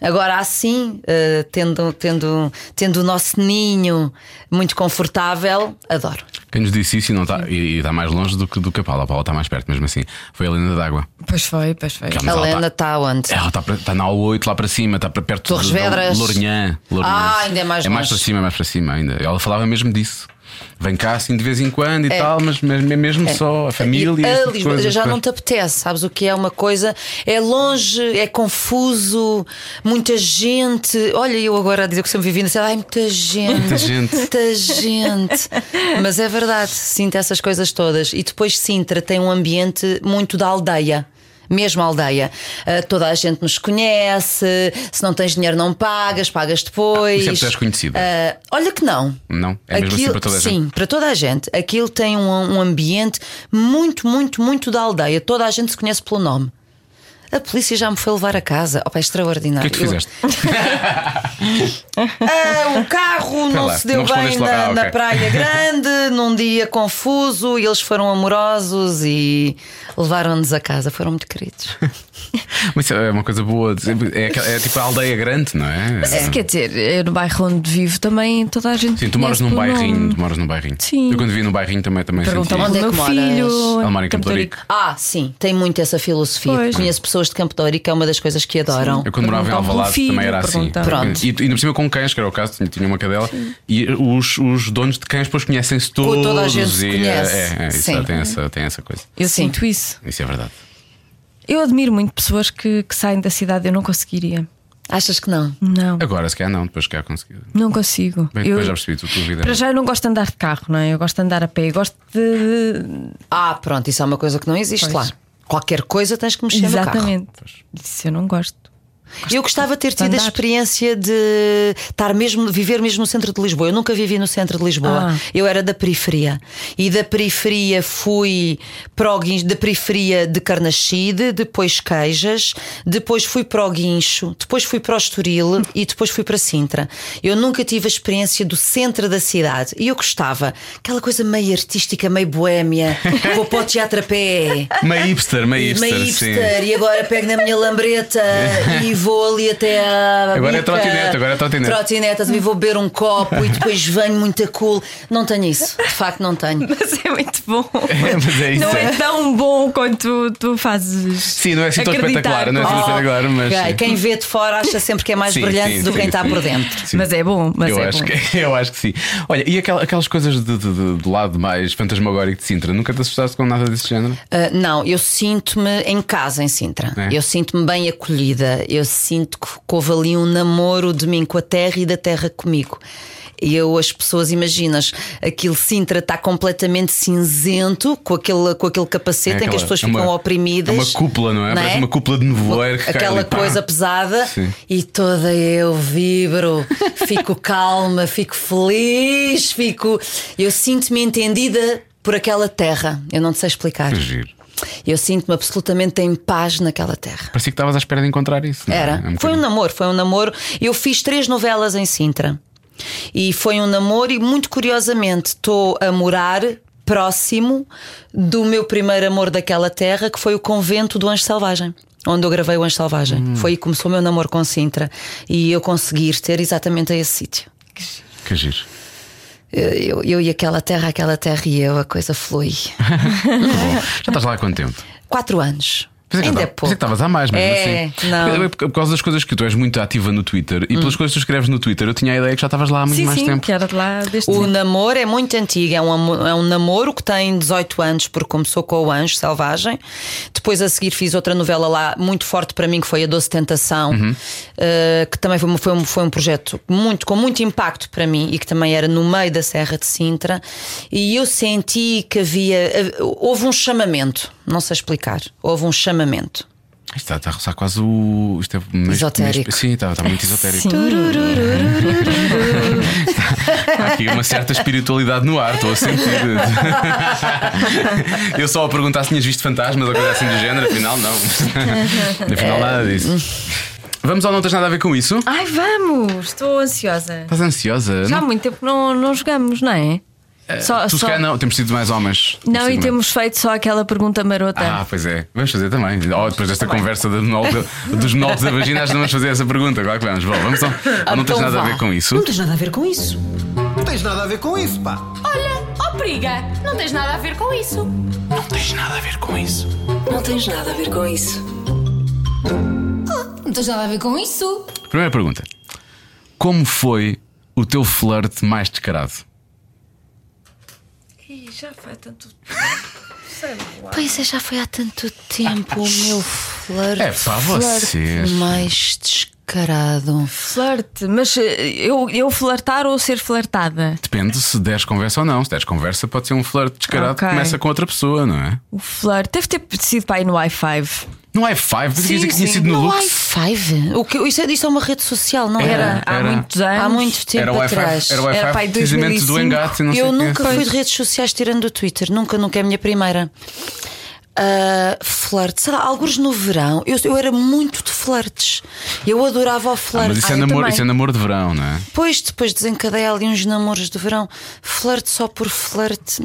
[SPEAKER 4] Agora, assim, eh, tendo, tendo, tendo o nosso ninho muito confortável, adoro.
[SPEAKER 3] Quem nos disse isso e, não está, e, e está mais longe do que, do que a Paula. A Paula está mais perto, mesmo assim. Foi a Helena d'Água.
[SPEAKER 2] Pois foi, pois foi.
[SPEAKER 3] Já me
[SPEAKER 4] A
[SPEAKER 3] ela
[SPEAKER 4] Lena
[SPEAKER 3] está-
[SPEAKER 4] está onde?
[SPEAKER 3] Ela está, para- está na A8 lá para cima, está para perto
[SPEAKER 4] Torres
[SPEAKER 3] de- da
[SPEAKER 4] Vedras.
[SPEAKER 3] Lourinhã. Lourinhã.
[SPEAKER 4] Ah, ainda é mais
[SPEAKER 3] É mais
[SPEAKER 4] longe.
[SPEAKER 3] para cima, é mais para cima ainda. Ela falava mesmo disso. Vem cá assim de vez em quando e tal, mas mesmo, mesmo só a família.
[SPEAKER 4] É. E
[SPEAKER 3] essas
[SPEAKER 4] a Lisboa
[SPEAKER 3] coisas,
[SPEAKER 4] já
[SPEAKER 3] pois.
[SPEAKER 4] não te apetece, sabes o que é uma coisa? É longe, é confuso, muita gente. Olha, eu agora a dizer que sempre vivi na cidade, ai, muita gente.
[SPEAKER 3] Muita gente.
[SPEAKER 4] Muita gente. Mas é verdade, sinto essas coisas todas. E depois Sintra tem um ambiente muito da aldeia. Mesmo a aldeia. Ah, toda a gente nos conhece. Se não tens dinheiro, não pagas, pagas depois.
[SPEAKER 3] Isso é porque és conhecida.
[SPEAKER 4] Ah, olha que não.
[SPEAKER 3] Não? É mesmo assim para toda a gente?
[SPEAKER 4] Sim, para toda a gente. Aquilo tem um, um ambiente muito, muito, muito da aldeia. Toda a gente se conhece pelo nome. A polícia já me foi levar a casa. Oh, pá,
[SPEAKER 3] O que
[SPEAKER 4] extraordinário.
[SPEAKER 3] é que tu fizeste?
[SPEAKER 4] Ah, o carro não
[SPEAKER 3] lá,
[SPEAKER 4] se deu
[SPEAKER 3] não
[SPEAKER 4] bem
[SPEAKER 3] respondeste logo.
[SPEAKER 4] na,
[SPEAKER 3] Ah,
[SPEAKER 4] na
[SPEAKER 3] ok.
[SPEAKER 4] Praia Grande, num dia confuso, e eles foram amorosos e levaram-nos a casa. Foram muito queridos.
[SPEAKER 3] Mas isso é uma coisa boa. de- É, aquela- é tipo a aldeia grande, não é?
[SPEAKER 2] Isso quer dizer, eu no bairro onde vivo também toda a gente.
[SPEAKER 3] Sim, tu moras
[SPEAKER 2] conhece
[SPEAKER 3] num
[SPEAKER 2] pelo
[SPEAKER 3] bairrinho.
[SPEAKER 2] nome.
[SPEAKER 3] Tu moras num bairrinho.
[SPEAKER 2] Sim.
[SPEAKER 3] Eu quando vi no bairrinho também, também senti.
[SPEAKER 2] Perguntam
[SPEAKER 4] Onde
[SPEAKER 2] onde
[SPEAKER 4] é
[SPEAKER 2] meu
[SPEAKER 4] que moras?
[SPEAKER 2] filho.
[SPEAKER 3] Almar em Campo de Ourique.
[SPEAKER 4] Ah, sim, tem muito essa filosofia.
[SPEAKER 2] Pois.
[SPEAKER 4] Conheço pessoas de Campo de Ourique, que é uma das coisas que adoram.
[SPEAKER 3] Eu quando morava em
[SPEAKER 2] Perguntavam pelo
[SPEAKER 3] Alvalade
[SPEAKER 4] é
[SPEAKER 2] filho,
[SPEAKER 3] também era assim.
[SPEAKER 2] perguntavam.
[SPEAKER 4] Pronto.
[SPEAKER 3] E, e ainda por cima com cães, que era o caso, tinha, tinha uma cadela. E os, os donos de cães depois conhecem-se todos.
[SPEAKER 4] toda a gente se
[SPEAKER 3] e,
[SPEAKER 4] conhece.
[SPEAKER 3] É, é, isso,
[SPEAKER 4] Sim.
[SPEAKER 3] tem, essa, tem essa coisa.
[SPEAKER 2] Eu
[SPEAKER 4] Sim.
[SPEAKER 2] sinto isso.
[SPEAKER 3] Isso é verdade.
[SPEAKER 2] Eu admiro muito pessoas que, que saem da cidade, eu não conseguiria.
[SPEAKER 4] Achas que não?
[SPEAKER 2] Não,
[SPEAKER 3] Agora, se calhar não, depois se calhar conseguido.
[SPEAKER 2] não consigo.
[SPEAKER 3] É. Bem,
[SPEAKER 2] eu,
[SPEAKER 3] depois já percebi tu, tu vida.
[SPEAKER 2] para já eu não gosto de andar de carro, não é? Eu gosto de andar a pé, eu gosto de. de-
[SPEAKER 4] Ah, pronto, isso é uma coisa que não existe
[SPEAKER 2] Pois.
[SPEAKER 4] lá. Qualquer coisa tens que mexer no carro.
[SPEAKER 2] Exatamente. Isso eu não gosto.
[SPEAKER 4] Eu gostava de ter tido a
[SPEAKER 2] Andar.
[SPEAKER 4] experiência de estar mesmo, viver mesmo no centro de Lisboa. Eu nunca vivi no centro de Lisboa.
[SPEAKER 2] Ah.
[SPEAKER 4] Eu era da periferia. E da periferia fui para o Guincho, da periferia de Carnaxide, depois Queijas, depois fui para o Guincho, depois fui para o Estoril e depois fui para Sintra. Eu nunca tive a experiência do centro da cidade. E eu gostava. Aquela coisa meio artística, meio boémia. Vou para o teatro a pé.
[SPEAKER 3] Meio hipster, meio hipster,
[SPEAKER 4] Ah, Meio
[SPEAKER 3] sim.
[SPEAKER 4] hipster, e agora pego na minha lambreta e vou ali até a.
[SPEAKER 3] Agora é trotinete, agora é trotinete.
[SPEAKER 4] Trotinete, e vou beber um copo e depois venho muito a cool. Não tenho isso, de facto não tenho.
[SPEAKER 2] Mas é muito bom.
[SPEAKER 3] É, mas é isso,
[SPEAKER 2] não é.
[SPEAKER 3] é.
[SPEAKER 2] tão bom quanto tu fazes.
[SPEAKER 3] Sim, não é assim tão
[SPEAKER 2] acreditar.
[SPEAKER 3] espetacular, não é assim tão
[SPEAKER 2] Oh,
[SPEAKER 3] espetacular, mas.
[SPEAKER 4] Ok, Quem vê de fora acha sempre que é mais
[SPEAKER 3] Sim,
[SPEAKER 4] brilhante
[SPEAKER 3] sim,
[SPEAKER 4] do que
[SPEAKER 3] sim,
[SPEAKER 4] quem está
[SPEAKER 3] sim.
[SPEAKER 4] por dentro.
[SPEAKER 3] Sim.
[SPEAKER 2] Mas é bom, mas
[SPEAKER 3] eu
[SPEAKER 2] é
[SPEAKER 3] acho
[SPEAKER 2] bom.
[SPEAKER 3] Que, eu acho que sim. Olha, e aquel- aquelas coisas de, de- de- de lado mais fantasmagórico de Sintra, nunca te assustaste com nada desse género?
[SPEAKER 4] Ah, não, eu sinto-me em casa em Sintra.
[SPEAKER 3] É.
[SPEAKER 4] Eu sinto-me bem acolhida. Eu sinto que que houve ali um namoro de mim com a terra e da terra comigo. E Eu, as pessoas, imaginas, aquele Sintra está completamente cinzento com aquele, com aquele capacete em que
[SPEAKER 3] aquela-
[SPEAKER 4] as pessoas
[SPEAKER 3] é
[SPEAKER 4] ficam
[SPEAKER 3] uma-
[SPEAKER 4] oprimidas.
[SPEAKER 3] é uma cúpula, não é? Parece uma cúpula de nevoeiro que cai
[SPEAKER 4] Aquela
[SPEAKER 3] ali, pá.
[SPEAKER 4] coisa pesada
[SPEAKER 3] Sim.
[SPEAKER 4] e toda eu vibro, fico calma, fico feliz, fico. Eu sinto-me entendida por aquela terra. Eu não te sei explicar.
[SPEAKER 3] Que giro.
[SPEAKER 4] Eu sinto-me absolutamente em paz naquela terra.
[SPEAKER 3] Parecia que estavas à espera de encontrar isso. não é?
[SPEAKER 4] Era.
[SPEAKER 3] É um
[SPEAKER 4] foi um
[SPEAKER 3] bocadinho-
[SPEAKER 4] namoro, foi um namoro. Eu fiz três novelas em Sintra. E foi um namoro, e muito curiosamente, estou a morar próximo do meu primeiro amor daquela terra, que foi o convento do Anjo Selvagem. Onde eu gravei o Anjo Selvagem.
[SPEAKER 3] Hum.
[SPEAKER 4] Foi aí que começou o meu namoro com Sintra. E eu conseguir ter exatamente a esse sítio.
[SPEAKER 3] Que giro.
[SPEAKER 4] Eu, eu- eu e aquela terra, aquela terra e eu, a coisa flui.
[SPEAKER 3] Bom, já estás lá há quanto tempo?
[SPEAKER 4] Quatro anos.
[SPEAKER 3] Pensei que
[SPEAKER 4] Ainda é
[SPEAKER 3] tava- pensei
[SPEAKER 4] pouco.
[SPEAKER 3] que estavas a mais, mesmo
[SPEAKER 4] É,
[SPEAKER 3] assim.
[SPEAKER 4] não. Hum.
[SPEAKER 3] Por- Por, por causa das coisas que tu és muito ativa no Twitter e pelas coisas que tu escreves no Twitter, eu tinha a ideia que já estavas lá há muito
[SPEAKER 2] Sim,
[SPEAKER 3] mais
[SPEAKER 2] sim,
[SPEAKER 3] tempo.
[SPEAKER 2] que era de lá deste
[SPEAKER 4] O
[SPEAKER 2] tempo.
[SPEAKER 4] namoro é muito antigo, é um, amo- é um namoro que tem 18 anos, porque começou com o Anjo Selvagem. Depois a seguir fiz outra novela lá muito forte para mim, que foi A Doce Tentação, eh, que também foi, um- foi, um, foi um projeto muito, com muito impacto para mim e que também era no meio da Serra de Sintra. E eu senti que havia. Houve um chamamento, não sei explicar, houve um chamamento.
[SPEAKER 3] Isto está, está a roçar quase o. Isto é meio-
[SPEAKER 4] Esotérico.
[SPEAKER 3] meio- sim, está, está muito esotérico.
[SPEAKER 2] Sim.
[SPEAKER 3] Há aqui uma certa espiritualidade no ar, estou a sentir. Eu só a perguntar se tinhas visto fantasmas ou coisa assim do género, afinal não. Afinal nada disso.
[SPEAKER 4] É.
[SPEAKER 3] Vamos ao não tens nada a ver com isso?
[SPEAKER 2] Ai, vamos! Estou ansiosa.
[SPEAKER 3] Estás ansiosa?
[SPEAKER 2] Já há
[SPEAKER 3] Não-
[SPEAKER 2] muito tempo não, não jogamos, não é? só,
[SPEAKER 3] Eh, tu se
[SPEAKER 2] só-
[SPEAKER 3] calhar não, temos sido mais homens.
[SPEAKER 2] Não, e
[SPEAKER 3] Sido mais-
[SPEAKER 2] temos feito só aquela pergunta marota.
[SPEAKER 3] Ah, pois é. Vamos fazer também. Oh, depois desta conversa do monólogo- dos monólogos da vagina, acho que não vamos fazer essa pergunta. Claro que vamos. Bom, vamos só. Ah, não tens
[SPEAKER 4] Então
[SPEAKER 3] nada a
[SPEAKER 4] vá.
[SPEAKER 3] ver com isso.
[SPEAKER 1] Não tens nada a ver com isso.
[SPEAKER 6] Não tens nada a ver com isso, pá.
[SPEAKER 7] Olha, ó periga, não tens nada a ver com isso.
[SPEAKER 1] Não tens nada a ver com isso.
[SPEAKER 7] Não tens nada a ver com isso.
[SPEAKER 3] Primeira pergunta: Como foi o teu flerte mais descarado?
[SPEAKER 2] Ih, já faz tanto
[SPEAKER 4] Pois é, já foi há tanto tempo o meu flerte.
[SPEAKER 3] É pá, vocês.
[SPEAKER 4] Mais descarado.
[SPEAKER 2] flerte. Mas eh, eu, eu flertar ou ser flertada?
[SPEAKER 3] Depende se deres conversa ou não. Se deres conversa, pode ser um flerte descarado
[SPEAKER 2] Ok.
[SPEAKER 3] que começa com outra pessoa, não é?
[SPEAKER 2] O flerte deve ter sido para aí no i5.
[SPEAKER 3] No i5,
[SPEAKER 2] Sim,
[SPEAKER 3] dizias que tinha
[SPEAKER 2] sim. é
[SPEAKER 3] sido Tipo, no
[SPEAKER 4] No
[SPEAKER 3] Lux.
[SPEAKER 4] i5? O que, isso, é, isso é uma rede social, não
[SPEAKER 2] Era,
[SPEAKER 4] era?
[SPEAKER 2] há
[SPEAKER 3] era.
[SPEAKER 2] muitos anos.
[SPEAKER 4] Há muito tempo
[SPEAKER 3] Era o
[SPEAKER 4] atrás.
[SPEAKER 3] i5, era o
[SPEAKER 2] Era pá,
[SPEAKER 3] i5
[SPEAKER 2] em
[SPEAKER 3] precisamente do
[SPEAKER 2] 2005.
[SPEAKER 3] engate. Não sei
[SPEAKER 4] eu
[SPEAKER 3] o quê.
[SPEAKER 4] nunca fui de redes sociais tirando o Twitter, nunca, nunca é a minha primeira. ah, flerte, sei lá, alguns no verão. Eu, eu era muito de flertes. Eu adorava o flerte.
[SPEAKER 3] Mas isso,
[SPEAKER 4] Ah,
[SPEAKER 3] é
[SPEAKER 4] eu
[SPEAKER 3] namoro,
[SPEAKER 4] também.
[SPEAKER 3] isso é namoro de verão, não é?
[SPEAKER 4] Depois, depois desencadeia ali uns namoros de verão. Flerte só por flerte,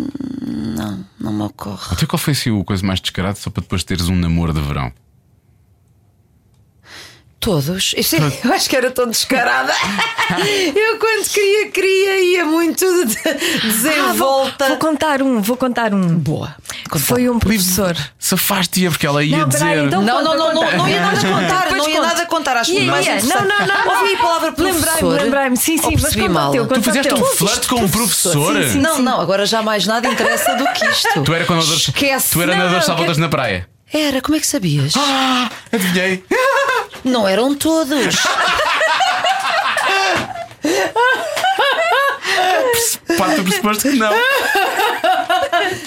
[SPEAKER 4] não, não me ocorre.
[SPEAKER 3] Até qual foi assim o coisa mais descarada só para depois teres um namoro de verão?
[SPEAKER 4] Todos. Isso é- Eu acho que era tão descarada. Eu quando queria, queria, ia muito de-
[SPEAKER 2] Ah, vou,
[SPEAKER 4] desenvolta.
[SPEAKER 2] vou contar um, vou contar um. Boa. Foi um professor.
[SPEAKER 3] Safaste-a porque ela ia
[SPEAKER 2] Não,
[SPEAKER 3] dizer.
[SPEAKER 2] peraí, então
[SPEAKER 4] Não, não,
[SPEAKER 2] conta,
[SPEAKER 4] não, não,
[SPEAKER 2] conta.
[SPEAKER 4] não ia nada contar,
[SPEAKER 2] Depois
[SPEAKER 4] não ia
[SPEAKER 2] conto.
[SPEAKER 4] nada contar, acho
[SPEAKER 2] Ia,
[SPEAKER 4] muito mais
[SPEAKER 2] ia.
[SPEAKER 4] interessante.
[SPEAKER 2] Não, não, não.
[SPEAKER 4] Ouvi a palavra professor.
[SPEAKER 2] Lembrei-me, lembrei-me. Sim,
[SPEAKER 4] Ou
[SPEAKER 2] sim, mas
[SPEAKER 4] percebi
[SPEAKER 2] conta
[SPEAKER 4] mal.
[SPEAKER 2] o teu,
[SPEAKER 4] Tu
[SPEAKER 2] conta o
[SPEAKER 3] fizeste
[SPEAKER 2] teu.
[SPEAKER 3] um flerte com um professor?
[SPEAKER 2] Sim, sim,
[SPEAKER 4] Não,
[SPEAKER 2] sim.
[SPEAKER 4] não, agora já mais nada interessa do que isto.
[SPEAKER 3] Tu era quando nós-
[SPEAKER 4] Esquece.
[SPEAKER 3] Tu era
[SPEAKER 2] Não,
[SPEAKER 3] nadador
[SPEAKER 2] não,
[SPEAKER 3] salvadas
[SPEAKER 2] que-
[SPEAKER 3] na praia.
[SPEAKER 4] Era, como é que sabias?
[SPEAKER 3] Ah, adivinhei.
[SPEAKER 4] Não eram todos.
[SPEAKER 3] Pá, tu pressuposto que não. É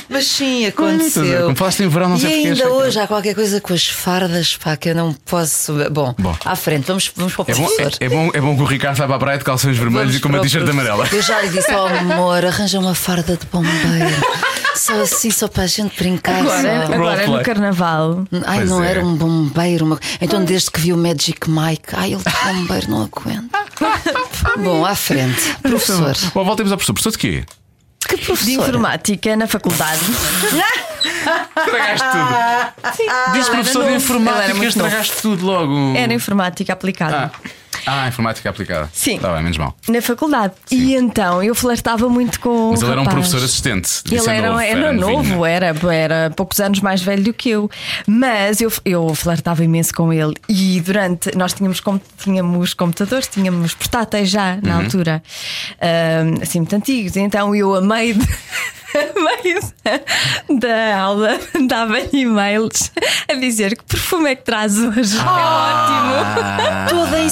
[SPEAKER 4] Mas sim,
[SPEAKER 3] Estás a ver?
[SPEAKER 4] aconteceu.
[SPEAKER 3] Como falaste em verão, não
[SPEAKER 4] e
[SPEAKER 3] sei porque
[SPEAKER 4] ainda
[SPEAKER 3] achei que-
[SPEAKER 4] hoje há qualquer coisa com as fardas, pá, que eu não posso. Bom,
[SPEAKER 3] Bom.
[SPEAKER 4] à frente, vamos, vamos para o
[SPEAKER 3] É bom,
[SPEAKER 4] professor.
[SPEAKER 3] é, é bom, é bom que o Ricardo vá para a praia de calções vermelhos
[SPEAKER 4] Vamos
[SPEAKER 3] e com uma
[SPEAKER 4] para o
[SPEAKER 3] t-shirt
[SPEAKER 4] professor.
[SPEAKER 3] amarela.
[SPEAKER 4] Eu já lhe disse, oh amor, arranja uma farda de bombeiro. só assim, só para a gente brincar. só.
[SPEAKER 2] Agora, agora
[SPEAKER 3] Roleplay.
[SPEAKER 2] no carnaval.
[SPEAKER 4] Ai,
[SPEAKER 3] Pois
[SPEAKER 4] não
[SPEAKER 3] é.
[SPEAKER 4] era um bombeiro. uma- Então, desde que vi o Magic Mike, ai, ele de bombeiro não aguento. Bom, à frente,
[SPEAKER 3] Então,
[SPEAKER 4] professor.
[SPEAKER 3] Bom, voltemos ao professor. Professor de quê?
[SPEAKER 4] Que
[SPEAKER 2] De
[SPEAKER 4] professor?
[SPEAKER 2] informática na faculdade.
[SPEAKER 3] Estragaste tudo. Diz
[SPEAKER 2] Ah, Ele era
[SPEAKER 3] professor de
[SPEAKER 2] novo. Ele era
[SPEAKER 3] informática,
[SPEAKER 2] muito novo.
[SPEAKER 3] estragaste tudo logo.
[SPEAKER 2] Era informática aplicada.
[SPEAKER 3] Ah, ah, informática aplicada.
[SPEAKER 2] Sim.
[SPEAKER 3] Está bem, menos mal.
[SPEAKER 2] Na faculdade. E então eu flertava muito com.
[SPEAKER 3] Mas
[SPEAKER 2] o
[SPEAKER 3] ele era um
[SPEAKER 2] rapaz.
[SPEAKER 3] professor assistente. Devia
[SPEAKER 2] Ele
[SPEAKER 3] ser
[SPEAKER 2] era,
[SPEAKER 3] é novo,
[SPEAKER 2] era
[SPEAKER 3] novinho.
[SPEAKER 2] novo, era, era poucos anos mais velho do que eu. Mas eu, eu flertava imenso com ele. E durante. Nós tínhamos, com- tínhamos computadores, tínhamos portáteis já na
[SPEAKER 3] Uhum.
[SPEAKER 2] altura, ahm, assim muito antigos. Então eu amei. De... amei de- da aula dava e-mails a dizer que perfume é que traz hoje.
[SPEAKER 3] Ah,
[SPEAKER 2] É ótimo.
[SPEAKER 4] Toda em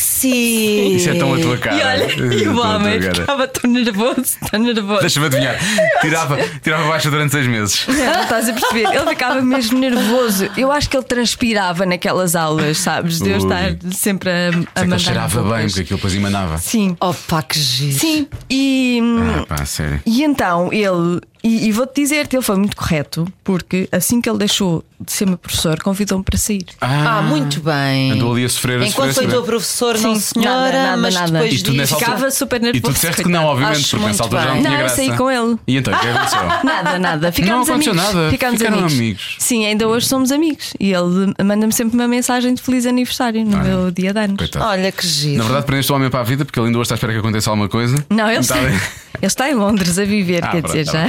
[SPEAKER 4] sexy.
[SPEAKER 3] Isso é tão a tua cara.
[SPEAKER 2] E olha,
[SPEAKER 3] Isso
[SPEAKER 2] e
[SPEAKER 3] é
[SPEAKER 2] o
[SPEAKER 3] tão a tua
[SPEAKER 2] homem
[SPEAKER 3] cara.
[SPEAKER 2] ficava tão nervoso, tão nervoso.
[SPEAKER 3] Deixa-me adivinhar. Tirava, tirava baixa durante seis meses.
[SPEAKER 2] É, Não, estás a perceber? Ele ficava mesmo nervoso. Eu acho que ele transpirava naquelas aulas, sabes? De eu
[SPEAKER 3] Ui.
[SPEAKER 2] estar sempre a, a
[SPEAKER 3] Até que
[SPEAKER 2] mandar.
[SPEAKER 3] ele cheirava bem,
[SPEAKER 2] roupas.
[SPEAKER 3] porque aquilo depois emanava.
[SPEAKER 2] Sim,
[SPEAKER 4] Opa, que giro.
[SPEAKER 2] sim. E,
[SPEAKER 3] Ah, pá, sério.
[SPEAKER 2] e então ele, e, e vou-te dizer-te, ele foi muito correto, porque assim que ele deixou de ser meu professor, convidou-me para sair.
[SPEAKER 4] Ah, muito bem.
[SPEAKER 3] Andou ali a sofrer, a
[SPEAKER 4] Enquanto
[SPEAKER 3] sofrer, a
[SPEAKER 4] foi
[SPEAKER 3] sofrer.
[SPEAKER 4] teu professor, não
[SPEAKER 2] Sim,
[SPEAKER 4] senhora,
[SPEAKER 2] nada, nada,
[SPEAKER 4] mas
[SPEAKER 2] nada.
[SPEAKER 4] depois
[SPEAKER 2] E
[SPEAKER 3] tu é? nessa
[SPEAKER 4] disso.
[SPEAKER 3] altura-
[SPEAKER 2] Ficava super nervoso.
[SPEAKER 3] E tu disseste que não,
[SPEAKER 2] coitado.
[SPEAKER 3] obviamente,
[SPEAKER 4] Acho
[SPEAKER 3] porque nessa
[SPEAKER 4] muito
[SPEAKER 3] altura já não
[SPEAKER 4] bem.
[SPEAKER 3] tinha
[SPEAKER 2] Não, eu
[SPEAKER 3] graça.
[SPEAKER 2] saí com ele.
[SPEAKER 3] E então, o que aconteceu?
[SPEAKER 2] Nada, nada. Ficámos
[SPEAKER 3] aconteceu
[SPEAKER 2] amigos.
[SPEAKER 3] nada.
[SPEAKER 2] Ficámos
[SPEAKER 3] Ficaram
[SPEAKER 2] amigos.
[SPEAKER 3] amigos.
[SPEAKER 2] Sim, ainda hoje somos amigos. E ele manda-me sempre uma mensagem de feliz aniversário no meu dia de anos.
[SPEAKER 3] Coitado.
[SPEAKER 4] Olha que giro.
[SPEAKER 3] Na verdade, prendeste o homem para a vida, porque ele ainda hoje está à espera que aconteça alguma coisa.
[SPEAKER 2] Não, ele está,
[SPEAKER 3] Está tá bem.
[SPEAKER 2] ele está em Londres a viver,
[SPEAKER 3] Ah,
[SPEAKER 2] quer
[SPEAKER 3] pronto,
[SPEAKER 2] dizer,
[SPEAKER 3] tá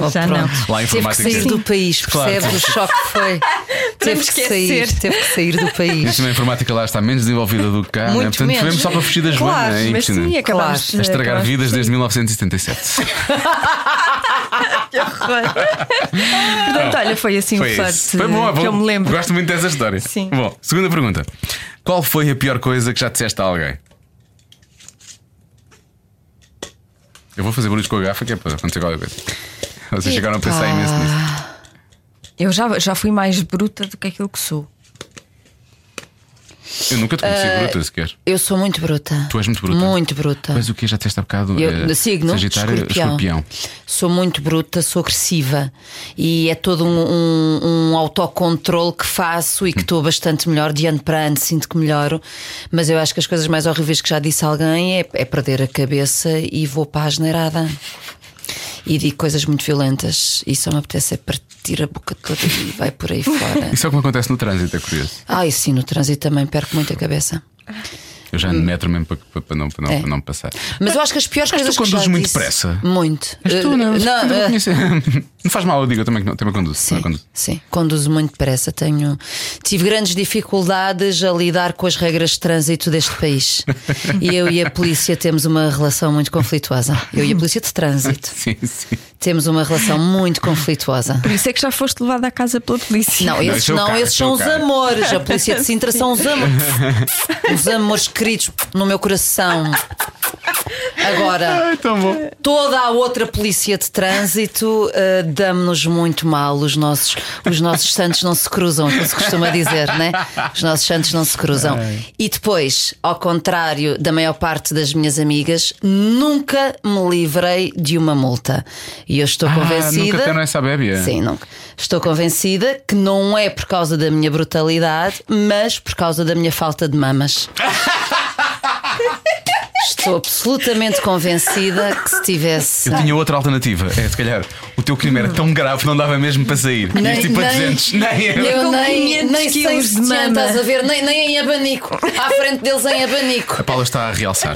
[SPEAKER 2] já, já não.
[SPEAKER 3] Lá em
[SPEAKER 4] Teve que
[SPEAKER 3] informática.
[SPEAKER 4] sair do país,
[SPEAKER 3] Claro.
[SPEAKER 4] percebes? O choque que foi. Teve que
[SPEAKER 2] esquecer.
[SPEAKER 4] sair, teve que sair do país.
[SPEAKER 3] Isso, a informática lá está menos desenvolvida do que cá. né?
[SPEAKER 4] Muito
[SPEAKER 3] Portanto,
[SPEAKER 4] menos.
[SPEAKER 3] vivemos só para fugir das
[SPEAKER 4] Claro,
[SPEAKER 3] ruas. né? É
[SPEAKER 2] Mas
[SPEAKER 3] impressionante.
[SPEAKER 2] sim, acabámos
[SPEAKER 4] Claro.
[SPEAKER 2] de
[SPEAKER 3] A estragar
[SPEAKER 2] acabámos de
[SPEAKER 3] vidas desde 1977.
[SPEAKER 2] correr. Portanto, olha, foi assim
[SPEAKER 3] Foi
[SPEAKER 2] um
[SPEAKER 3] isso.
[SPEAKER 2] sorte
[SPEAKER 3] Foi bom, é bom.
[SPEAKER 2] que eu me lembro.
[SPEAKER 3] Gosto muito dessa história.
[SPEAKER 2] Sim.
[SPEAKER 3] Bom, segunda pergunta. Qual foi a pior coisa que já disseste a alguém? Eu vou fazer barulhos com a garrafa que é para acontecer qualquer coisa. Vocês chegaram a pensar
[SPEAKER 4] Epá.
[SPEAKER 3] imenso nisso.
[SPEAKER 2] Eu já, já fui mais bruta do que aquilo que sou.
[SPEAKER 3] Eu nunca te conheci bruta sequer.
[SPEAKER 4] Eu sou muito bruta.
[SPEAKER 3] Tu és muito bruta.
[SPEAKER 4] Ah, Muito bruta.
[SPEAKER 3] Mas o que já disseste há bocado?
[SPEAKER 4] Eu,
[SPEAKER 3] eh,
[SPEAKER 4] signo,
[SPEAKER 3] Sagitário,
[SPEAKER 4] escorpião.
[SPEAKER 3] escorpião.
[SPEAKER 4] Sou muito bruta, sou agressiva e é todo um, um, um autocontrole que faço e que estou bastante melhor de ano para ano, sinto que melhoro. Mas eu acho que as coisas mais horríveis que já disse a alguém é, é perder a cabeça e vou para a generada. E digo coisas muito violentas e só me apetece é partir a boca toda e vai por aí fora.
[SPEAKER 3] Isso é o que me acontece no trânsito, é curioso.
[SPEAKER 4] Ah, e sim, no trânsito também perco muito a cabeça.
[SPEAKER 3] Eu já ando de metro mesmo para, para- para não, para, não,
[SPEAKER 4] Hum. É.
[SPEAKER 3] para não passar.
[SPEAKER 4] Mas eu acho que as piores
[SPEAKER 3] Mas tu
[SPEAKER 4] coisas que já
[SPEAKER 3] conduzes muito
[SPEAKER 4] disse-
[SPEAKER 3] depressa?
[SPEAKER 4] Muito.
[SPEAKER 3] Mas tu não,
[SPEAKER 4] Eh,
[SPEAKER 3] não,
[SPEAKER 4] eh,
[SPEAKER 3] não faz mal, eu digo, eu também, também conduzo.
[SPEAKER 4] Sim,
[SPEAKER 3] também conduzo.
[SPEAKER 4] sim, conduzo muito depressa. Tenho, tive grandes dificuldades a lidar com as regras de trânsito deste país. E eu e a polícia temos uma relação muito conflituosa. Eu e a polícia de trânsito
[SPEAKER 3] Sim, sim.
[SPEAKER 4] temos uma relação muito conflituosa.
[SPEAKER 2] Por isso é que já foste levada à casa pela polícia.
[SPEAKER 4] Não, esses
[SPEAKER 3] isso é o
[SPEAKER 4] não,
[SPEAKER 3] cara,
[SPEAKER 4] esses
[SPEAKER 3] isso é
[SPEAKER 4] são
[SPEAKER 3] o
[SPEAKER 4] os
[SPEAKER 3] cara.
[SPEAKER 4] amores. A polícia de Sintra são os amores. Os amores queridos no meu coração. Agora,
[SPEAKER 3] Ai, tão bom.
[SPEAKER 4] toda a outra polícia de trânsito uh, damos-nos muito mal. Os nossos, os nossos santos não se cruzam, é como se costuma dizer, né? Os nossos santos não se cruzam.
[SPEAKER 3] É.
[SPEAKER 4] E depois, ao contrário da maior parte das minhas amigas, nunca me livrei de uma multa. E eu estou
[SPEAKER 3] Ah,
[SPEAKER 4] convencida.
[SPEAKER 3] nunca deram essa bébia.
[SPEAKER 4] Sim, nunca. Estou convencida que não é por causa da minha brutalidade, mas por causa da minha falta de mamas. Estou absolutamente convencida que se tivesse.
[SPEAKER 3] Eu tinha outra alternativa. É, se calhar, o teu crime era tão grave que não dava mesmo para sair. Tinhas
[SPEAKER 4] Nem-
[SPEAKER 3] tipo a
[SPEAKER 4] nem-
[SPEAKER 3] 200. Nem eu.
[SPEAKER 4] Eu
[SPEAKER 8] Com
[SPEAKER 4] nem,
[SPEAKER 8] 500
[SPEAKER 4] nem sei
[SPEAKER 8] quilos
[SPEAKER 4] se
[SPEAKER 8] de mama.
[SPEAKER 4] tinha, estás a ver, nem, nem em abanico. À frente deles em abanico.
[SPEAKER 3] A Paula está a realçar.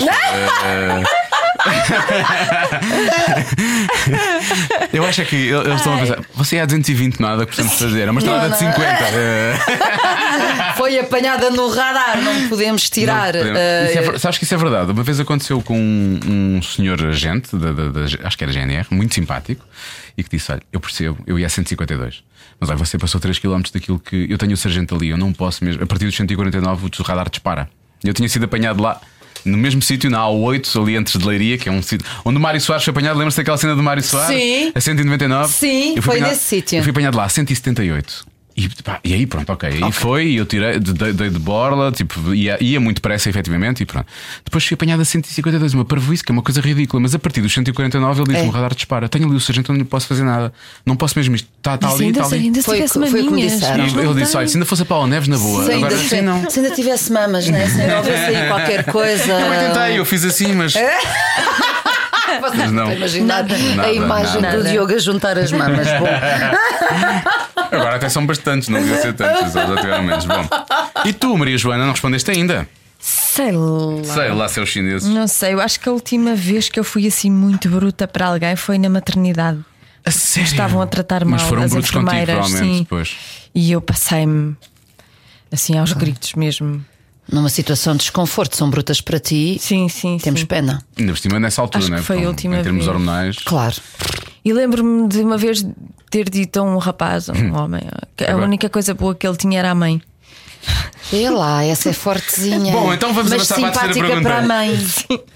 [SPEAKER 3] Eu acho é que eles estão a pensar. Você é a 220 nada que precisamos fazer, é uma estrada de 50. Eh,
[SPEAKER 4] Foi apanhada no radar, não podemos tirar.
[SPEAKER 3] não podemos.
[SPEAKER 4] eh,
[SPEAKER 3] Isso é ver- sabes que isso é verdade. Uma vez aconteceu com um, um senhor agente, da, da- da- acho que era GNR, muito simpático, e que disse: Olha, eu percebo, eu ia a 152. Mas olha, você passou 3 km daquilo que. Eu tenho o sargento ali, eu não posso mesmo. A partir dos 149 o radar dispara. Eu tinha sido apanhado lá. No mesmo sítio, na A8, ali antes de Leiria, que é um sítio onde o Mário Soares foi apanhado. Lembra-se daquela cena do Mário Soares?
[SPEAKER 4] Sim.
[SPEAKER 3] A 199?
[SPEAKER 4] Sim,
[SPEAKER 3] Eu fui
[SPEAKER 4] foi
[SPEAKER 3] apanhado-
[SPEAKER 4] nesse sítio.
[SPEAKER 3] eu fui apanhado lá, 178. E, pá, e aí pronto, ok. Aí foi, e eu tirei, de- dei, dei de borla, tipo, ia, ia muito depressa, efetivamente, e pronto. Depois fui apanhado a 152, uma parvoíce, que é uma coisa ridícula, mas a partir dos 149 ele diz-me:
[SPEAKER 4] É.
[SPEAKER 3] o radar dispara, tenho ali o sargento, não lhe posso fazer nada, não posso mesmo isto, está tá ali,
[SPEAKER 8] ainda,
[SPEAKER 3] está
[SPEAKER 8] se
[SPEAKER 3] ali.
[SPEAKER 8] ainda se
[SPEAKER 4] Foi
[SPEAKER 8] tivesse
[SPEAKER 4] o que- foi o que me
[SPEAKER 8] maminhas.
[SPEAKER 3] E
[SPEAKER 8] mas
[SPEAKER 4] disseram.
[SPEAKER 3] ele
[SPEAKER 8] não
[SPEAKER 3] disse:
[SPEAKER 8] tem.
[SPEAKER 3] olha, se ainda fosse a Paulo Neves, na boa,
[SPEAKER 4] se, ainda,
[SPEAKER 3] agora assim não.
[SPEAKER 4] se ainda tivesse mamas, né? se ainda houvesse aí qualquer coisa.
[SPEAKER 3] Eu bem tentei, eu fiz assim, mas. Mas não.
[SPEAKER 4] Imaginar
[SPEAKER 3] Nada,
[SPEAKER 4] a imagem
[SPEAKER 3] nada.
[SPEAKER 4] do Diogo a juntar as mamas. Bom,
[SPEAKER 3] Agora até são bastantes, não devia ser tantos, já tiveram menos. Bom. E tu, Maria Joana, não respondeste ainda?
[SPEAKER 2] Sei lá.
[SPEAKER 3] Sei lá, seus chineses.
[SPEAKER 2] Não sei, eu acho que a última vez que eu fui assim muito bruta para alguém foi na maternidade.
[SPEAKER 3] A sério?
[SPEAKER 2] Estavam a tratar
[SPEAKER 3] Mas
[SPEAKER 2] mal
[SPEAKER 3] foram
[SPEAKER 2] as
[SPEAKER 3] brutos contigo,
[SPEAKER 2] enfermeiras,
[SPEAKER 3] provavelmente,
[SPEAKER 2] sim.
[SPEAKER 3] depois.
[SPEAKER 2] E eu passei-me assim
[SPEAKER 4] Ah.
[SPEAKER 2] aos gritos mesmo.
[SPEAKER 4] Numa situação de desconforto, são brutas para ti,
[SPEAKER 2] Sim, sim,
[SPEAKER 4] temos
[SPEAKER 2] sim.
[SPEAKER 4] pena.
[SPEAKER 3] Ainda por cima nessa altura,
[SPEAKER 2] Acho que
[SPEAKER 3] né?
[SPEAKER 2] foi a
[SPEAKER 3] Então,
[SPEAKER 2] última
[SPEAKER 3] Em termos
[SPEAKER 2] vez.
[SPEAKER 3] hormonais.
[SPEAKER 4] Claro.
[SPEAKER 2] E lembro-me de uma vez ter dito a um rapaz, a um homem, que a
[SPEAKER 3] Hum. Agora-
[SPEAKER 2] única coisa boa que ele tinha era a mãe.
[SPEAKER 4] Vê lá, essa é fortezinha.
[SPEAKER 3] Bom, então vamos
[SPEAKER 4] Mas
[SPEAKER 3] avançar para a
[SPEAKER 4] simpática
[SPEAKER 3] terceira pergunta.
[SPEAKER 4] para a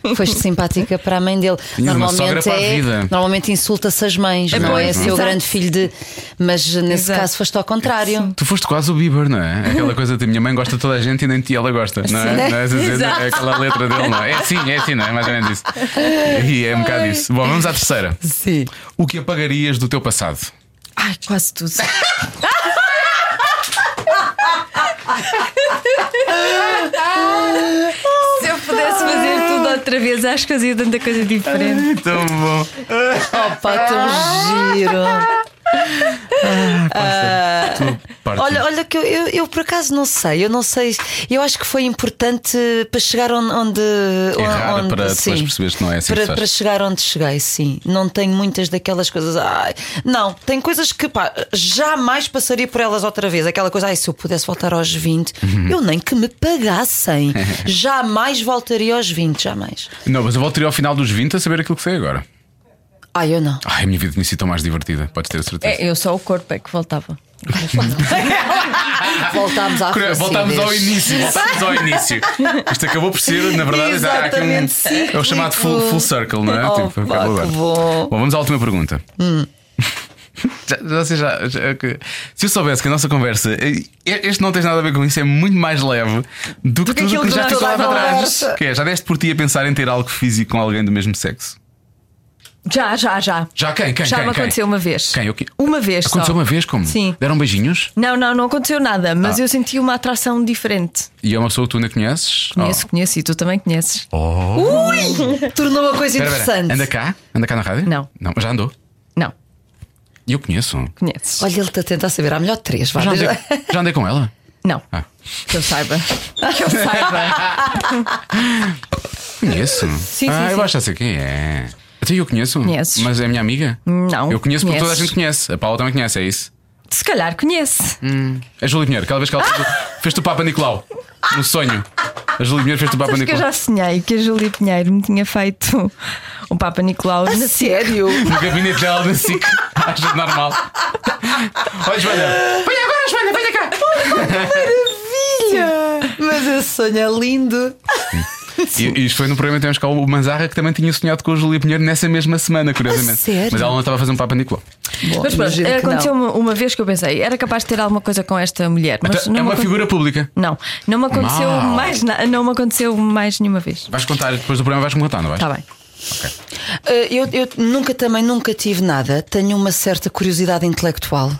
[SPEAKER 4] mãe. Foste simpática para a mãe dele.
[SPEAKER 3] Tinhas uma sogra para a
[SPEAKER 4] é,
[SPEAKER 3] vida.
[SPEAKER 4] normalmente insulta-se as mães, não, é?
[SPEAKER 2] pois,
[SPEAKER 4] Seu
[SPEAKER 2] exato.
[SPEAKER 4] grande filho de. Mas nesse
[SPEAKER 2] Exato.
[SPEAKER 4] caso foste ao contrário.
[SPEAKER 3] Tu foste quase o Bieber, não é? Aquela coisa de minha mãe gosta de toda a gente e nem de ti ela gosta, não é?
[SPEAKER 2] Sim.
[SPEAKER 3] Não é? Essa cena, é aquela letra dele, não é? É assim, é assim, não é? Mais ou menos isso. E é um bocado isso. Bom, vamos à terceira. Sim. O que apagarias do teu passado?
[SPEAKER 2] Ai, quase tudo. Se eu pudesse fazer tudo outra vez, acho que fazia tanta coisa diferente.
[SPEAKER 3] Tão bom.
[SPEAKER 4] Opa, tão giro.
[SPEAKER 3] Parte.
[SPEAKER 4] Olha, olha que eu, eu, eu por acaso não sei, eu não sei. Eu acho que foi importante para chegar onde. onde
[SPEAKER 3] Errar
[SPEAKER 4] onde-
[SPEAKER 3] é para depois
[SPEAKER 4] sim.
[SPEAKER 3] perceberes que não é assim que se
[SPEAKER 4] Para,
[SPEAKER 3] faz.
[SPEAKER 4] para chegar onde cheguei, sim. Não tenho muitas daquelas coisas. Ai, não, tem coisas que pá, jamais passaria por elas outra vez. Aquela coisa, ai, se eu pudesse voltar aos 20,
[SPEAKER 3] Uhum.
[SPEAKER 4] eu nem que me pagassem. jamais voltaria aos 20, jamais.
[SPEAKER 3] Não, mas eu voltaria ao final dos 20 a saber aquilo que sei agora.
[SPEAKER 4] Ai, eu não.
[SPEAKER 3] Ai, a minha vida tinha sido tão mais divertida, podes ter a certeza.
[SPEAKER 2] É, eu só o corpo é que voltava.
[SPEAKER 4] Voltámos à
[SPEAKER 3] Cura-
[SPEAKER 4] facilidade.
[SPEAKER 3] Voltámos ao início, voltámos ao início. Isto acabou por ser, na verdade, há aqui um-
[SPEAKER 4] Exatamente, cíclico.
[SPEAKER 3] é o chamado full, full circle, não é?
[SPEAKER 4] Oh,
[SPEAKER 3] Tipo,
[SPEAKER 4] pá,
[SPEAKER 3] acabou
[SPEAKER 4] que
[SPEAKER 3] agora.
[SPEAKER 4] bom.
[SPEAKER 3] vamos à última pergunta.
[SPEAKER 2] Hum.
[SPEAKER 3] Já, já sei, já- já que- se eu soubesse que a nossa conversa, eh, este não tens nada a ver com isso, é muito mais leve do que tudo
[SPEAKER 2] aquilo
[SPEAKER 3] o que
[SPEAKER 2] que
[SPEAKER 3] já
[SPEAKER 2] nós
[SPEAKER 3] tens lá
[SPEAKER 2] toda a
[SPEAKER 3] para trás.
[SPEAKER 2] conversa.
[SPEAKER 3] Que é, já deste por ti a pensar em ter algo físico com alguém do mesmo sexo?
[SPEAKER 2] Já, já, já.
[SPEAKER 3] Já quem? Quem?
[SPEAKER 2] já
[SPEAKER 3] quem,
[SPEAKER 2] me
[SPEAKER 3] quem?
[SPEAKER 2] aconteceu uma vez.
[SPEAKER 3] Quem? O quê?
[SPEAKER 2] Uma vez só.
[SPEAKER 3] Aconteceu uma vez como? Ah.
[SPEAKER 2] Sim.
[SPEAKER 3] Deram beijinhos?
[SPEAKER 2] Não, não, não aconteceu nada, mas eu senti uma atração diferente.
[SPEAKER 3] E é uma pessoa que tu ainda conheces?
[SPEAKER 2] Conheço, Uh,
[SPEAKER 3] Oh.
[SPEAKER 2] conheço e tu também conheces.
[SPEAKER 4] Tornou a coisa
[SPEAKER 3] Espera, espera.
[SPEAKER 4] interessante.
[SPEAKER 3] Anda cá? Anda cá na rádio?
[SPEAKER 2] Não.
[SPEAKER 3] Não, já andou?
[SPEAKER 2] Não,
[SPEAKER 3] E Eu conheço.
[SPEAKER 2] conheces.
[SPEAKER 4] Olha, ele está a tentar saber. Há melhor três, vá.
[SPEAKER 3] Já andei, já andei com ela.
[SPEAKER 2] Não,
[SPEAKER 3] Ah,
[SPEAKER 2] que eu saiba. Que eu saiba.
[SPEAKER 3] conheço.
[SPEAKER 2] sim,
[SPEAKER 3] ah, eu
[SPEAKER 2] sim.
[SPEAKER 3] acho que já sei quem é. Até eu conheço.
[SPEAKER 2] Conheces.
[SPEAKER 3] Mas é a minha amiga?
[SPEAKER 2] Não,
[SPEAKER 3] Eu conheço porque toda a
[SPEAKER 2] conheces.
[SPEAKER 3] gente conhece. A Paula também conhece, é isso?
[SPEAKER 2] Se calhar conhece.
[SPEAKER 3] A Júlia Pinheiro, aquela vez que ela fez,
[SPEAKER 2] Ah!
[SPEAKER 3] o- fez o Papa Nicolau. No sonho. A Júlia Pinheiro fez o Papa
[SPEAKER 2] Sabes que eu
[SPEAKER 3] Nicolau.
[SPEAKER 2] já sonhei que a Júlia Pinheiro me tinha feito um Papa Nicolau na sério.
[SPEAKER 3] No gabinete dela da SIC. Acho é normal. Olha, Joana. Olha agora, Joana, venha cá.
[SPEAKER 4] Mas esse sonho é lindo.
[SPEAKER 3] E, e isto foi no programa Temos Cá o Manzarra que também tinha sonhado com a Júlia Pinheiro nessa mesma semana,
[SPEAKER 2] Ah,
[SPEAKER 3] curiosamente.
[SPEAKER 4] sério?
[SPEAKER 3] Mas ela não estava a fazer um papo em Nicolau.
[SPEAKER 2] Mas pronto,
[SPEAKER 4] imagino que não.
[SPEAKER 2] aconteceu uma, uma vez que eu pensei, era capaz de ter alguma coisa com esta mulher. Mas
[SPEAKER 3] Então,
[SPEAKER 2] não me
[SPEAKER 3] é uma
[SPEAKER 2] aconte-
[SPEAKER 3] figura pública.
[SPEAKER 2] Não, não me aconteceu
[SPEAKER 3] Mau.
[SPEAKER 2] mais na- não me aconteceu mais nenhuma vez.
[SPEAKER 3] Vais contar, depois do programa vais-me contar, não vais?
[SPEAKER 2] Está bem.
[SPEAKER 4] Eh, eu, eu nunca também nunca tive nada. Tenho uma certa curiosidade intelectual.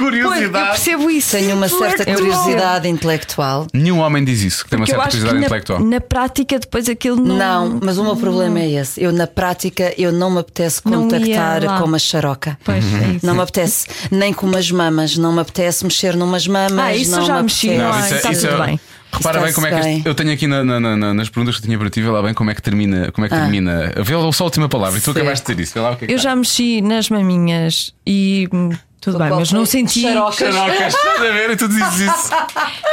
[SPEAKER 2] eu percebo isso.
[SPEAKER 4] Tenho uma certa
[SPEAKER 2] Intelectual.
[SPEAKER 4] curiosidade intelectual.
[SPEAKER 3] Nenhum homem diz isso, que tem uma
[SPEAKER 2] Porque eu acho
[SPEAKER 3] certa
[SPEAKER 2] que
[SPEAKER 3] curiosidade
[SPEAKER 2] na,
[SPEAKER 3] intelectual.
[SPEAKER 2] na prática depois aquilo não.
[SPEAKER 4] Não, mas o meu problema é esse. Eu, na prática, eu não me apetece
[SPEAKER 2] Não ia
[SPEAKER 4] contactar
[SPEAKER 2] lá.
[SPEAKER 4] com uma xaroca.
[SPEAKER 2] Pois é isso.
[SPEAKER 4] Não me apetece, nem com umas mamas, não me apetece mexer numas mamas.
[SPEAKER 2] Ah, isso
[SPEAKER 4] não
[SPEAKER 2] já
[SPEAKER 4] me
[SPEAKER 2] mexi,
[SPEAKER 4] apetece.
[SPEAKER 2] não Ai,
[SPEAKER 3] é-
[SPEAKER 2] está tudo bem.
[SPEAKER 3] Repara
[SPEAKER 4] Está-se
[SPEAKER 3] bem como é que
[SPEAKER 4] bem.
[SPEAKER 3] isto- eu tenho aqui na- na- na- na- nas perguntas que eu tinha para ti, vê lá bem como é que termina, como é que termina. Vê lá só a última palavra, e tu
[SPEAKER 4] Certo.
[SPEAKER 3] acabaste de dizer isso, vê lá o que é que
[SPEAKER 2] Eu
[SPEAKER 3] está.
[SPEAKER 2] já mexi nas maminhas e hum, tudo bem,
[SPEAKER 4] Qual
[SPEAKER 2] mas
[SPEAKER 4] foi?
[SPEAKER 2] não senti,
[SPEAKER 4] Xarocas.
[SPEAKER 3] Carocas, estás a ver? E tu dizes isso.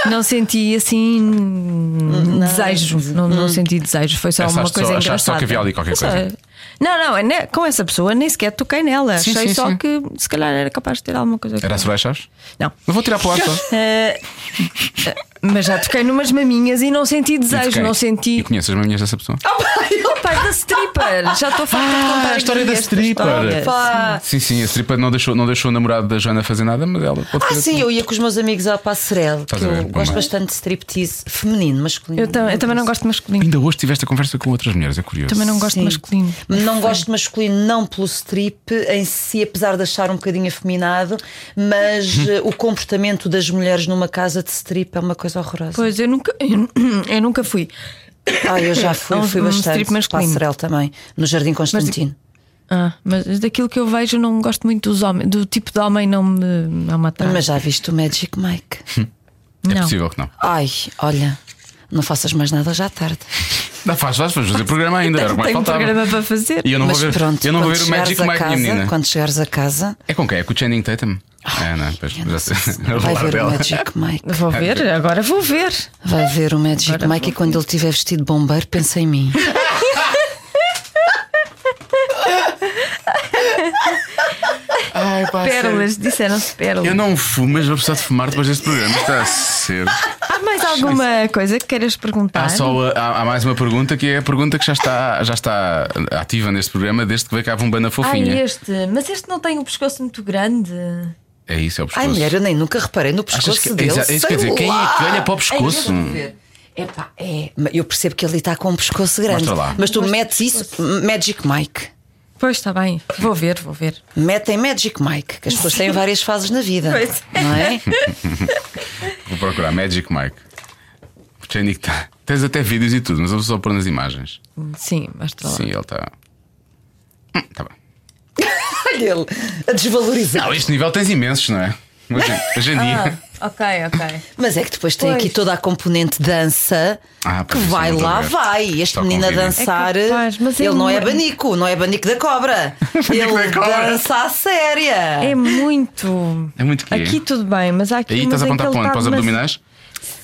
[SPEAKER 2] não senti assim hum, desejo, não, Hum. não senti desejo, foi só
[SPEAKER 3] Pensaste
[SPEAKER 2] uma coisa
[SPEAKER 3] só- achaste
[SPEAKER 2] engraçada.
[SPEAKER 3] só que havia ali qualquer
[SPEAKER 2] Não sei.
[SPEAKER 3] coisa.
[SPEAKER 2] Não, não, é ne- com essa pessoa nem sequer toquei nela.
[SPEAKER 3] Sim,
[SPEAKER 2] Achei
[SPEAKER 3] sim,
[SPEAKER 2] só
[SPEAKER 3] sim.
[SPEAKER 2] que se calhar era capaz de ter alguma coisa. com
[SPEAKER 3] Era a
[SPEAKER 2] ela.
[SPEAKER 3] Soraya Chaves?
[SPEAKER 2] Não.
[SPEAKER 3] Eu vou tirar para lá só.
[SPEAKER 2] Eh, eh, mas já toquei numas maminhas e não senti
[SPEAKER 3] E de
[SPEAKER 2] desejo,
[SPEAKER 3] quem?
[SPEAKER 2] não
[SPEAKER 3] E
[SPEAKER 2] senti.
[SPEAKER 3] conheces as maminhas dessa pessoa?
[SPEAKER 2] O pai da stripper, já estou farta de contar.
[SPEAKER 3] Ah, a história
[SPEAKER 2] aqui
[SPEAKER 3] da
[SPEAKER 2] esta
[SPEAKER 3] stripper.
[SPEAKER 2] história. Ah.
[SPEAKER 4] Pá.
[SPEAKER 3] Sim, sim, a stripper não deixou, não deixou o namorado da Joana fazer nada, mas ela pode
[SPEAKER 4] Ah,
[SPEAKER 3] fazer
[SPEAKER 4] sim,
[SPEAKER 3] tudo.
[SPEAKER 4] eu ia com os meus amigos ao Passerelo, que
[SPEAKER 3] Estás a ver,
[SPEAKER 4] eu
[SPEAKER 3] bom,
[SPEAKER 4] gosto
[SPEAKER 3] bem.
[SPEAKER 4] bastante de striptease feminino, masculino.
[SPEAKER 2] Eu, tam- eu também não gosto de masculino.
[SPEAKER 3] Ainda hoje tiveste a conversa com outras mulheres, é curioso.
[SPEAKER 2] Também não gosto de
[SPEAKER 4] Sim.
[SPEAKER 2] masculino.
[SPEAKER 4] Não gosto de masculino, não pelo strip em si, apesar de achar um bocadinho afeminado, mas eh, o comportamento das mulheres numa casa de strip é uma coisa horrorosa.
[SPEAKER 2] Pois, eu nunca, eu, eu nunca fui.
[SPEAKER 4] Ah, eu já fui,
[SPEAKER 2] É um-
[SPEAKER 4] fui
[SPEAKER 2] um
[SPEAKER 4] bastante.
[SPEAKER 2] strip masculino.
[SPEAKER 4] Passerelo também, no Jardim Constantino.
[SPEAKER 2] Ah, mas daquilo que eu vejo, não gosto muito dos homens. Do tipo de homem não me não me atrai.
[SPEAKER 4] Mas, já viste o Magic Mike?
[SPEAKER 3] É
[SPEAKER 2] não.
[SPEAKER 3] possível que não.
[SPEAKER 4] Ai, olha, não faças mais nada já à tarde.
[SPEAKER 3] Dá, faz, faz, faz fazer programa ainda. Era o que mais
[SPEAKER 2] Tenho um
[SPEAKER 3] faltava.
[SPEAKER 2] programa para fazer.
[SPEAKER 3] E eu não
[SPEAKER 4] Mas
[SPEAKER 3] vou ver,
[SPEAKER 4] pronto,
[SPEAKER 3] eu não vou
[SPEAKER 4] quando
[SPEAKER 3] ver o
[SPEAKER 4] chegares
[SPEAKER 3] Magic
[SPEAKER 4] a
[SPEAKER 3] Mike, minha
[SPEAKER 4] casa,
[SPEAKER 3] menina.
[SPEAKER 4] Quando chegares a casa,
[SPEAKER 3] É com quem? É com o Channing Tatum? Ah, não, pois, já sei. Era o
[SPEAKER 4] vai
[SPEAKER 3] lar
[SPEAKER 4] ver
[SPEAKER 3] dela.
[SPEAKER 4] o Magic Mike.
[SPEAKER 2] Vou
[SPEAKER 3] é
[SPEAKER 2] ver, agora vou ver.
[SPEAKER 4] Vai ver o Magic Mike e quando ele estiver vestido de bombeiro, pensa em mim.
[SPEAKER 3] Ai,
[SPEAKER 4] Ah,
[SPEAKER 3] pá,
[SPEAKER 2] Pérolas, disseram-se
[SPEAKER 3] sério.
[SPEAKER 2] pérolas.
[SPEAKER 3] Eu não fumo, mas vou precisar de fumar depois deste programa. Está a ser.
[SPEAKER 2] Há mais alguma coisa que queiras perguntar?
[SPEAKER 3] Há, só, uh, há, há mais uma pergunta que é a pergunta que já está, já está ativa neste programa desde que veio cá a Bombana
[SPEAKER 2] Ah,
[SPEAKER 3] Fofinha.
[SPEAKER 2] este. Mas este não tem um pescoço muito grande.
[SPEAKER 3] É isso, é o pescoço.
[SPEAKER 4] Ai, mulher, eu nem nunca reparei no
[SPEAKER 3] Achas
[SPEAKER 4] pescoço
[SPEAKER 3] que,
[SPEAKER 4] dele.
[SPEAKER 3] é, isso- é isso
[SPEAKER 4] sei
[SPEAKER 3] quer dizer, quem é
[SPEAKER 4] lá.
[SPEAKER 3] que olha para o pescoço?
[SPEAKER 4] Epá, é. Mas Eu percebo que ele está com um pescoço grande.
[SPEAKER 3] Mostra lá.
[SPEAKER 4] Mas tu metes isso, Magic Mike.
[SPEAKER 2] Pois está bem, vou ver, vou ver.
[SPEAKER 4] Metem Magic Mike, que as pessoas têm várias fases na vida.
[SPEAKER 2] Pois.
[SPEAKER 4] Não é?
[SPEAKER 3] Vou procurar Magic Mike. Channing Tatum. Tens até vídeos e tudo, mas eu vou só pôr nas imagens.
[SPEAKER 2] Sim,
[SPEAKER 4] Tá
[SPEAKER 2] mostra lá.
[SPEAKER 3] Sim, ele está. Hum, Está bem.
[SPEAKER 4] Olha ele, a desvalorizar.
[SPEAKER 3] Não, este nível tens imensos, não é? Hoje, hoje em
[SPEAKER 4] Ah.
[SPEAKER 3] dia.
[SPEAKER 2] Ok, ok.
[SPEAKER 4] Mas é que depois tem
[SPEAKER 2] Pois.
[SPEAKER 4] aqui toda a componente dança
[SPEAKER 3] Ah,
[SPEAKER 4] que
[SPEAKER 3] pois, isso
[SPEAKER 4] vai
[SPEAKER 3] é muito
[SPEAKER 4] lá,
[SPEAKER 3] obrigado.
[SPEAKER 4] vai. Este
[SPEAKER 3] Só
[SPEAKER 4] menino a
[SPEAKER 3] convívio.
[SPEAKER 4] dançar,
[SPEAKER 2] É capaz, mas
[SPEAKER 4] ele
[SPEAKER 2] ele
[SPEAKER 4] não é
[SPEAKER 2] não é-
[SPEAKER 4] banico, não é banico da cobra. ele
[SPEAKER 3] da cobra.
[SPEAKER 4] dança à séria.
[SPEAKER 2] É muito.
[SPEAKER 3] É muito quê?
[SPEAKER 2] Aqui tudo bem, mas há aqui.
[SPEAKER 3] Aí
[SPEAKER 2] umas
[SPEAKER 4] é
[SPEAKER 3] estás a
[SPEAKER 2] em
[SPEAKER 3] apontar
[SPEAKER 2] que
[SPEAKER 3] para
[SPEAKER 2] ele
[SPEAKER 4] tá
[SPEAKER 3] onde? Para os
[SPEAKER 2] está demasiado-
[SPEAKER 3] abdominais?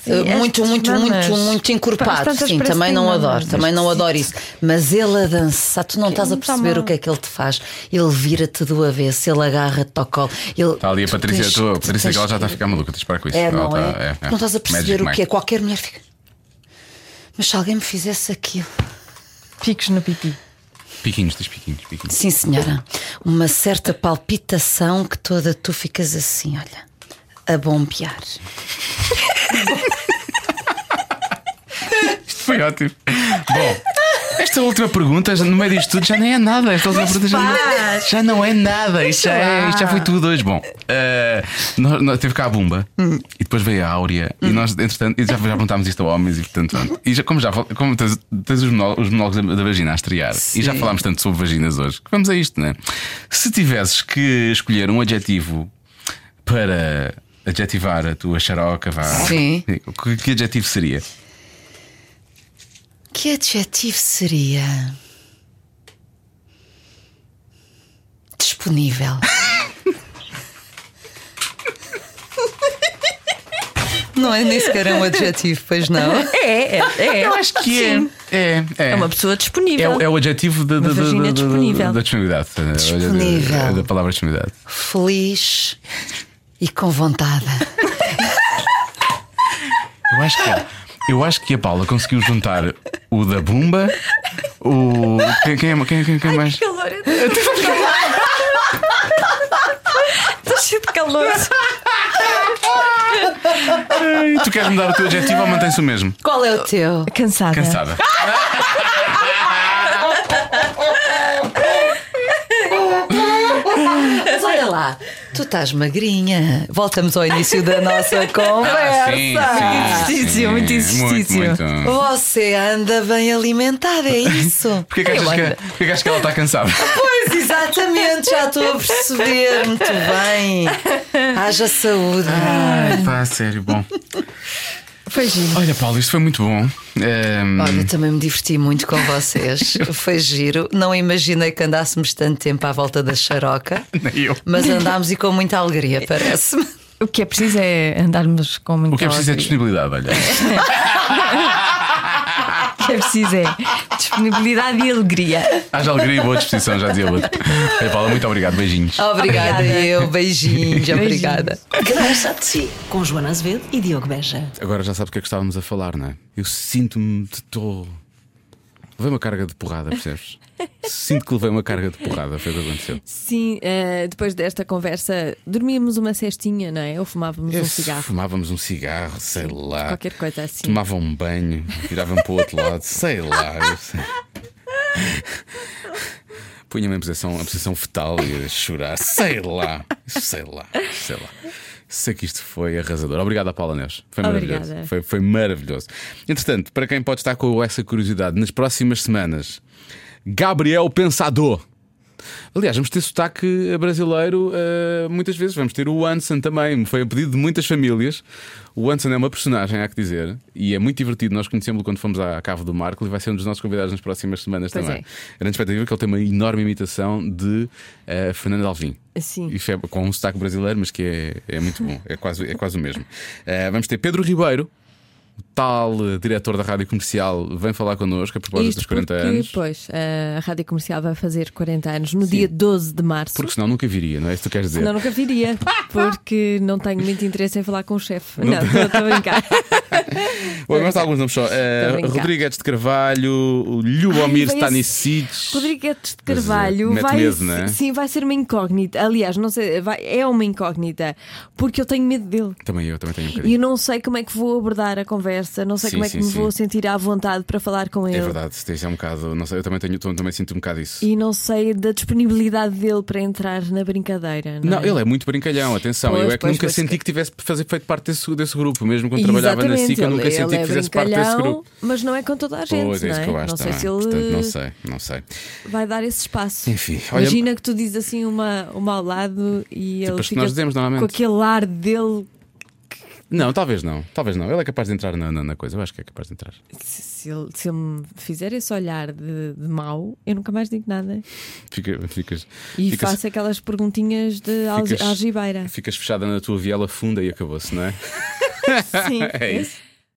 [SPEAKER 2] Sim,
[SPEAKER 4] Eh, muito,
[SPEAKER 2] estas
[SPEAKER 4] muito,
[SPEAKER 2] mamas.
[SPEAKER 4] muito, muito
[SPEAKER 2] Às
[SPEAKER 4] encorpado.
[SPEAKER 2] tantas
[SPEAKER 4] Sim,
[SPEAKER 2] parece
[SPEAKER 4] também
[SPEAKER 2] que
[SPEAKER 4] não
[SPEAKER 2] tem
[SPEAKER 4] adoro,
[SPEAKER 2] mamas.
[SPEAKER 4] também não adoro isso. Mas ele a dançar, tu não estás a
[SPEAKER 2] não tá
[SPEAKER 4] perceber
[SPEAKER 2] mal.
[SPEAKER 4] o que é que ele te faz. Ele vira-te do avesso, ele agarra-te ao colo. Ele,
[SPEAKER 3] Está Tá ali a
[SPEAKER 4] tu
[SPEAKER 3] Patrícia,
[SPEAKER 4] tens-
[SPEAKER 3] tu- a
[SPEAKER 4] tu
[SPEAKER 3] Patrícia
[SPEAKER 4] tens
[SPEAKER 3] que ela já tá está a
[SPEAKER 4] que-
[SPEAKER 3] ficar maluca, tens de parar com isso.
[SPEAKER 4] É,
[SPEAKER 3] Ela
[SPEAKER 4] não é?
[SPEAKER 3] está-
[SPEAKER 4] Não estás a perceber
[SPEAKER 3] tá, Magic
[SPEAKER 4] o que é.
[SPEAKER 3] Mike.
[SPEAKER 4] Qualquer mulher fica. Mas se alguém me fizesse aquilo.
[SPEAKER 2] Picos no pipi.
[SPEAKER 3] Piquinhos, tens piquinhos, piquinhos.
[SPEAKER 4] Sim, senhora. Uma certa palpitação que toda tu ficas assim, olha, a bombear.
[SPEAKER 3] Isto foi ótimo. Bom, esta última pergunta, já no meio disto tudo, já nem é nada. Esta última pergunta já não, já não é nada. Isto já, é- isto já foi tudo hoje. Bom, eh, nós, nós- teve cá a Bumba e depois veio a Áurea e nós, entretanto, e já, já perguntámos isto a homens e portanto. pronto. E já, como já fal- como tens, tens os monólogos, os monólogos da, da vagina a estrear e já falámos tanto sobre vaginas hoje, que vamos a isto, né? Se tivesses que escolher um adjetivo para adjetivar a tua xaroca, vá.
[SPEAKER 4] Sim.
[SPEAKER 3] Que, que adjetivo seria?
[SPEAKER 4] Que adjetivo seria? Disponível. Não é nem sequer um adjetivo, pois não?
[SPEAKER 2] É, é, é.
[SPEAKER 3] Eu acho que é. É, é.
[SPEAKER 2] É uma pessoa
[SPEAKER 3] É,
[SPEAKER 2] disponível.
[SPEAKER 3] o- é o adjetivo da, da,
[SPEAKER 2] Uma
[SPEAKER 3] da,
[SPEAKER 2] vagina
[SPEAKER 3] da- da-
[SPEAKER 2] disponível.
[SPEAKER 3] da disponibilidade.
[SPEAKER 4] Disponível.
[SPEAKER 3] É Da palavra disponibilidade.
[SPEAKER 4] Feliz e com vontade.
[SPEAKER 3] Eu acho que é. Eu acho que a Paula conseguiu juntar o da Bumba, o. Quem, quem, é- quem, quem, quem mais?
[SPEAKER 9] calor. Estou cheio de calor.
[SPEAKER 3] Ei, Tu queres mudar o teu adjetivo ou mantém-se o mesmo?
[SPEAKER 4] Qual é o teu?
[SPEAKER 9] Cansada.
[SPEAKER 3] Cansada.
[SPEAKER 4] Mas olha lá, tu estás magrinha. Voltamos ao início da nossa
[SPEAKER 3] Sim, sim,
[SPEAKER 4] conversa.
[SPEAKER 3] sim,
[SPEAKER 9] Exercício,
[SPEAKER 3] sim.
[SPEAKER 9] muito exercício.
[SPEAKER 3] Muito, muito.
[SPEAKER 4] Você anda bem alimentada, é isso?
[SPEAKER 3] Porquê que, achas
[SPEAKER 9] Eu
[SPEAKER 3] que,
[SPEAKER 9] ando.
[SPEAKER 3] porquê que achas que ela está cansada?
[SPEAKER 4] Pois, exatamente, já estou a perceber. Muito bem. Haja saúde.
[SPEAKER 3] Ai, pá, sério, bom.
[SPEAKER 9] Foi giro.
[SPEAKER 3] Olha, Paulo, isto foi muito bom. Ehm,
[SPEAKER 4] Olha, tá também me diverti muito com vocês. Foi giro. Não imaginei que andássemos tanto tempo à volta da xaroca.
[SPEAKER 3] nem eu.
[SPEAKER 4] Mas andámos e com muita alegria, parece-me.
[SPEAKER 9] O que é preciso é andarmos com muita
[SPEAKER 3] O que é preciso é
[SPEAKER 9] alegria.
[SPEAKER 3] disponibilidade, olha.
[SPEAKER 9] O que é preciso é disponibilidade e alegria.
[SPEAKER 3] Haja alegria e boa disposição, já dizia o outro. Olha, Paula, muito obrigado. Beijinhos.
[SPEAKER 4] Obrigada, eu. Beijinhos, obrigada.
[SPEAKER 1] Cada um sabe de si. Com Joana Azevedo e Diogo Beja.
[SPEAKER 3] Agora já sabes o que é que estávamos a falar, não é? Eu sinto-me de estou. Levei uma carga de porrada, percebes? Sinto que levei uma carga de porrada, foi o que aconteceu.
[SPEAKER 2] Sim, eh, depois desta conversa, dormíamos uma cestinha, não é? Ou fumávamos um
[SPEAKER 3] Esse-
[SPEAKER 2] cigarro.
[SPEAKER 3] Fumávamos um cigarro, sei lá.
[SPEAKER 2] Qualquer coisa assim.
[SPEAKER 3] Tomavam um banho, viravam para o outro lado, sei lá. eu sei. Punha-me em posição, a posição fetal e a chorar, sei lá, sei lá, sei lá. Sei que isto foi arrasador. Obrigado à Paula Neves. Foi maravilhoso.
[SPEAKER 2] Obrigada.
[SPEAKER 3] Foi, foi maravilhoso. Entretanto, para quem pode estar com essa curiosidade, nas próximas semanas, Gabriel Pensador. Aliás, vamos ter sotaque brasileiro eh, muitas vezes. Vamos ter o Anson também. Foi a pedido de muitas famílias. O Anson é uma personagem, há que dizer, e é muito divertido. Nós conhecemos-lo quando fomos à Cave do Marco e vai ser um dos nossos convidados nas próximas semanas
[SPEAKER 2] Pois
[SPEAKER 3] também.
[SPEAKER 2] é.
[SPEAKER 3] Grande expectativa que ele tem uma enorme imitação de eh, Fernando Alvim.
[SPEAKER 2] Sim.
[SPEAKER 3] Isso é com um sotaque brasileiro, mas que é, é muito bom. É quase, é quase o mesmo. Eh, vamos ter Pedro Ribeiro. o Tal eh, diretor da rádio comercial vem falar connosco a propósito
[SPEAKER 2] Isto
[SPEAKER 3] dos 40
[SPEAKER 2] porque,
[SPEAKER 3] anos.
[SPEAKER 2] pois, eh, a Rádio Comercial vai fazer 40 anos no dia 12 de março.
[SPEAKER 3] Porque senão nunca viria, não é isso que tu queres dizer?
[SPEAKER 2] Não, nunca viria, porque não tenho muito interesse em falar com o chefe. Não, estou a brincar.
[SPEAKER 3] Bom, agora está alguns nomes só.
[SPEAKER 2] é. a
[SPEAKER 3] Uh,
[SPEAKER 2] brincar.
[SPEAKER 3] Rodrigues de Carvalho, o Lubomir
[SPEAKER 2] Ai, assim. vai
[SPEAKER 3] Stanisic.
[SPEAKER 2] Rodrigues de
[SPEAKER 3] Mas, eh,
[SPEAKER 2] Carvalho
[SPEAKER 3] mete
[SPEAKER 2] vai,
[SPEAKER 3] medo, não é?
[SPEAKER 2] sim, vai ser uma incógnita. Aliás, não sei, vai- é uma incógnita, porque eu tenho medo dele.
[SPEAKER 3] Também eu, também tenho um
[SPEAKER 2] E
[SPEAKER 3] bocadinho.
[SPEAKER 2] eu não sei como é que vou abordar a conversa, não sei
[SPEAKER 3] Sim,
[SPEAKER 2] como é
[SPEAKER 3] sim,
[SPEAKER 2] que me
[SPEAKER 3] sim.
[SPEAKER 2] vou sentir à vontade para falar com ele.
[SPEAKER 3] É verdade, isto é um bocado. Não sei, eu também, tenho, também sinto um bocado isso.
[SPEAKER 2] E não sei da disponibilidade dele para entrar na brincadeira. Não,
[SPEAKER 3] Não,
[SPEAKER 2] é?
[SPEAKER 3] ele é muito brincalhão, atenção.
[SPEAKER 2] Pois,
[SPEAKER 3] eu é que
[SPEAKER 2] pois,
[SPEAKER 3] nunca
[SPEAKER 2] pois,
[SPEAKER 3] senti
[SPEAKER 2] que-
[SPEAKER 3] que tivesse fazer- feito parte desse, desse grupo, mesmo quando trabalhava na
[SPEAKER 2] Exatamente,
[SPEAKER 3] SIC, eu
[SPEAKER 2] ele-
[SPEAKER 3] nunca senti
[SPEAKER 2] ele
[SPEAKER 3] que
[SPEAKER 2] é
[SPEAKER 3] fizesse parte desse
[SPEAKER 2] brincalhão,
[SPEAKER 3] grupo.
[SPEAKER 2] Mas não é com toda a gente,
[SPEAKER 3] pois é
[SPEAKER 2] não
[SPEAKER 3] isso
[SPEAKER 2] é?
[SPEAKER 3] que eu acho
[SPEAKER 2] não sei
[SPEAKER 3] também.
[SPEAKER 2] se ele
[SPEAKER 3] Portanto, não sei, não sei.
[SPEAKER 2] vai dar esse espaço.
[SPEAKER 3] Enfim, olha-
[SPEAKER 2] Imagina que tu dizes assim uma, uma ao lado e ele
[SPEAKER 3] Tipo as que
[SPEAKER 2] fica
[SPEAKER 3] nós dizemos normalmente.
[SPEAKER 2] com aquele ar dele.
[SPEAKER 3] Não, talvez não, talvez não. Ele é capaz de entrar na, na- na coisa, eu acho que é capaz de entrar.
[SPEAKER 2] que Se, se ele, se ele me fizer esse olhar de, de mau, eu nunca mais digo nada.
[SPEAKER 3] Fica, ficas,
[SPEAKER 2] E
[SPEAKER 3] ficas-
[SPEAKER 2] faço aquelas perguntinhas de al-
[SPEAKER 3] Ficas-
[SPEAKER 2] algibeira.
[SPEAKER 3] ficas fechada na tua viela funda e acabou-se, não é?
[SPEAKER 2] Sim,
[SPEAKER 3] É isso.